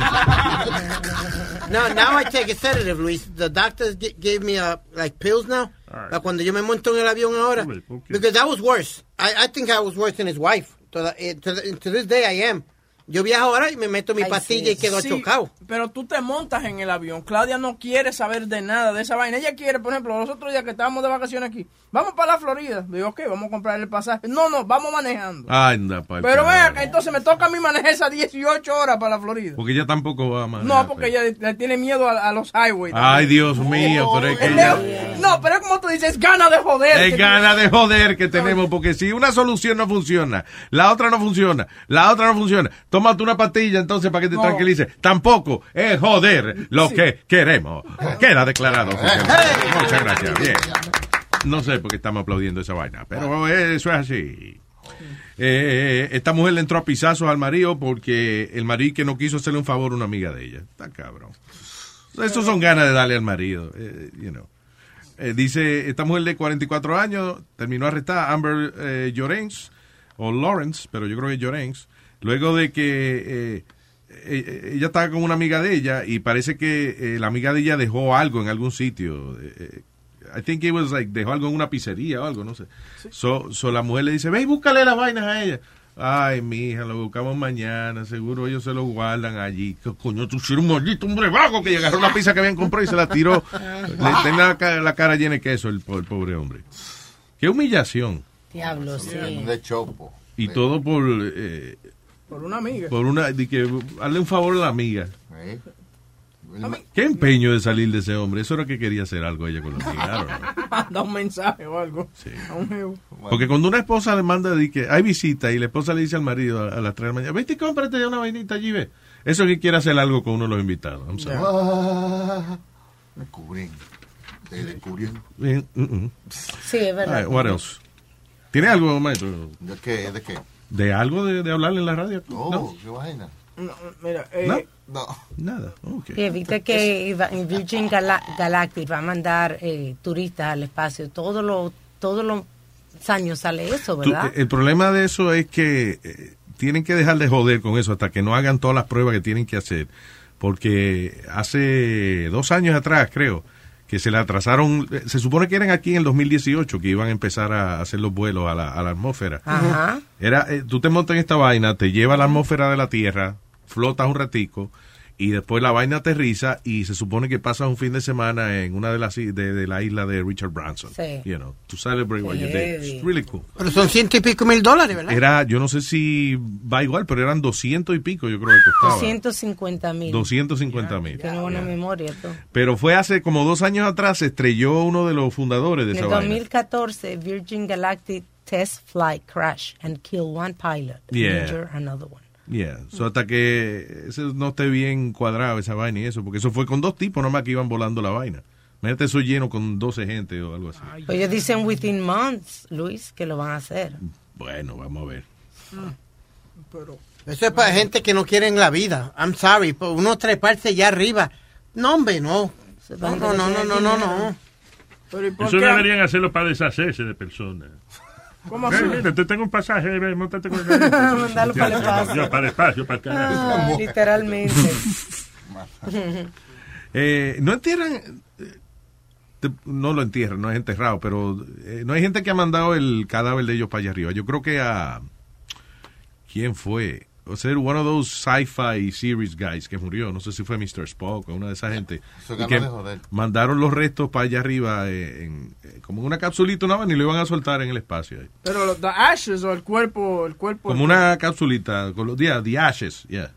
S9: No, now I take a sedative, Luis. The doctors gi- gave me uh, like pills now. Like, cuando yo me monto en el avión ahora, because I was worse. I, I think I was worse than his wife. Toda- eh, To, the- to this day I am. Yo viajo ahora y me meto mi pastilla y quedo
S8: Sí,
S9: chocado.
S8: Pero tú te montas en el avión. Claudia no quiere saber de nada de esa vaina. Ella quiere, por ejemplo, los otros días que estábamos de vacaciones aquí, vamos para la Florida. Digo, ok, vamos a comprar el pasaje. No, no, vamos manejando.
S11: Anda, pa'l
S8: Pero
S11: carajo.
S8: vea que entonces me toca a mí manejar esas 18 horas para la Florida.
S11: Porque ella tampoco va a manejar.
S8: No, porque ella le tiene miedo a, a los highways.
S11: Ay, Dios mío, pero es que ella-
S8: No, pero es como tú dices, gana de joder. que
S11: Es
S8: tú-
S11: gana de joder que tenemos, porque si una solución no funciona, la otra no funciona, la otra no funciona, tómate una pastilla entonces para que te
S8: No.
S11: tranquilice. Tampoco es joder lo
S8: Sí. Eh,
S11: que queremos. Queda declarado. oficialmente. Muchas gracias. Bien. No sé por qué estamos aplaudiendo esa vaina, pero eso es así. Eh, esta mujer le entró a pisazos al marido porque el marido que no quiso hacerle un favor a una amiga de ella. Está cabrón. Estos son ganas de darle al marido. eh, you know. Eh, dice, esta mujer de 44 años terminó arrestada, Amber eh, Llorens, o Lawrence, pero yo creo que es Llorens, luego de que eh, eh, ella estaba con una amiga de ella y parece que eh, la amiga de ella dejó algo en algún sitio. eh, eh, I think it was like, dejó algo en una pizzería o algo, no sé. So, so la mujer le dice, ve y búscale las vainas a ella. Ay, mija, lo buscamos mañana, seguro ellos se lo guardan allí. ¿Qué coño, tú eres un maldito hombre vago que agarró la pizza que habían comprado y se la tiró. Le tenía la cara, la cara llena de queso el, po- el pobre hombre. Qué humillación.
S12: Diablo, sí.
S4: De chopo.
S11: Y todo por eh,
S8: Por una amiga.
S11: por una de que hazle un favor a la amiga.
S4: ¿eh?
S11: Qué empeño de salir de ese hombre. Eso era que quería hacer algo ella con la amiga. I don't know.
S8: Manda un mensaje o algo. A un jevo.
S11: Porque cuando una esposa le manda de que hay visita y la esposa le dice al marido a, a las 3 de la mañana, vete y cómprate una vainita allí, ve. Eso es que quiere hacer algo con uno de los invitados. I'm sorry.
S4: Ah, me cubren. Te descubrieron.
S11: Eh, mm, mm.
S12: Sí, es
S11: All
S12: verdad.
S11: right, what else? ¿Tiene algo, maestro?
S4: ¿De qué? ¿De qué?
S11: ¿De algo de, de hablar en la radio?
S4: Oh,
S11: No.
S4: qué vaina.
S8: No, mira,
S11: ¿No?
S8: eh,
S11: Nada. ok.
S12: Sí, viste que iba- Virgin Gala- Galactic va a mandar eh, turistas al espacio. Todos los todos los años sale eso,
S11: Tú,
S12: ¿verdad?
S11: eh, el problema de eso es que eh, tienen que dejar de joder con eso hasta que no hagan todas las pruebas que tienen que hacer. Porque hace dos años atrás, creo, que se le atrasaron. eh, Se supone que eran aquí en el 2018 que iban a empezar a hacer los vuelos a la, a la atmósfera.
S12: Ajá.
S11: Era, eh, tú te montas en esta vaina, te lleva a la atmósfera de la Tierra, flotas un ratico y después la vaina aterriza y se supone que pasas un fin de semana en una de las i- de, de la isla de Richard Branson.
S9: Sí.
S11: You know, to celebrate what you did.
S9: Heavy.
S11: It's really cool.
S9: Pero son ciento y pico mil dólares, ¿verdad?
S11: Era, yo no sé si va igual, pero eran 200 y pico, yo creo que costaba.
S12: 250 mil.
S11: 250 mil.
S12: Tiene buena memoria. tú.
S11: Pero fue hace como dos años atrás, se estrelló uno de los fundadores de
S12: En
S11: esa
S12: el
S11: vaina.
S12: 2014, Virgin Galactic test flight crashed and killed one pilot, and
S11: Yeah.
S12: injured another one.
S11: Yeah. So, hasta que eso no esté bien cuadrado esa vaina y eso, porque eso fue con dos tipos nomás que iban volando la vaina. Imagínate eso lleno con 12 gente o algo así.
S12: Pero Pues ellos dicen within months, Luis, que lo van a hacer.
S11: Bueno, vamos a ver.
S8: Mm.
S9: Eso es para gente que no quiere en la vida. I'm sorry. Por uno treparse ya arriba. No, hombre, no. No, no, no, no, no, no. no.
S8: Pero ¿y por
S19: Eso
S8: qué?
S19: deberían hacerlo para deshacerse de personas.
S8: ¿Cómo
S19: Ven,
S8: así?
S19: mira, te tengo un pasaje, ven, montate con el avión.
S12: Mandalo para el espacio.
S19: Yo, para el espacio, para el
S12: Ah,
S19: carajo.
S12: literalmente.
S11: Eh, no entierran, eh, te- no lo entierran, no es enterrado, pero eh, no hay gente que ha mandado el cadáver de ellos para allá arriba. Yo creo que a... ¿Quién fue? O sea, one of those sci-fi series guys que murió, no sé si fue Mr. Spock o una de esa gente.
S4: Se
S11: y
S4: ganó
S11: que
S4: de joder.
S11: mandaron los restos para allá arriba, eh, en, eh, como en una capsulita, una vaina, y lo iban a soltar en el espacio. ahí.
S8: Pero los the ashes o el cuerpo, el cuerpo.
S11: Como una capsulita, con los días, the ashes, yeah.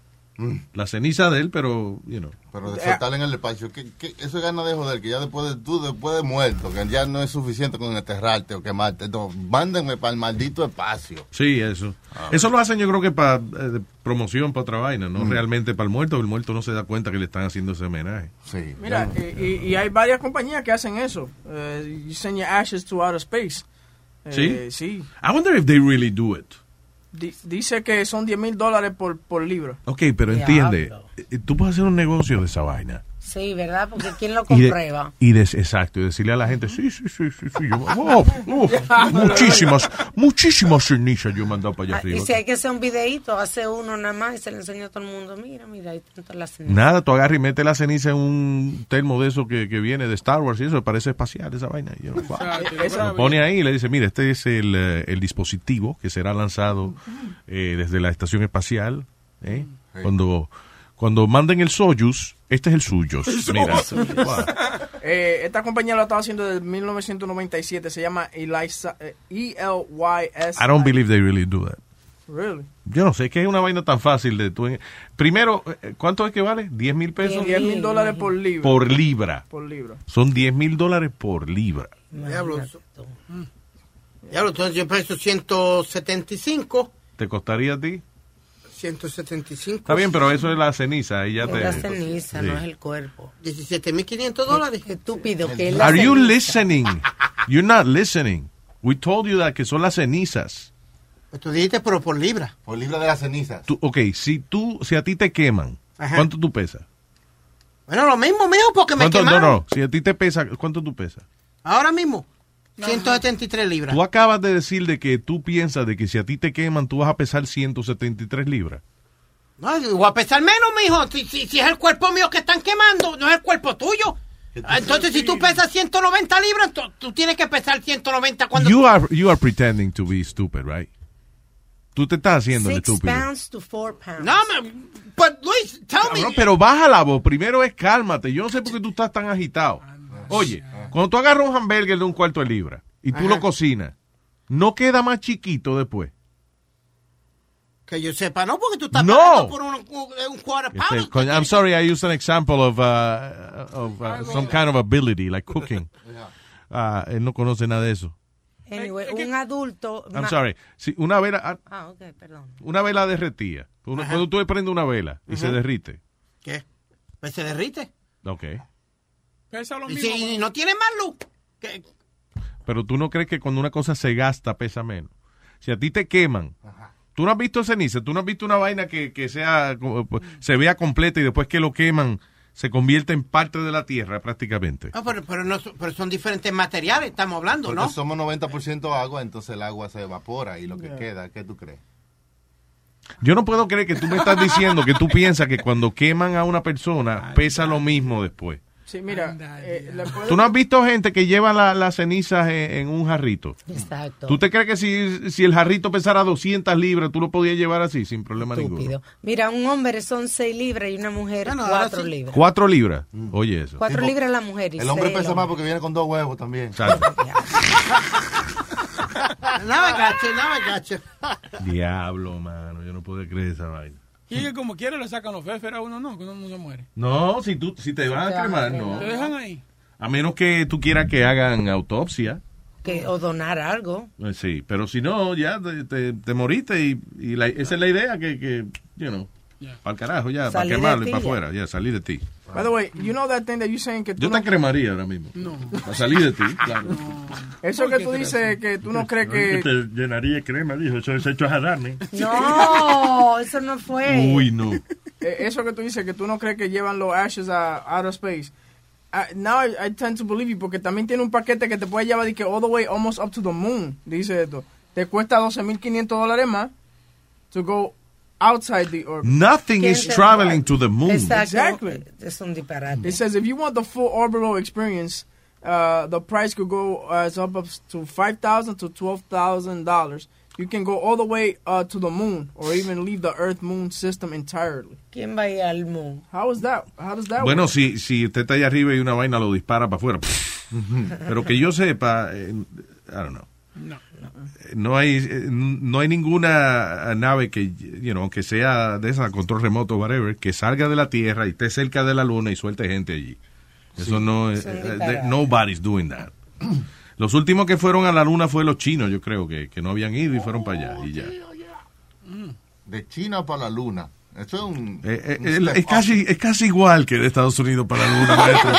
S11: La ceniza de él, pero, you know.
S4: Mm. Pero de soltarle en el espacio. que que Eso es ganas de joder, que ya después de tú, después de muerto, que ya no es suficiente con enterrarte o quemarte. No, mándenme para el maldito espacio.
S11: Sí, eso. eso lo hacen yo creo que para promoción, para otra vaina, no realmente para el muerto, el muerto no se da cuenta que le están haciendo ese homenaje.
S4: Sí.
S8: Mira, eh, y, y hay varias compañías que hacen eso. Eh, you send your ashes to outer space. Eh,
S11: ¿Sí?
S8: Sí.
S11: I wonder if they really do it.
S8: Di- dice que son 10 mil dólares por, por libro.
S11: Ok, pero entiende, eh, tú puedes hacer un negocio de esa vaina.
S12: Sí, ¿verdad? Porque ¿quién lo
S11: Y de-
S12: comprueba?
S11: Y, des- exacto, y decirle a la gente, sí, sí, sí, sí, sí, yo, oh, oh, muchísimas, muchísimas cenizas yo he mandado para allá
S12: Ah,
S11: arriba.
S12: Y si hay que hacer un videíto, hace uno nada más y se le enseña a todo el mundo. Mira, mira, ahí están todas las cenizas.
S11: Nada, tú agarras y metes la ceniza en un termo de eso que, que viene de Star Wars y eso, parece espacial esa vaina. Y yo, wow. Lo pone ahí y le dice, mira, este es el, eh, el dispositivo que será lanzado eh, desde la estación espacial. ¿eh? Cuando, cuando manden el Soyuz, este es el suyo. Mira. Wow.
S8: Eh, esta compañía lo estaba haciendo desde 1997. Se llama Elisa, eh, ELYS.
S11: I don't believe they really do that.
S8: Really?
S11: Yo no sé, que es una vaina tan fácil de tú. Primero, eh, ¿cuánto es que vale? ¿10 mil pesos?
S8: 10 mil dólares por libra.
S11: Por libra.
S8: Por libra.
S11: Son 10 mil dólares por libra.
S9: Diablo. Mm. Diablo, entonces yo peso 175.
S11: ¿Te costaría a ti?
S9: 175.
S11: Está bien, pero eso es la ceniza. Ahí ya
S9: Pues Es
S11: te,
S9: la
S12: ceniza,
S11: Sí.
S12: no es el cuerpo.
S9: 17.500 dólares.
S12: Estúpido, que es la
S11: Are you
S12: ceniza.
S11: listening? You're not listening. We told you that que son las cenizas.
S9: Pues tú dijiste, pero por libra.
S4: Por libra de las cenizas.
S11: Tú, ok, si tú, si a ti te queman,
S9: Ajá.
S11: ¿cuánto tú pesas?
S9: Bueno, lo mismo mío, porque me
S11: ¿Cuánto, no,
S9: quemaron.
S11: no, si a ti te pesa, ¿cuánto tú pesas?
S9: Ahora mismo, 173 libras.
S11: Tú acabas de decir de que tú piensas de que si a ti te queman, tú vas a pesar 173 libras.
S9: No, yo voy a pesar menos, mijo. Si, si, si es el cuerpo mío que están quemando, no es el cuerpo tuyo. Ah, Entonces, si tú pesas 190 libras, tú, tú tienes que pesar 190 cuando...
S11: You are, you are pretending to be stupid, right? Tú te estás haciendo el
S12: Six
S11: estúpido.
S12: pounds to four pounds.
S9: No, me... But, Luis, tell me...
S11: Cabrón, pero baja la voz. Primero es cálmate. Yo no sé por qué tú estás tan agitado. Oye, cuando tú agarras un hamburger de un cuarto de libra y tú
S9: Ajá.
S11: lo cocinas, ¿no queda más chiquito después?
S9: Que yo sepa, no, porque tú estás
S11: No.
S9: pagando por un, un, un quarter pound.
S11: Este, coño, I'm sorry, I used an example of, uh, of uh, some kind of ability, like cooking. Ah, él no conoce nada de eso.
S12: Anyway, un adulto.
S11: I'm
S12: ma-
S11: sorry. Si una vela,
S12: Ah, ok, perdón.
S11: una vela derretía. Uno-
S9: Ajá.
S11: Cuando tú le prendes una vela y se
S9: Ujú.
S11: derrite.
S9: ¿Qué? Pues se derrite.
S11: Ok.
S9: Pesa lo mismo. Y, si- y no tiene más luz. Que-
S11: Pero tú no crees que cuando una cosa se gasta pesa menos. Si a ti te queman, tú no has visto ceniza, tú no has visto una vaina que, que sea como, pues, se vea completa y después que lo queman se convierte en parte de la tierra prácticamente.
S9: Ah, pero, pero, no, son- pero son diferentes materiales, estamos hablando,
S4: Porque
S9: ¿no?
S4: somos 90% agua, entonces el agua se evapora y lo que queda, ¿qué tú crees?
S11: Yo no puedo creer que tú me estás diciendo que tú piensas que cuando queman a una persona pesa lo mismo después.
S8: Sí, mira. eh, le puedo-
S11: Tú no has visto gente que lleva la- las cenizas en, en un jarrito.
S12: Exacto.
S11: ¿Tú te crees que si, si el jarrito pesara 200 libras, tú lo podías llevar así sin problema ninguno?
S12: Estúpido. Mira, un hombre son seis libras y una mujer cuatro libras.
S11: Cuatro libras. Oye eso.
S12: Cuatro libras la mujer y
S4: El hombre
S12: seis
S4: pesa
S12: el
S4: más
S12: hombre.
S4: porque viene con dos huevos también.
S11: Exacto.
S9: Nada gacho,
S10: Ah,
S9: nada Ah, gacho.
S11: Diablo, mano. Yo no puedo creer esa vaina.
S10: Y que como quiera le sacan los fefer a uno, no, que uno no se muere.
S11: No, si, tú, si te van a cremar, no.
S10: Te dejan ahí.
S11: A menos que tú quieras que hagan autopsia.
S12: Que, o donar algo.
S11: Eh, Sí, pero si no, ya te, te- te moriste y, y la- esa es la idea que, que you know, para el carajo ya, para
S8: Salir de
S11: quemarlo y
S8: ti,
S11: para
S8: ya.
S11: afuera, ya, salir de ti.
S8: By the way, you know that thing that you saying que tú
S11: Yo
S8: no-
S11: te cremaría ahora mismo.
S8: No.
S11: Para salir de ti, claro.
S8: Eso que tú dices que tú no crees que...
S19: Te llenaría de crema, dijo. Eso es hecho a darme.
S12: No, eso no fue.
S11: no.
S8: Eh, Eso que tú dices, que tú no crees que llevan los ashes a outer space. I- now I, I tend to believe you, porque también tiene un paquete que te puede llevar de que all the way almost up to the moon, dice esto. Te cuesta 12.500 dólares más to go outside the orbit.
S11: Nothing is traveling to the moon.
S12: Exacto.
S8: Exactly.
S12: Es un disparate.
S8: It says if you want the full orbital experience, uh, the price could go as up as to five thousand to twelve thousand dollars. You can go all the way uh, to the moon, or even leave the Earth Moon system entirely.
S12: ¿Quién va a ir al moon?
S8: How is that? How does that
S11: Bueno,
S8: work?
S11: si, si usted está allá arriba y una vaina lo dispara para afuera. Pero que yo sepa, eh, I don't know.
S10: No.
S11: Eh, No hay, eh, no hay ninguna nave que, you know, aunque sea de esa control remoto, whatever, que salga de la Tierra y esté cerca de la Luna y suelte gente allí. Eso no es.
S24: Eso es
S11: eh, eh,
S24: disparate.
S11: nobody's doing that. Los últimos que fueron a la Luna fueron los chinos, yo creo, que, que no habían ido y fueron para allá y ya.
S9: Mm.
S4: De China para la luna. Eso es un...
S11: Eh, eh,
S4: un
S11: eh,
S4: step
S11: es, casi, es casi igual que de Estados Unidos para la Luna, maestro.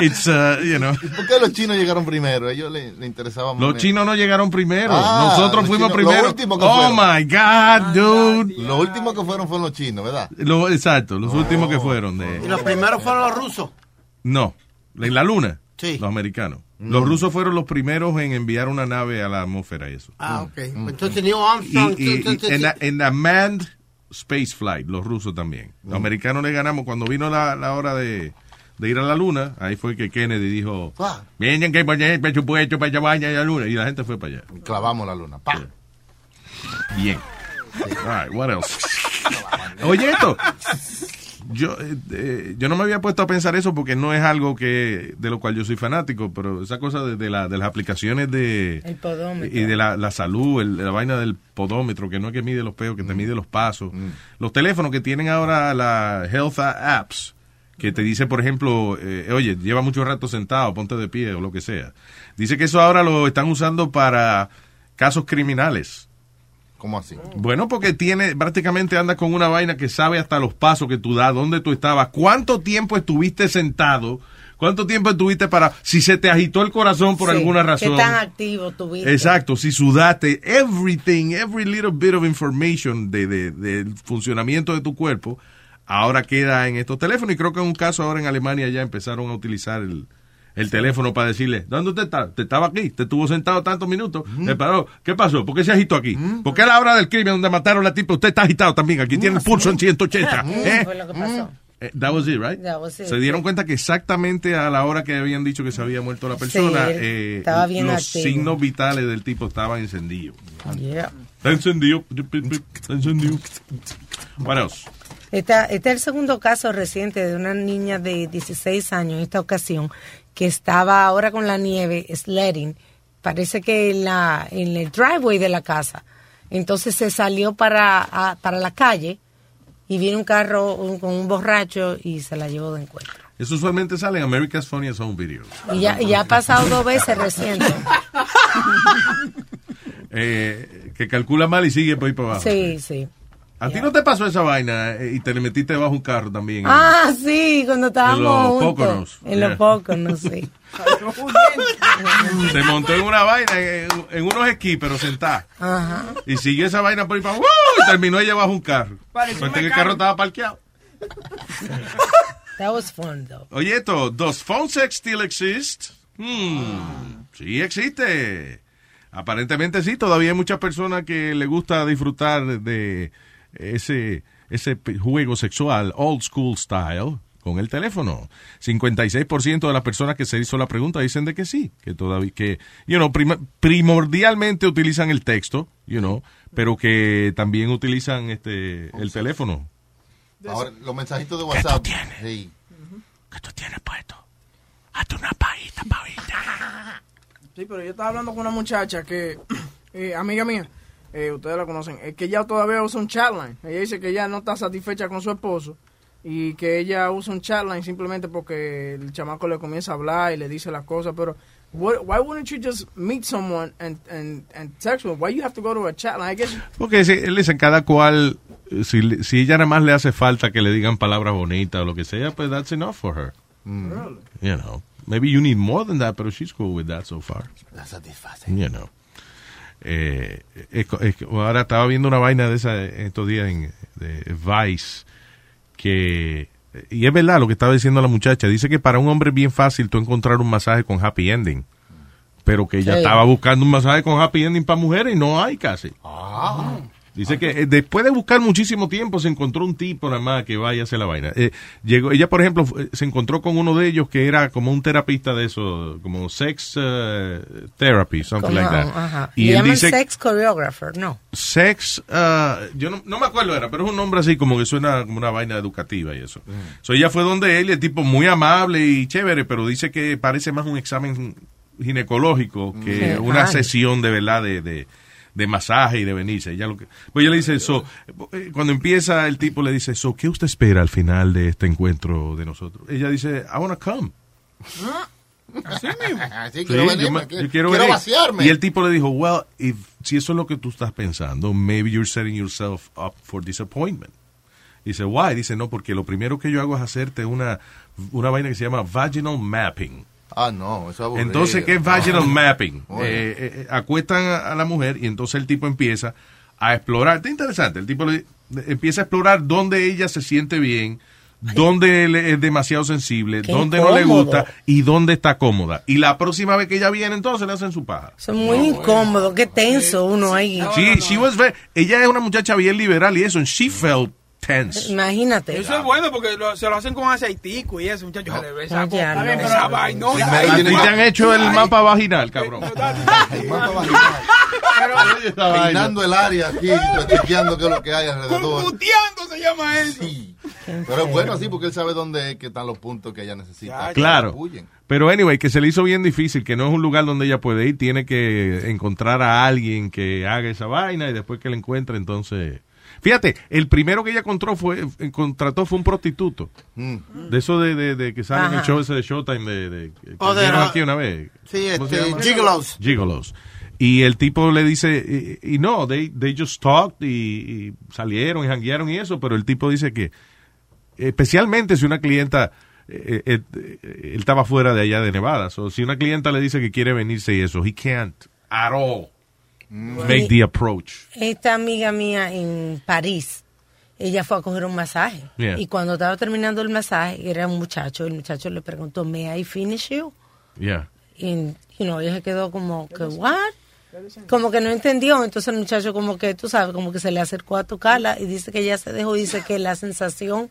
S11: It's, uh, you know.
S4: up. ¿Por qué los chinos llegaron primero? A ellos les, les interesaba más.
S11: Los chinos no llegaron primero.
S4: Ah,
S11: Nosotros
S4: los
S11: fuimos
S4: chinos-
S11: primero.
S4: los últimos que
S11: oh
S4: fueron.
S11: my God, dude.
S4: Los últimos que fueron fueron los chinos, ¿verdad?
S11: Lo- exacto, los últimos que fueron.
S9: Y
S11: De,
S9: los primeros fueron los rusos.
S11: no, en la luna. Los americanos.
S4: Mm.
S11: Los rusos fueron los primeros en enviar una nave a la atmósfera y eso.
S9: Ah, ok. Entonces Neil Armstrong...
S11: Mm, Y- y- y-
S9: entonces-
S11: en, la, en la manned space flight, los rusos también.
S4: Mm.
S11: Los americanos le ganamos cuando vino la, la hora de, de ir a la luna. Ahí fue que Kennedy dijo,
S4: Ah.
S11: vienen que poner presupuesto para allá vaya a la luna. Y la gente fue para allá.
S4: Clavamos la luna. ¡Pam!
S11: Bien. All right, what else? Oye esto. Yo, eh, eh, yo no me había puesto a pensar eso porque no es algo que de lo cual yo soy fanático, pero esa cosa de, de la- de las aplicaciones de,
S12: El podómetro.
S11: y de la, la salud, el- la vaina del podómetro, que no es que mide los peos,
S12: Mm.
S11: que te mide los pasos. Los teléfonos que tienen ahora las health apps, que te dice, por ejemplo, eh, oye, lleva mucho rato sentado, ponte de pie o lo que sea. Dice que eso ahora lo están usando para casos criminales.
S4: ¿Cómo así?
S11: Bueno, porque tiene, prácticamente anda con una vaina que sabe hasta los pasos que tú das, dónde tú estabas, cuánto tiempo estuviste sentado, cuánto tiempo estuviste para, si se te agitó el corazón por
S12: Sí,
S11: alguna razón.
S12: Que tan activo tuviste.
S11: Exacto, si sudaste, everything, every little bit of information de, de- del funcionamiento de tu cuerpo, ahora queda en estos teléfonos. Y creo que en un caso ahora en Alemania ya empezaron a utilizar el, el teléfono para decirle, ¿dónde usted está? Te estaba aquí, te estuvo sentado tantos minutos, te paró. ¿Qué pasó? ¿Por qué se agitó aquí? ¿Por qué a la hora del crimen donde mataron a la tipa usted está agitado también? Aquí tiene el pulso en 180.
S12: Mm,
S11: ¿eh?
S12: Fue lo que pasó.
S11: Eh, That was it, right?
S12: That was it.
S11: Se dieron cuenta que exactamente a la hora que habían dicho que se había muerto la persona,
S12: Sí, él
S11: eh,
S12: estaba bien
S11: los
S12: activo.
S11: signos vitales del tipo estaban encendidos.
S12: Yeah.
S11: Está encendido. Está encendido. What else?
S12: Esta- este es el segundo caso reciente de una niña de 16 años en esta ocasión que estaba ahora con la nieve sledding, parece que en, la, en el driveway de la casa. Entonces se salió para, a- para la calle y vino un carro un- con un borracho y se la llevó de encuentro.
S11: Eso usualmente sale en America's Funniest Home Videos.
S12: Y ya, y ya ha pasado dos veces reciente.
S11: Eh, que calcula mal y sigue por ahí para abajo.
S12: Sí, sí.
S11: ¿A ti no te pasó esa vaina eh, y te le metiste debajo un carro también?
S12: Ah, sí, cuando
S11: los
S12: estábamos juntos.
S11: Poconos.
S12: En los
S11: Yeah.
S12: Poconos, sí.
S11: Se montó en una vaina, en, en unos esquí, pero sentada.
S12: Ajá.
S11: Y siguió esa vaina por ahí para abajo. ¡Uh! Y terminó ella bajo un carro.
S12: Parecía
S11: Suerte
S12: un
S11: que el carro
S12: mecánico.
S11: estaba parqueado.
S12: That was fun, though.
S11: Oye, esto, ¿dos phone sex still exist? Hmm, Sí, existe. Aparentemente sí, todavía hay muchas personas que le gusta disfrutar de ese, ese p- juego sexual old school style con el teléfono. 56% de las personas que se hizo la pregunta dicen de que sí, que todavía que you know, prim- primordialmente utilizan el texto, you know, pero que también utilizan este el teléfono.
S4: Ahora, los mensajitos de WhatsApp. Sí.
S8: Sí, pero yo estaba hablando con una muchacha que, eh, amiga mía, eh, ustedes la conocen, es que ella todavía usa un chatline. Ella dice que ella no está satisfecha con su esposo y que ella usa un chatline simplemente porque el chamaco le comienza a hablar y le dice las cosas, pero wh- why wouldn't you just meet someone and, and, and text them? Why you have to go to a chatline? I guess
S11: Porque si, él dice, cada cual, eh, si, le- si ella nada más le hace falta que le digan palabras bonitas o lo que sea, pues that's enough for her.
S8: Really?
S11: You know. Maybe you need more than that, pero she's cool with that so far.
S4: La satisface.
S11: You know. Eh, es co- es que ahora estaba viendo una vaina de esa eh, estos días en de Vice que y es verdad lo que estaba diciendo la muchacha dice que para un hombre es bien fácil tú encontrar un masaje con happy ending pero que ella
S2: Sí.
S11: estaba buscando un masaje con happy ending para mujeres y no hay casi
S4: Ah.
S11: Dice que eh, después de buscar muchísimo tiempo se encontró un tipo nada más que vaya a hacer la vaina. Eh, llegó, ella, por ejemplo, fu- eh, se encontró con uno de ellos que era como un terapista de eso, como sex eh, therapy, something
S12: Como-
S11: like that.
S12: ajá.
S11: Y
S12: Le
S11: él
S12: llaman
S11: dice sex,
S12: sex choreographer, no.
S11: ah, yo no, no me acuerdo era, pero es un nombre así como que suena como una vaina educativa y eso. So, ella fue donde él, y el tipo muy amable y chévere, pero dice que parece más un examen ginecológico que
S2: Mm.
S11: una
S2: Ay.
S11: sesión de verdad de, de, de masaje y de venirse. Ella lo que, pues ella le dice eso. Cuando empieza, el tipo le dice eso. ¿Qué usted espera al final de este encuentro de nosotros? Ella dice, Eh, I wanna come.
S4: Así mismo. Así
S11: Sí,
S4: quiero
S11: yo
S4: venirme,
S11: me-
S4: quiero,
S11: yo quiero
S4: quiero
S11: venir.
S4: vaciarme.
S11: Y el tipo le dijo, well, if, si eso es lo que tú estás pensando, maybe you're setting yourself up for disappointment. Dice, why? Dice, no, porque lo primero que yo hago es hacerte una, una vaina que se llama vaginal mapping.
S4: Ah, no, eso es aburrido.
S11: Entonces, ¿qué es vaginal
S4: Ah.
S11: mapping?
S4: Oye.
S11: Eh, eh, eh, acuestan a, a la mujer y entonces el tipo empieza a explorar. Está interesante. El tipo le- empieza a explorar dónde ella se siente bien, dónde él es demasiado sensible,
S12: Qué
S11: dónde no le
S12: incómodo.
S11: gusta y dónde está cómoda. Y la próxima vez que ella viene, entonces le hacen su paja.
S12: Eso es muy incómodo, qué tenso uno ahí.
S11: Sí, she was very- ella es una muchacha bien liberal y eso, and she felt tense.
S12: Imagínate.
S10: Eso es bueno porque lo- se lo hacen con aceitico y eso, muchachos. No, esa,
S12: No, ya
S10: esa
S12: no.
S10: vaina, no.
S11: ¿Y te han hecho el mapa vaginal, cabrón?
S4: Peinando el área aquí, chequeando qué es lo que hay alrededor.
S10: Puteando se llama eso.
S4: Pero es bueno así porque él sabe dónde es que están los puntos que ella necesita.
S11: Claro.
S4: Huyen.
S11: Pero anyway, que se le hizo bien difícil, que no es un lugar donde ella puede ir, tiene que encontrar a alguien que haga esa vaina y después que la encuentre, entonces... Fíjate, el primero que ella encontró fue, eh, contrató fue un prostituto. De eso de, de- de que sale en el
S24: Ajá.
S11: show ese de Showtime de, de- que
S24: O de
S9: ah,
S11: vieron
S24: la-
S11: aquí una vez.
S24: Sí,
S11: ¿Cómo
S24: este,
S11: se llama?
S24: gigolos.
S11: Gigolos. Y el tipo le dice, y, y no, they, they just talked y, y salieron y janguearon y eso, pero el tipo dice que, especialmente si una clienta, eh, eh, eh, él estaba fuera de allá de Nevada, o si una clienta le dice que quiere venirse y eso, he can't at all make the approach.
S12: Esta amiga mía en París, ella fue a coger un masaje.
S11: Yeah.
S12: Y cuando estaba terminando el masaje, era un muchacho, el muchacho le preguntó, ¿May I finish you?
S11: Yeah.
S12: Y, you know, ella se quedó como que, ¿what? Como que no entendió. Entonces el muchacho como que, tú sabes, como que se le acercó a tocarla y dice que ya se dejó. Dice que la sensación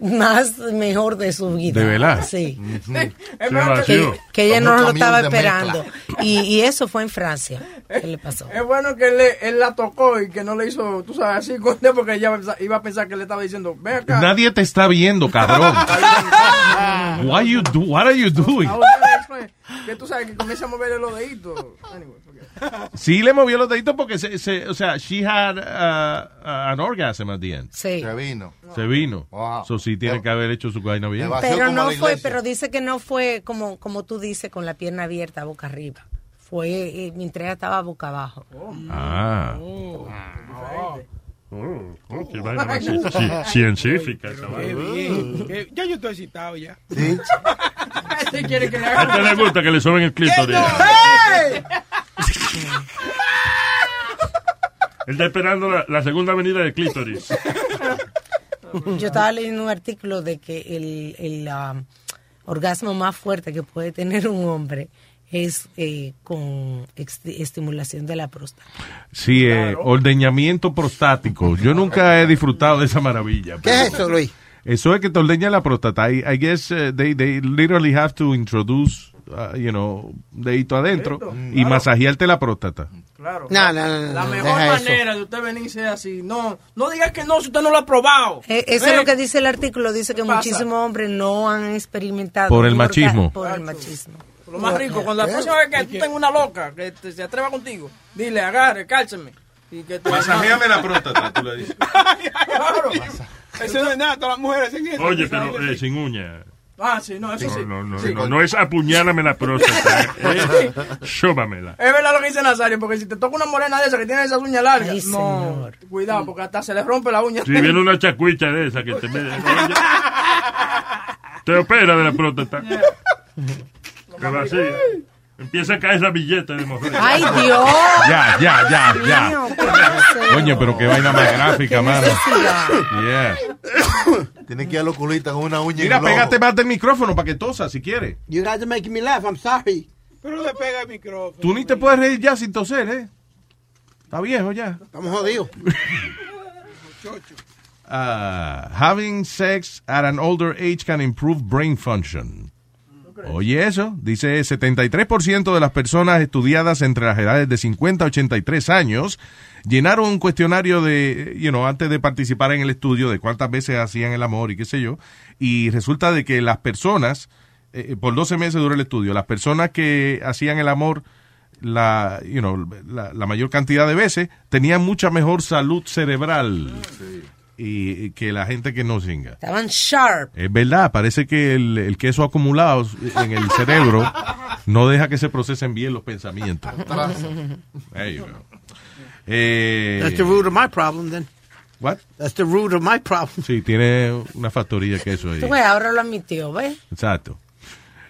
S12: más mejor de su vida.
S11: De verdad.
S12: Sí.
S11: mejor que-
S12: que, que ella
S11: Como
S12: no
S11: un
S12: lo
S11: camión
S12: estaba
S11: de mezcla.
S12: esperando. Y, y eso fue en Francia. ¿Qué le pasó?
S8: Es bueno que él, le- él la tocó y que no le hizo, tú sabes, así con él, porque ella iba a pensar que le estaba diciendo, ven acá.
S11: Nadie te está viendo, cabrón. Why you do, what are you doing?
S8: Ahora yo le explico, Ah, que tú sabes que comienza a mover los deditos. Anyway,
S11: Sí le movió los deditos porque se, se- o sea, she had uh, uh, an orgasm at the end.
S12: Sí.
S4: Se vino.
S11: Se vino. So sí tiene que haber hecho su vaina bien.
S12: Pero no fue, pero dice que no fue como, como tú dices, con la pierna abierta, boca arriba. Fue eh, mientras ella estaba boca abajo.
S11: Ah.
S19: Oh, oh, qué vaina más ci- ci- científica. esa
S10: Qué
S19: vaina.
S10: bien. Qué- Ya yo estoy excitado ya.
S8: ¿Qué quiere que le
S19: ¿A usted le
S8: haga?
S19: gusta que le soben el clítoris?
S8: ¡Hey!
S19: Él está esperando la, la segunda venida de clítoris.
S12: Yo estaba leyendo un artículo de que el, el, ah, orgasmo más fuerte que puede tener un hombre es eh, con ex- estimulación de la próstata.
S11: Sí, eh, ordeñamiento prostático. Yo nunca he disfrutado de esa maravilla.
S9: ¿Qué es eso, Luis?
S11: Eso es que te ordeña la próstata. I, I guess eh, they, they literally have to introduce, uh, you know, dedito adentro y masajearte la próstata.
S8: Claro.
S9: No, no, no, no,
S8: La
S9: no,
S8: mejor
S9: deja eso.
S8: manera de usted venirse así. No, no digas que no si usted no lo ha probado.
S12: Eh,
S8: ¿Eh?
S12: Eso es lo que dice el artículo. Dice que
S8: pasa?
S12: muchísimos hombres no han experimentado.
S11: Por el
S12: un orga-
S11: machismo.
S12: Por el machismo.
S8: Lo más rico, cuando la
S12: Eh.
S8: próxima vez que tú tengas una loca que te- se atreva contigo, dile, agarre, cálceme. Y que te-
S11: Masajéame la próstata, tú le dices.
S8: Claro.
S10: Eso no es nada, todas las mujeres hacen eso.
S19: Oye, pero eh, sin uña.
S8: Ah, sí, no, eso
S19: No,
S8: sí.
S19: no, no,
S8: Sí.
S19: no, no es apuñálame la próstata. eh, Sóbamela.
S8: Es verdad lo que dice Nazario, porque si te toca una morena de esa que tiene esas uñas largas, no, cuidado, porque hasta se le rompe la uña.
S19: Si viene una chacuicha de esa que te me- oye, Te opera de la próstata. Te vacía. Empieza a caer esa billeta de mujer.
S12: ¡Ay, Dios!
S11: Ya, ya, ya, ya. Coño, pero qué vaina más gráfica, mano. Yeah.
S4: Tiene que ir a los culitas con una uña
S11: Mira,
S4: en el ojo.
S11: pégate más del micrófono para que tosa si quieres.
S9: You guys are making me laugh. I'm sorry.
S10: Pero le pega el micrófono.
S11: Tú ni te puedes reír ya sin toser, ¿eh? Está viejo ya.
S9: Estamos jodidos.
S11: Ah, having sex at an older age can improve brain function. Oye eso, dice 73% de las personas estudiadas entre las edades de 50 a 83 años llenaron un cuestionario de, you know, antes de participar en el estudio de cuántas veces hacían el amor y qué sé yo, y resulta de que las personas, eh, por 12 meses duró el estudio, las personas que hacían el amor la, you know, la, la mayor cantidad de veces tenían mucha mejor salud cerebral y, y que la gente que no singa.
S12: Estaban sharp.
S11: Es verdad, parece que el, el queso acumulado en el cerebro no deja que se procesen bien los pensamientos. There you go. Eh,
S9: That's the root of my problem, then.
S11: What?
S9: That's the root of my problem.
S11: sí, tiene una factoría de queso ahí.
S12: Tú ves, ahora lo admitió, ¿ves?
S11: Exacto.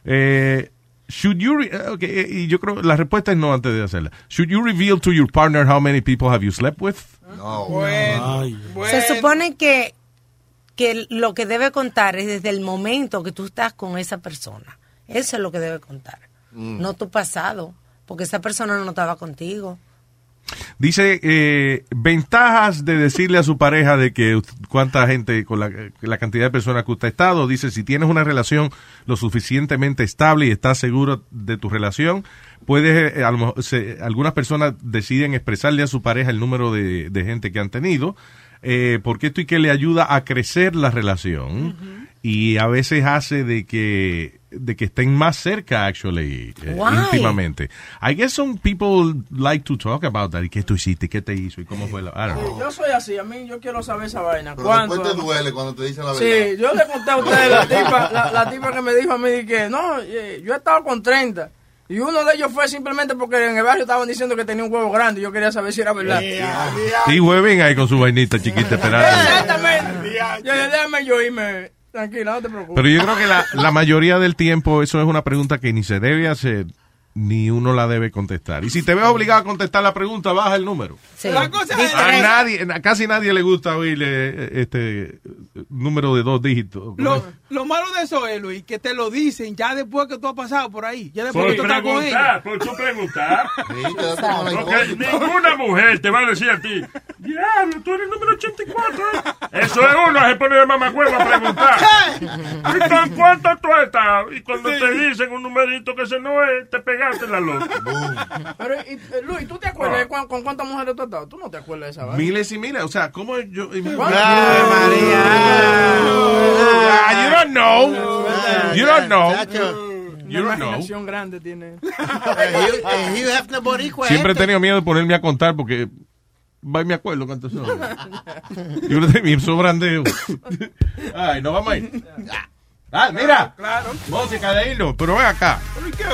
S11: Eh, should you re- eh, okay, eh, y yo creo la respuesta es no antes de hacerla. Should you reveal to your partner how many people have you slept with?
S4: No.
S12: Se supone que, que lo que debe contar es desde el momento que tú estás con esa persona. Eso es lo que debe contar. No tu pasado, porque esa persona no estaba contigo.
S11: Dice, eh, ventajas de decirle a su pareja de que usted- cuánta gente, con la, la cantidad de personas que usted ha estado. Dice, si tienes una relación lo suficientemente estable y estás seguro de tu relación, puedes, eh, a lo mejor, se- algunas personas deciden expresarle a su pareja el número de, de gente que han tenido, eh, porque esto y que le ayuda a crecer la relación y a veces hace de que de que estén más cerca, actually, eh,
S2: Why?
S11: íntimamente. I guess some people like to talk about that. ¿Y ¿Qué tú hiciste? ¿Qué te hizo? ¿Y cómo fue? La, I don't know.
S8: Yo soy así, a mí yo quiero saber esa vaina.
S4: Pero
S8: ¿Cuánto?
S4: después te duele cuando te dicen la verdad.
S8: Sí, yo le conté a ustedes la tipa, la, la tipa que me dijo a mí de que no, eh, yo he estado con 30. Y uno de ellos fue simplemente porque en el barrio estaban diciendo que tenía un huevo grande y yo quería saber si era verdad.
S11: Sí, hueven ahí con su vainita chiquita esperando.
S8: Exactamente. Yo le déjame yo irme. Tranquila, no te preocupes.
S11: Pero yo creo que la, la mayoría del tiempo eso es una pregunta que ni se debe hacer, ni uno la debe contestar. Y si te ves obligado a contestar la pregunta, baja el número.
S2: La cosa es-
S11: A nadie, a casi nadie le gusta oírle eh, este eh, número de dos dígitos.
S10: Lo, lo malo de eso es, Luis, que te lo dicen ya después que tú has pasado por ahí. Ya después
S7: Por
S10: que tú estás con él.
S7: preguntar, por tu preguntar. Porque
S10: incógnita.
S7: ninguna mujer te va a decir a ti, diablo, tú eres el número 84. Eso es uno, se pone de mamagüevo a preguntar. ¿Y con cuánto tú has estado? Y cuando te dicen un numerito que ese no es, te pegaste la loca.
S8: Pero, y- eh, Luis, ¿tú te
S11: Ah.
S8: acuerdas de cuán- con cuántas mujeres tú has estado? Tú no te acuerdas de esa vaina.
S11: Miles y miles, o sea, ¿cómo yo?
S8: María!
S11: Ah, You don't know.
S12: Ah.
S11: You don't know. You
S8: Ah, Una
S11: don't know.
S8: imaginación grande tiene.
S4: Eh,
S9: Hugh Hefner boricua,
S11: Siempre he
S9: este.
S11: tenido miedo de ponerme a contar porque va y me acuerdo cuántos son. Yo creo que me sobran de. Ay, no vamos a ir. Ah, mira.
S2: Claro.
S11: Música de hilo, pero ven acá.
S2: Pero, ¿y
S11: qué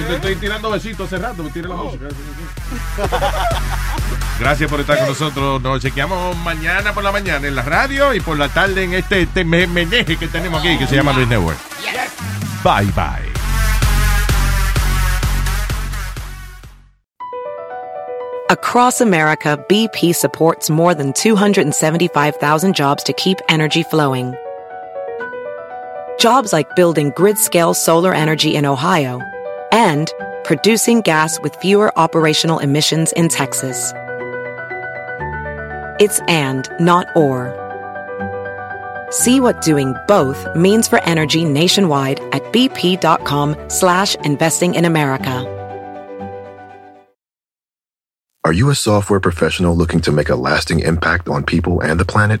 S11: Yo te estoy tirando besitos hace rato, me tiré la música. Gracias por estar con nosotros. Nos chequeamos mañana por la mañana en la radio y por la tarde en este, este me- meneje que tenemos aquí que se llama Luis Network. Bye, bye.
S1: Across America, BP supports more than 275,000 jobs to keep energy flowing. Jobs like building grid scale solar energy in Ohio and producing gas with fewer operational emissions in Texas. It's and, not or. See what doing both means for energy nationwide at bp.com slash investing in America.
S29: Are you a software professional looking to make a lasting impact on people and the planet?